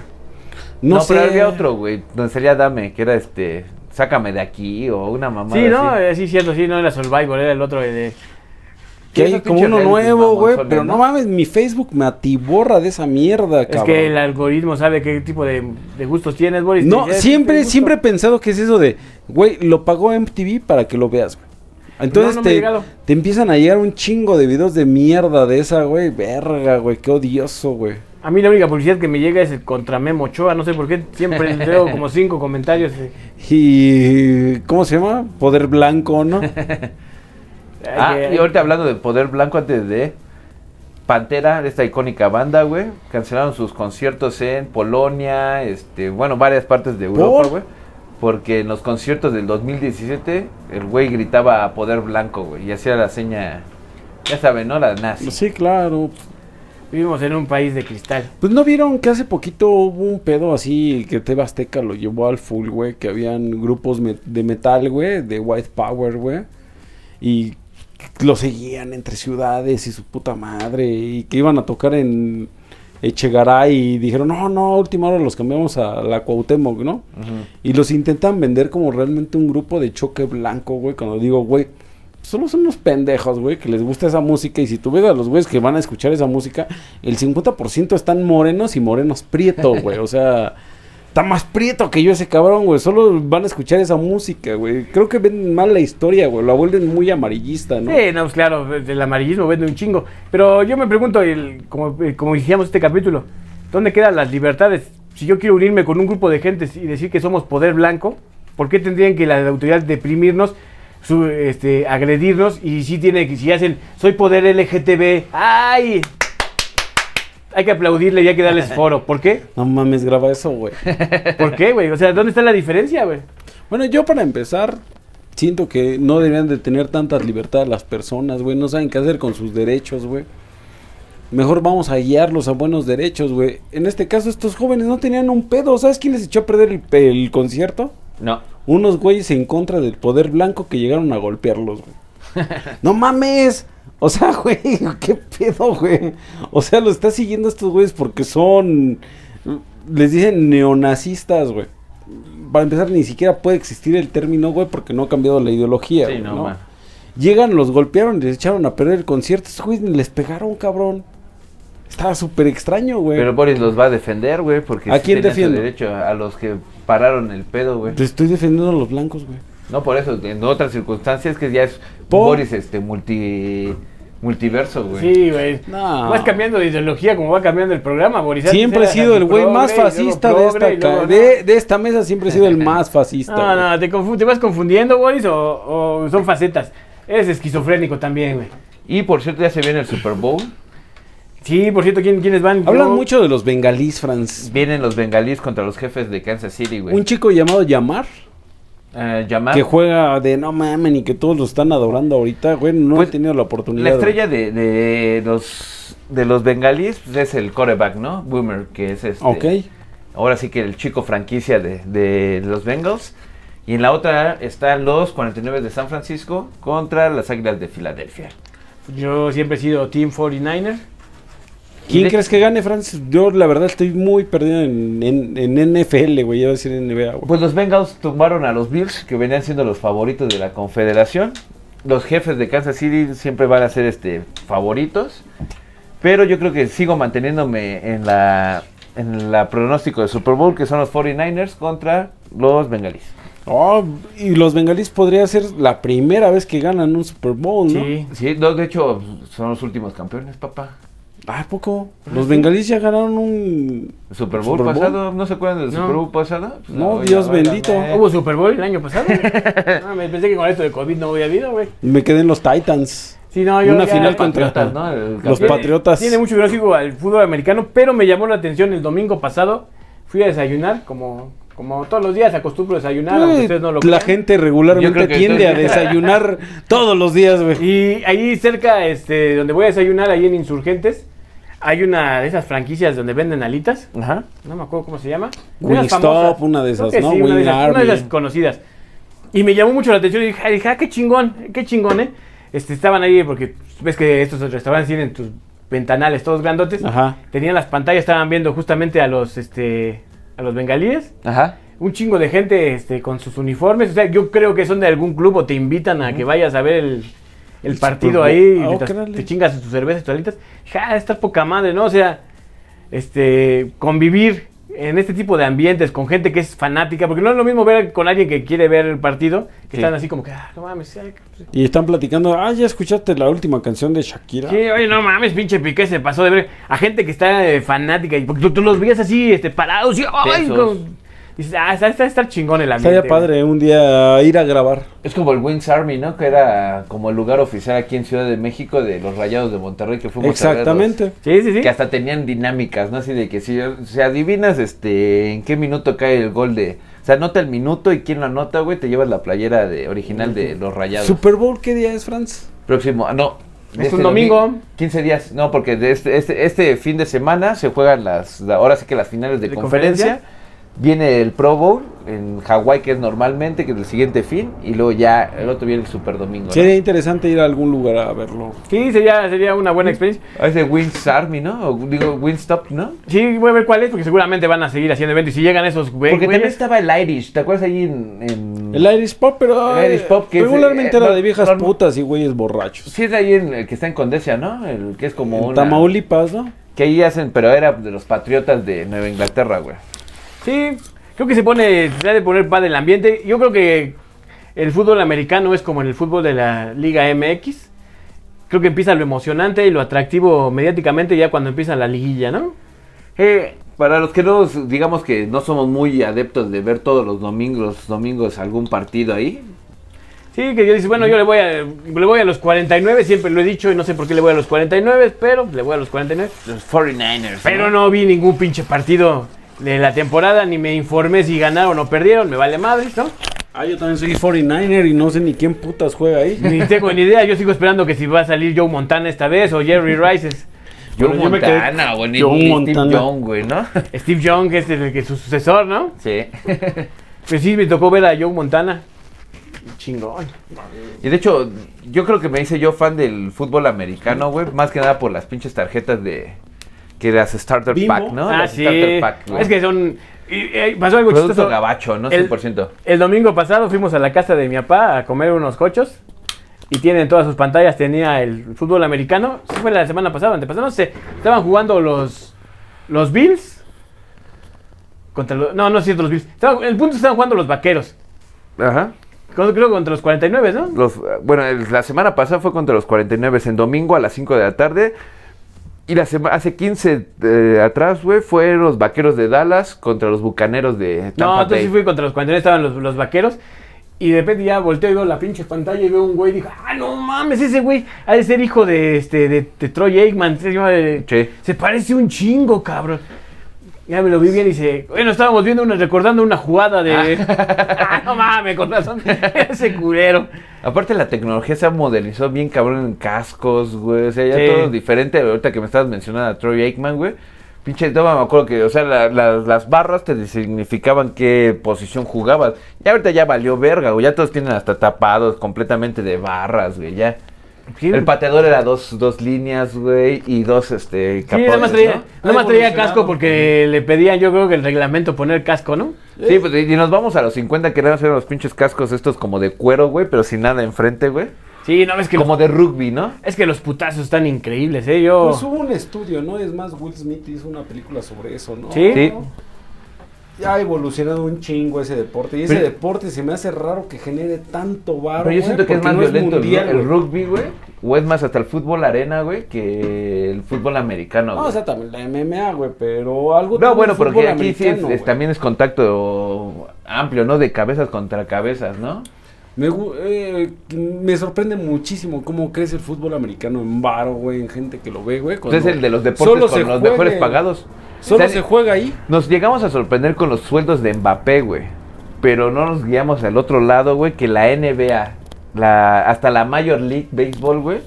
A: No,
B: sé.
A: pero había otro, güey. Donde sería Dame, que era este. Sácame de aquí o una mamada.
C: sí, no,
A: así.
C: Eh, sí, cierto, sí, no era Survivor, era el otro eh, de- de
B: Que
A: Sí,
B: hay
A: esos
B: como
A: pinches
B: uno
A: realities
B: nuevo, güey.
A: mamonzones,
B: Pero no mames, mi Facebook me atiborra de esa mierda, cabrón.
C: Es que el algoritmo sabe qué tipo de, de gustos tienes, Boris.
B: No,
C: Ya es este
B: siempre,
C: gusto.
B: siempre he pensado que es eso de, güey, lo pagó MTV para que lo veas, güey. Entonces
C: No, no me ha
B: te,
C: llegado.
B: te empiezan a llegar un chingo de videos de mierda de esa, güey. Verga, güey, qué odioso, güey.
C: A mí la única publicidad que me llega es el contra Memo Ochoa, no sé por qué. Siempre leo como cinco comentarios. eh,
B: Y. ¿Cómo se llama? Poder blanco, ¿no?
A: Ah,
B: eh,
C: que-
A: y ahorita hablando de Poder Blanco antes de Pantera, esta icónica banda, güey, cancelaron sus conciertos en Polonia, este, bueno, varias partes de Europa,
B: ¿Por?
A: güey, porque en los conciertos del 2017 el güey gritaba Poder Blanco, güey, y hacía la seña, ya saben, ¿no? La nazi.
B: sí, claro.
C: Vivimos en un país de cristal.
B: Pues no vieron que hace poquito hubo un pedo así que Teba Azteca lo llevó al full, güey, que habían grupos me- de metal, güey, de White Power, güey, y lo seguían entre ciudades y su puta madre, y que iban a tocar en Echegaray y dijeron, no, no, a última hora los cambiamos a la Cuauhtémoc, ¿no?
A: Ujú.
B: Y los intentan vender como realmente un grupo de choque blanco, güey, cuando digo, güey, solo son unos pendejos, güey, que les gusta esa música. Y si tú ves a los güeyes que van a escuchar esa música, el 50% están morenos y morenos prieto, güey. O sea, está más prieto que yo ese cabrón, güey. Solo van a escuchar esa música, güey. Creo que ven mal la historia, güey. La vuelven muy amarillista, ¿no?
C: Sí, no, pues claro, el amarillismo vende un chingo. Pero yo me pregunto, el- como, eh, como iniciamos este capítulo, ¿dónde quedan las libertades? Si yo quiero unirme con un grupo de gentes y decir que somos poder blanco, ¿por qué tendrían que la autoridad deprimirnos, su- este, agredirnos? Y si tiene que, si hacen, soy poder LGTB, ¡ay! Hay que aplaudirle y hay que darles foro. ¿Por qué?
B: No mames, graba eso, güey.
C: ¿Por qué, güey? O sea, ¿dónde está la diferencia, güey?
B: Bueno, yo para empezar, siento que no deberían de tener tantas libertades las personas, güey. No saben qué hacer con sus derechos, güey. Mejor vamos a guiarlos a buenos derechos, güey. En este caso, estos jóvenes no tenían un pedo. ¿Sabes quién les echó a perder el, pe- el concierto?
A: No.
B: Unos güeyes en contra del poder blanco que llegaron a golpearlos, güey. ¡No mames! O sea, güey, ¿qué pedo, güey? O sea, lo está siguiendo estos güeyes porque son. Les dicen neonazistas, güey. Para empezar, ni siquiera puede existir el término, güey, porque no ha cambiado la ideología.
A: Sí,
B: güey,
A: no,
B: ¿no?
A: ma.
B: Llegan, los golpearon, les echaron a perder el concierto. Estos güeyes ni les pegaron, cabrón. Estaba súper extraño, güey.
A: Pero Boris los va a defender, güey, porque
B: ¿A quién
A: tienen su
B: defiendo?
A: derecho a los que pararon el pedo, güey.
B: Te estoy defendiendo a los blancos, güey.
A: No por eso, en otras circunstancias que ya es
B: Por-
A: Boris este multi multiverso, güey.
C: Sí, güey.
B: No.
C: Vas cambiando de ideología como va cambiando el programa, Boris.
B: Siempre he
C: Antes
B: sido
C: eras
B: el güey más
C: progre, y luego
B: fascista de
C: progre,
B: esta,
C: y luego
B: ca-
C: no.
B: de, de esta mesa. Siempre he sido el más fascista.
C: No,
B: güey.
C: no, te, confu- te vas confundiendo, Boris, o, o son facetas. Eres esquizofrénico también, güey.
A: Y por cierto, ya se viene el Super Bowl.
C: Sí, por cierto, ¿quién, ¿quiénes van?
B: Hablan
C: Yo-
B: mucho de los bengalís, Franz.
A: Vienen los bengalíes contra los jefes de Kansas City, güey.
B: Un chico llamado Yamar,
A: Eh, Jamal,
B: que juega de no mamen y que todos lo están adorando ahorita, güey, no
A: Pues,
B: he tenido la
A: la
B: oportunidad.
A: estrella de, de los de los bengalíes pues, es el coreback, ¿no? Boomer, que es este.
B: güey. Ok.
A: Ahora sí que el chico franquicia de, de los Bengals. Y en la otra están los 49 de San Francisco contra las Águilas de Filadelfia.
C: Yo siempre he sido Team 49er.
B: ¿Quién
A: de-
B: crees que gane, Franz? Yo, la verdad, estoy muy perdido en, en- en NFL, güey. Yo voy a decir NBA, güey.
A: Pues los Bengals tumbaron a los Bills, que venían siendo los favoritos de la Confederación. Los jefes de Kansas City siempre van a ser este favoritos. Pero yo creo que sigo manteniéndome en la en la pronóstico de Super Bowl, que son los 49ers contra los bengalíes.
B: Oh, y los bengalís podría ser la primera vez que ganan un Super Bowl, ¿no?
C: Sí.
A: Sí, no, de hecho son los últimos campeones, papá.
B: Ah, ¿a poco. Los bengalís ya ganaron un.
A: El Super Bowl
B: ¿Super Bowl?
A: pasado, ¿no se acuerdan del
C: No.
A: Super Bowl pasado? Pues,
B: No,
A: ya
B: Dios
A: vale,
B: bendito.
A: man.
C: ¿Hubo Super Bowl el año pasado? Ah, me pensé que con esto de COVID no había habido, güey.
B: Me quedé en los Titans.
C: Sí, no, yo
B: Una
C: ya-
B: final
A: Los
B: contra-
A: Patriotas, ¿no? El
B: Los
A: campeón.
B: Patri- Patriotas.
C: Tiene mucho que no sigo al fútbol americano, pero me llamó la atención el domingo pasado. Fui a desayunar, como, como todos los días acostumbro a desayunar, aunque
A: pues
B: Eh,
C: ustedes no
B: la
C: lo crean.
B: gente
A: Yo
B: regularmente
A: creo que
B: tiende a
A: ustedes-
B: desayunar todos los días, güey.
C: Y ahí cerca, este, donde voy a desayunar, ahí en Insurgentes, hay una de esas franquicias donde venden alitas.
A: Ajá.
C: No me acuerdo cómo se llama.
B: Wingstop,
C: famosas.
B: una de
C: Creo
B: esas,
C: que
B: ¿no?
C: sí, una, de
B: Wing
C: esas, una de
B: Army.
C: esas conocidas. Y me llamó mucho la atención y dije, ah, dije, ah, qué chingón, qué chingón, ¿eh? este, estaban ahí porque pues, ves que estos restaurantes tienen tus ventanales todos grandotes.
B: Ajá.
C: Tenían las pantallas, estaban viendo justamente a los, este, a los bengalíes.
A: Ajá.
C: Un chingo de gente este, con sus uniformes. O sea, yo creo que son de algún club o te invitan a que vayas a ver el, el
B: El Super
C: partido
B: Bowl.
C: ahí. y
B: Ah,
C: mientras
B: órale.
C: te chingas tus cervezas, tus alitas. Ja, está poca madre, ¿no? O sea, este, convivir en este tipo de ambientes con gente que es fanática. Porque no es lo mismo ver con alguien que quiere ver el partido.
A: Sí.
C: Que están así como que, ah, no mames. ay, pues,
B: Y están platicando, ah, ya escuchaste la última canción de Shakira.
C: Sí, oye, no mames, pinche Piqué se pasó de ver a gente que está eh, fanática. Y porque tú, tú los veías así, este, parados. Y, ay,
A: Tensos.
C: como- dices, ah, está, está, está chingón el ambiente.
B: Estaría
C: güey.
B: padre un día ir a grabar.
A: Es como el Wings Army, ¿no? Que era como el lugar oficial aquí en Ciudad de México de los Rayados de Monterrey que fuimos a ver los-
B: Exactamente.
C: Sí, sí, sí.
A: Que hasta tenían dinámicas, ¿no? Así de que si, si adivinas este en qué minuto cae el gol de. O sea, anota el minuto y quién lo anota, güey, te llevas la playera de original de los rayados.
B: Super Bowl, ¿qué día es, Franz?
A: Próximo, ah, no. de
C: Es un domingo.
A: domi- 15 días, no, porque de este, este, este fin de semana se juegan las, la- ahora sí que las finales de,
C: ¿De
A: conferencia.
C: conferencia?
A: Viene el Pro Bowl en Hawái, que es normalmente, que es el siguiente fin, y luego ya el otro viene el Super Domingo. ¿no?
B: Sería interesante ir a algún lugar a verlo.
C: Sí, sería, sería una buena experiencia.
A: Ah, Es de Wings Army, ¿no? O digo, Wingstop, ¿no?
C: Sí, voy a ver cuál es, porque seguramente van a seguir haciendo eventos. Y si llegan esos güey-
A: Porque también
C: güeyes,
A: estaba el Irish, ¿te acuerdas ahí en...? en-
B: El Irish Pop, pero
A: Mm. El Irish
B: eh,
A: Pop, que es,
B: regularmente
A: eh,
B: era
A: no-
B: de viejas
A: no-
B: putas y güeyes borrachos.
A: Sí, es ahí en el que está en Condesa, ¿no? El que es como
B: En
A: una-
B: Tamaulipas, ¿no?
A: Que ahí hacen, pero era de los patriotas de Nueva Inglaterra, güey.
C: Sí, creo que se pone, se ha de poner padre el ambiente. Yo creo que el fútbol americano es como en el fútbol de la Liga MX. Creo que empieza lo emocionante y lo atractivo mediáticamente ya cuando empieza la liguilla, ¿no?
A: Eh, para los que no, digamos que no somos muy adeptos de ver todos los domingos, los domingos algún partido ahí.
C: Sí, que yo dice, bueno, yo le voy a le voy a los 49, siempre lo he dicho y no sé por qué le voy a los 49, pero le voy a los 49.
A: Los 49ers.
C: Pero no vi ningún pinche partido de la temporada, ni me informé si ganaron o perdieron, me vale madres, ¿no?
B: Ah, yo también soy 49er y no sé ni quién putas juega ahí.
C: Ni tengo ni idea, yo sigo esperando que si va a salir Joe Montana esta vez o Jerry Rice.
A: Joe
B: Bueno, yo me quedé-
A: Montana, güey. ni-
B: Joe
A: ni
B: Montana.
A: Steve Young, güey, ¿no?
C: Steve Young que es el que es su sucesor, ¿no?
A: Sí.
C: Pues sí, me tocó ver a Joe Montana. Chingón.
A: Y de hecho, yo creo que me hice yo fan del fútbol americano, güey. Más que nada por las pinches tarjetas de. Que las Starter
B: Bimbo.
A: Pack, ¿no?
C: ah,
A: Las
C: sí.
A: Starter Pack, güey.
C: es que son... y- y pasó algo
A: Producto
C: chistoso.
A: gabacho, ¿no?
C: El-
A: 100%.
C: El domingo pasado fuimos a la casa de mi papá a comer unos cochos. Y tienen todas sus pantallas, tenía el fútbol americano. Sí fue la semana pasada, antepasada, no sé. Estaban jugando los, los Bills. Contra los, no, no es cierto, los Bills. Estaban- el punto es que estaban jugando los vaqueros.
A: Ajá.
C: Con- Creo que contra los 49, ¿no?
A: Los, eh, bueno, el- la semana pasada fue contra los 49 en domingo a las 5 de la tarde. Y la sema- hace 15 eh, atrás, güey, fueron los vaqueros de Dallas contra los bucaneros de
C: No,
A: Tampa
C: entonces sí
A: Bay.
C: fui contra los 49, estaban los, los vaqueros. Y de repente ya volteo y veo la pinche pantalla y veo un güey y digo, ah, no mames, ese güey ha de ser hijo de este de, de Troy Aikman. Se, llama, eh,
A: Sí.
C: se parece un chingo, cabrón. Ya me lo vi bien y dice, bueno, estábamos viendo una, recordando una jugada de... Ah, no mames, con razón, ese culero.
A: Aparte, la tecnología se modernizó bien cabrón en cascos, güey. O sea, ya
C: Sí.
A: todo es diferente. Ahorita que me estabas mencionando a Troy Aikman, güey. Pinche, no me acuerdo que, o sea, la- la- las barras te significaban qué posición jugabas. Y ahorita ya valió verga, güey. Ya todos tienen hasta tapados completamente de barras, güey. Ya.
C: Sí,
A: El pateador era dos, dos líneas, güey, y dos, este,
C: Sí, nada más
A: capotes, ¿no?
C: traía, nada más traía
B: evolucionado.
C: casco porque le pedían, yo creo que el reglamento poner casco, ¿no?
A: Sí, pues, y y nos vamos a los 50 que eran los pinches cascos estos como de cuero, güey, pero sin nada enfrente, güey.
C: Sí, no, es que,
A: Como de rugby, ¿no?
C: es que los putazos están increíbles, ¿eh? Yo...
B: Pues hubo un estudio, ¿no? Es más, Will Smith hizo una película sobre eso, ¿no?
C: Sí.
A: Sí.
B: Ya ha evolucionado un chingo ese deporte. Y ese
C: Pero-
B: deporte se me hace raro que genere tanto varo.
A: Pero yo
B: güey,
A: siento que es
B: porque
A: más
B: no
A: violento
B: mundial,
A: el,
B: güey.
A: el rugby, güey. O es más hasta el fútbol arena, güey, que el fútbol americano,
B: No,
A: güey.
B: o sea, también la MMA, güey, pero algo...
A: No,
B: tiene
A: bueno,
B: el fútbol
A: porque aquí sí es-
B: americano,
A: es-
B: güey.
A: también es contacto amplio, ¿no? De cabezas contra cabezas, ¿no?
B: Me, gu- eh, me sorprende muchísimo cómo crece el fútbol americano en varo, güey, en gente que lo ve, güey. cuando
A: Entonces Pues el de los deportes
B: solo
A: con
B: se
A: los
B: juega
A: mejores
B: en-
A: pagados.
B: Solo
A: O sea,
B: se juega ahí.
A: Nos llegamos a sorprender con los sueldos de Mbappé, güey. Pero no nos guiamos al otro lado, güey, que la NBA, la, hasta la Major League Baseball, güey,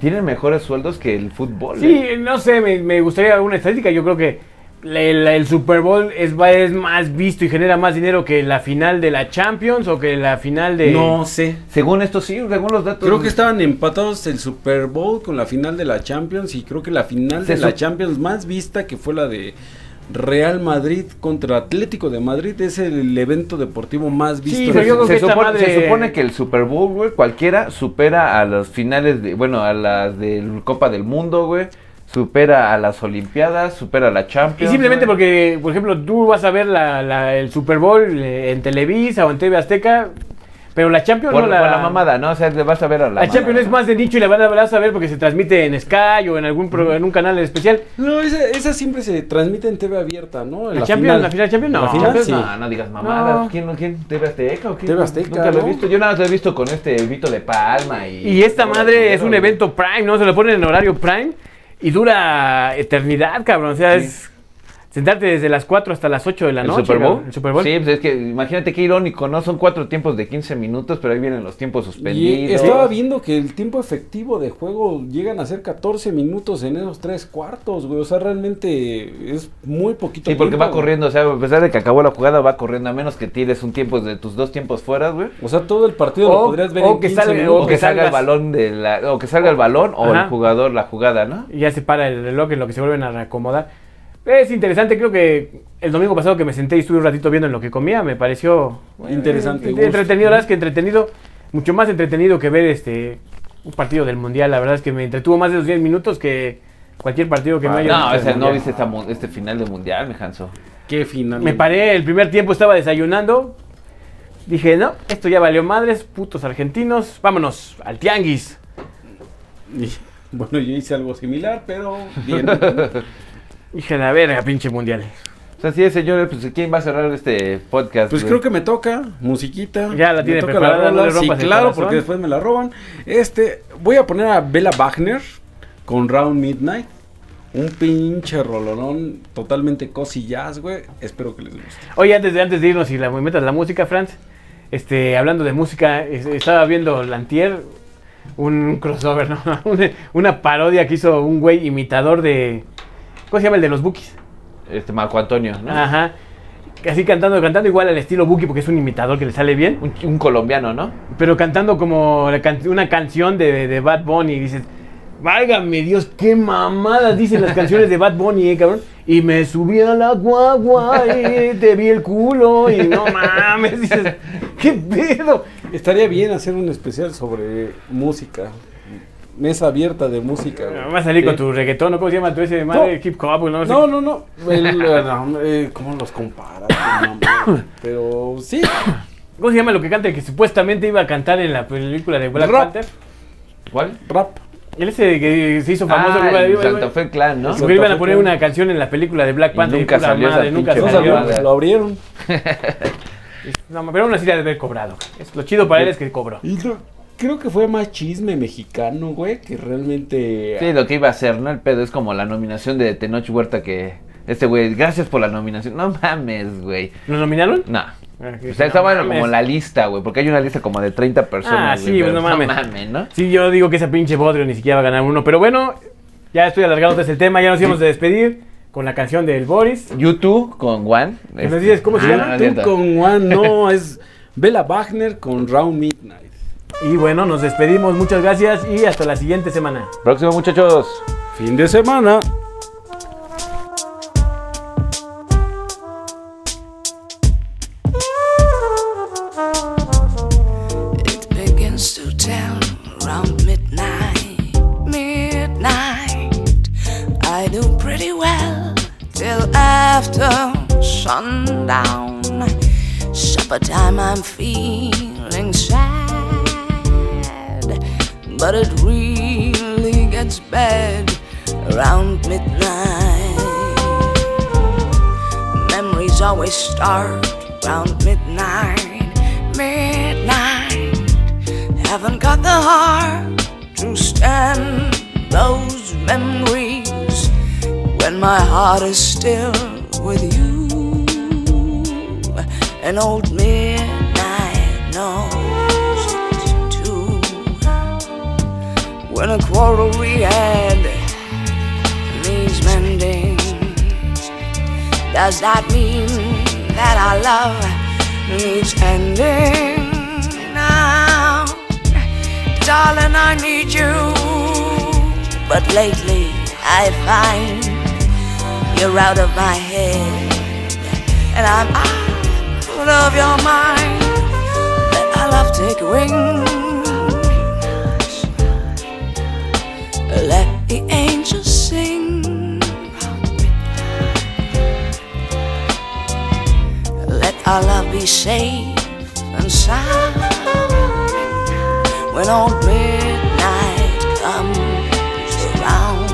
A: tienen mejores sueldos que el fútbol. eh.
C: Sí, no sé, me, me gustaría alguna estadística. Yo creo que le- la- el Super Bowl es, va- es más visto y genera más dinero que la final de la Champions o que la final de...
B: No sé.
A: Según esto sí, según los datos.
B: Creo que estaban empatados el Super Bowl con la final de la Champions y creo que la final
A: Se
B: de la
A: sup-
B: Champions más vista que fue la de Real Madrid contra Atlético de Madrid es el evento deportivo más visto.
C: Sí,
B: en
A: Se,
C: pero yo
B: el-
C: creo
A: se
C: que esta
A: supone,
C: madre-
A: se supone que el Super Bowl, güey, cualquiera supera a las finales de, bueno, a las de Copa del Mundo, güey, supera a las Olimpiadas, supera a la
C: Y
A: Champions.
C: simplemente
A: güey.
C: porque, por ejemplo, tú vas a ver la- la- el Super Bowl eh, en Televisa o en TV Azteca, pero la Champions
A: por,
C: no
A: por
C: la...
A: la... mamada, ¿no? O sea, le vas a ver a la.
C: La, Champions es más de nicho y la van a la vas a ver porque se transmite en Sky o en algún pro- en un canal especial.
B: No, esa, esa siempre se transmite en TV abierta, ¿no?
C: La, Champions, la final Champions, no.
B: La final,
A: Champions,
B: sí.
A: no, no digas mamadas.
C: No.
A: ¿Quién, quién? ¿TV Azteca o qué?
B: TV Azteca,
A: Nunca lo he
B: ¿no?
A: visto. Yo nada más lo he visto con este Vito de Palma y.
C: Y esta madre es un
A: güey.
C: evento prime, ¿no? Se lo ponen en horario prime y dura eternidad, cabrón. O sea,
A: Sí.
C: es sentarte desde las 4 hasta las 8 de la
A: ¿El
C: noche.
A: Super Bowl?
C: cabrón. El Super Bowl.
A: Sí, pues es que imagínate qué irónico, ¿no? Son cuatro tiempos de 15 minutos, pero ahí vienen los tiempos suspendidos.
B: Y estaba viendo que el tiempo efectivo de juego llegan a ser 14 minutos en esos tres cuartos, güey. O sea, realmente es muy poquito.
A: Sí, porque
B: tiempo,
A: va
B: güey.
A: corriendo, o sea, a pesar de que acabó la jugada, va corriendo, a menos que tires un tiempo de tus dos tiempos fuera, güey.
B: O sea, todo el partido
C: O-
B: lo podrías ver
C: o
B: en
C: que
B: 15
C: salga-
B: minutos.
A: O, que salga el
C: salgas.
A: balón de la, o que salga el balón o
C: Ajá.
A: el jugador la jugada, ¿no?
C: Y ya se para el reloj en lo que se vuelven a reacomodar. Es interesante, creo que el domingo pasado que me senté y estuve un ratito viendo en lo que comía, me pareció
B: Interesante,
C: eh,
B: gusto.
C: entretenido, la verdad es que entretenido, mucho más entretenido que ver este un partido del mundial, la verdad es que me entretuvo más de los 10 minutos que cualquier partido que me haya
A: No,
C: visto
A: o
C: del
A: sea, no
C: Mundial.
A: viste esta mu- este final de mundial, mi Hanso.
B: Qué final.
C: Me paré, el primer tiempo estaba desayunando. Dije, no, esto ya valió madres, putos argentinos, vámonos al tianguis.
B: Y, bueno, yo hice algo similar, pero bien.
C: Pues Dije, la verga, pinche mundial.
A: O sea, así es, señores, pues ¿quién va a cerrar este podcast?
B: Pues
A: güey?
B: creo que me toca, musiquita.
C: Ya la
B: me
C: tiene
B: toca
C: preparada, no
B: rola,
C: le rompas
B: sí,
C: el
B: claro,
C: corazón.
B: porque después me la roban. Este, voy a poner a Bella Wagner con Round Midnight. Un pinche rololón totalmente cozy jazz, güey. Espero que les guste.
C: Oye, antes de, antes de irnos y la, metas la música, Franz, este, hablando de música, es- estaba viendo Lantier un crossover, ¿no? Una, una parodia que hizo un güey imitador de. ¿Cómo se llama el de los Bookies?
A: Este Marco Antonio, ¿no?
C: Ajá. Así cantando, cantando igual al estilo Bookie porque es un imitador que le sale bien.
A: Un, un colombiano, ¿no?
C: Pero cantando como la can- una canción de, de Bad Bunny, y dices, válgame Dios, qué mamadas dicen las canciones de Bad Bunny, eh, cabrón. Y me subí a la guagua y te vi el culo y no mames, dices, qué pedo.
B: Estaría bien hacer un especial sobre música. Mesa abierta de música. güey.
C: Vas a salir con
A: Sí.
C: tu reggaetón, ¿no? ¿Cómo se llama tú ese madre? Hip hop, no, sé.
B: No, no, no. El, eh, no, eh, ¿Cómo los comparas? No, no, Pero sí.
C: ¿Cómo se llama lo que canta el que supuestamente iba a cantar en la película de Black
B: Rap.
C: Panther?
A: ¿Cuál?
B: Rap.
C: Él ese que se hizo famoso. que
A: ah,
C: iba-
A: el
C: iba- iba-
A: Santa Fe Clan, ¿no?
C: Porque iban a poner una canción en la película de Black
A: Y
C: Panther.
A: nunca
C: puta
A: salió esa
C: nunca
A: pinche
B: No
A: salió,
B: sabía,
A: güey.
B: lo abrieron.
C: No, pero aún así de haber cobrado. Es lo chido para él es que cobró.
B: Y lo- creo que fue más chisme mexicano, güey, que realmente.
A: Sí, lo que iba a hacer, ¿no? El pedo es como la nominación de Tenoch Huerta que... Este güey, gracias por la nominación. No mames, güey.
C: ¿Nos nominaron?
A: No.
C: Ah, que
A: O sea,
C: no
A: está bueno
C: mames.
A: como la lista, güey, porque hay una lista como de 30 personas.
C: Ah,
A: güey,
C: sí,
A: pero
C: pues, no mames.
A: ¿no?
C: Sí, yo digo que esa pinche bodrio ni siquiera va a ganar uno. Pero bueno, ya estoy alargando desde el tema. Ya nos íbamos a despedir con la canción del Boris.
A: YouTube con Juan.
C: nos dices cómo se
A: ah,
C: llama?
A: no es
B: Tú
A: cierto.
B: con Juan, no, es Bella Wagner con Round Midnight.
C: Y bueno, nos despedimos. Muchas gracias y hasta la siguiente semana.
A: Próximo, muchachos.
B: Fin de semana.
D: It begins to tell around midnight. Midnight, I do pretty well till after sundown. Supper time, I'm feeling sad, but it really gets bad around midnight. Memories always start around midnight. Midnight. Haven't got the heart to stand those memories when my heart is still with you. An old midnight knows it too. When a quarrel we had needs mending. Does that mean that our love needs ending now? Darling, I need you. But lately I find you're out of my head. And I'm out of your mind. Let our love take wing. Let the angels sing. Let our love be safe and sound. When old midnight comes around.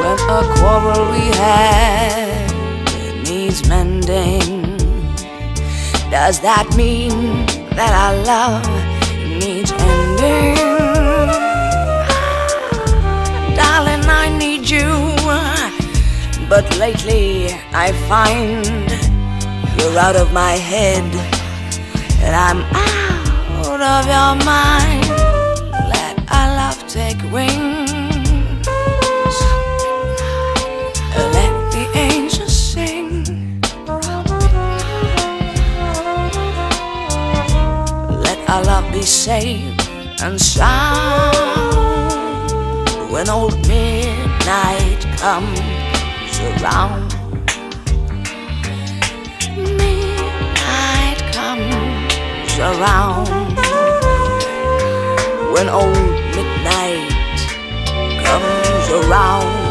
D: When a quarrel we had needs mending, does that mean that our love needs ending? Darling, I need you, but lately I find you're out of my head, and I'm out of your mind. Let our love take wings. Let the angels sing. Let our love be safe and sound when old midnight comes around. Midnight comes around when old midnight comes around.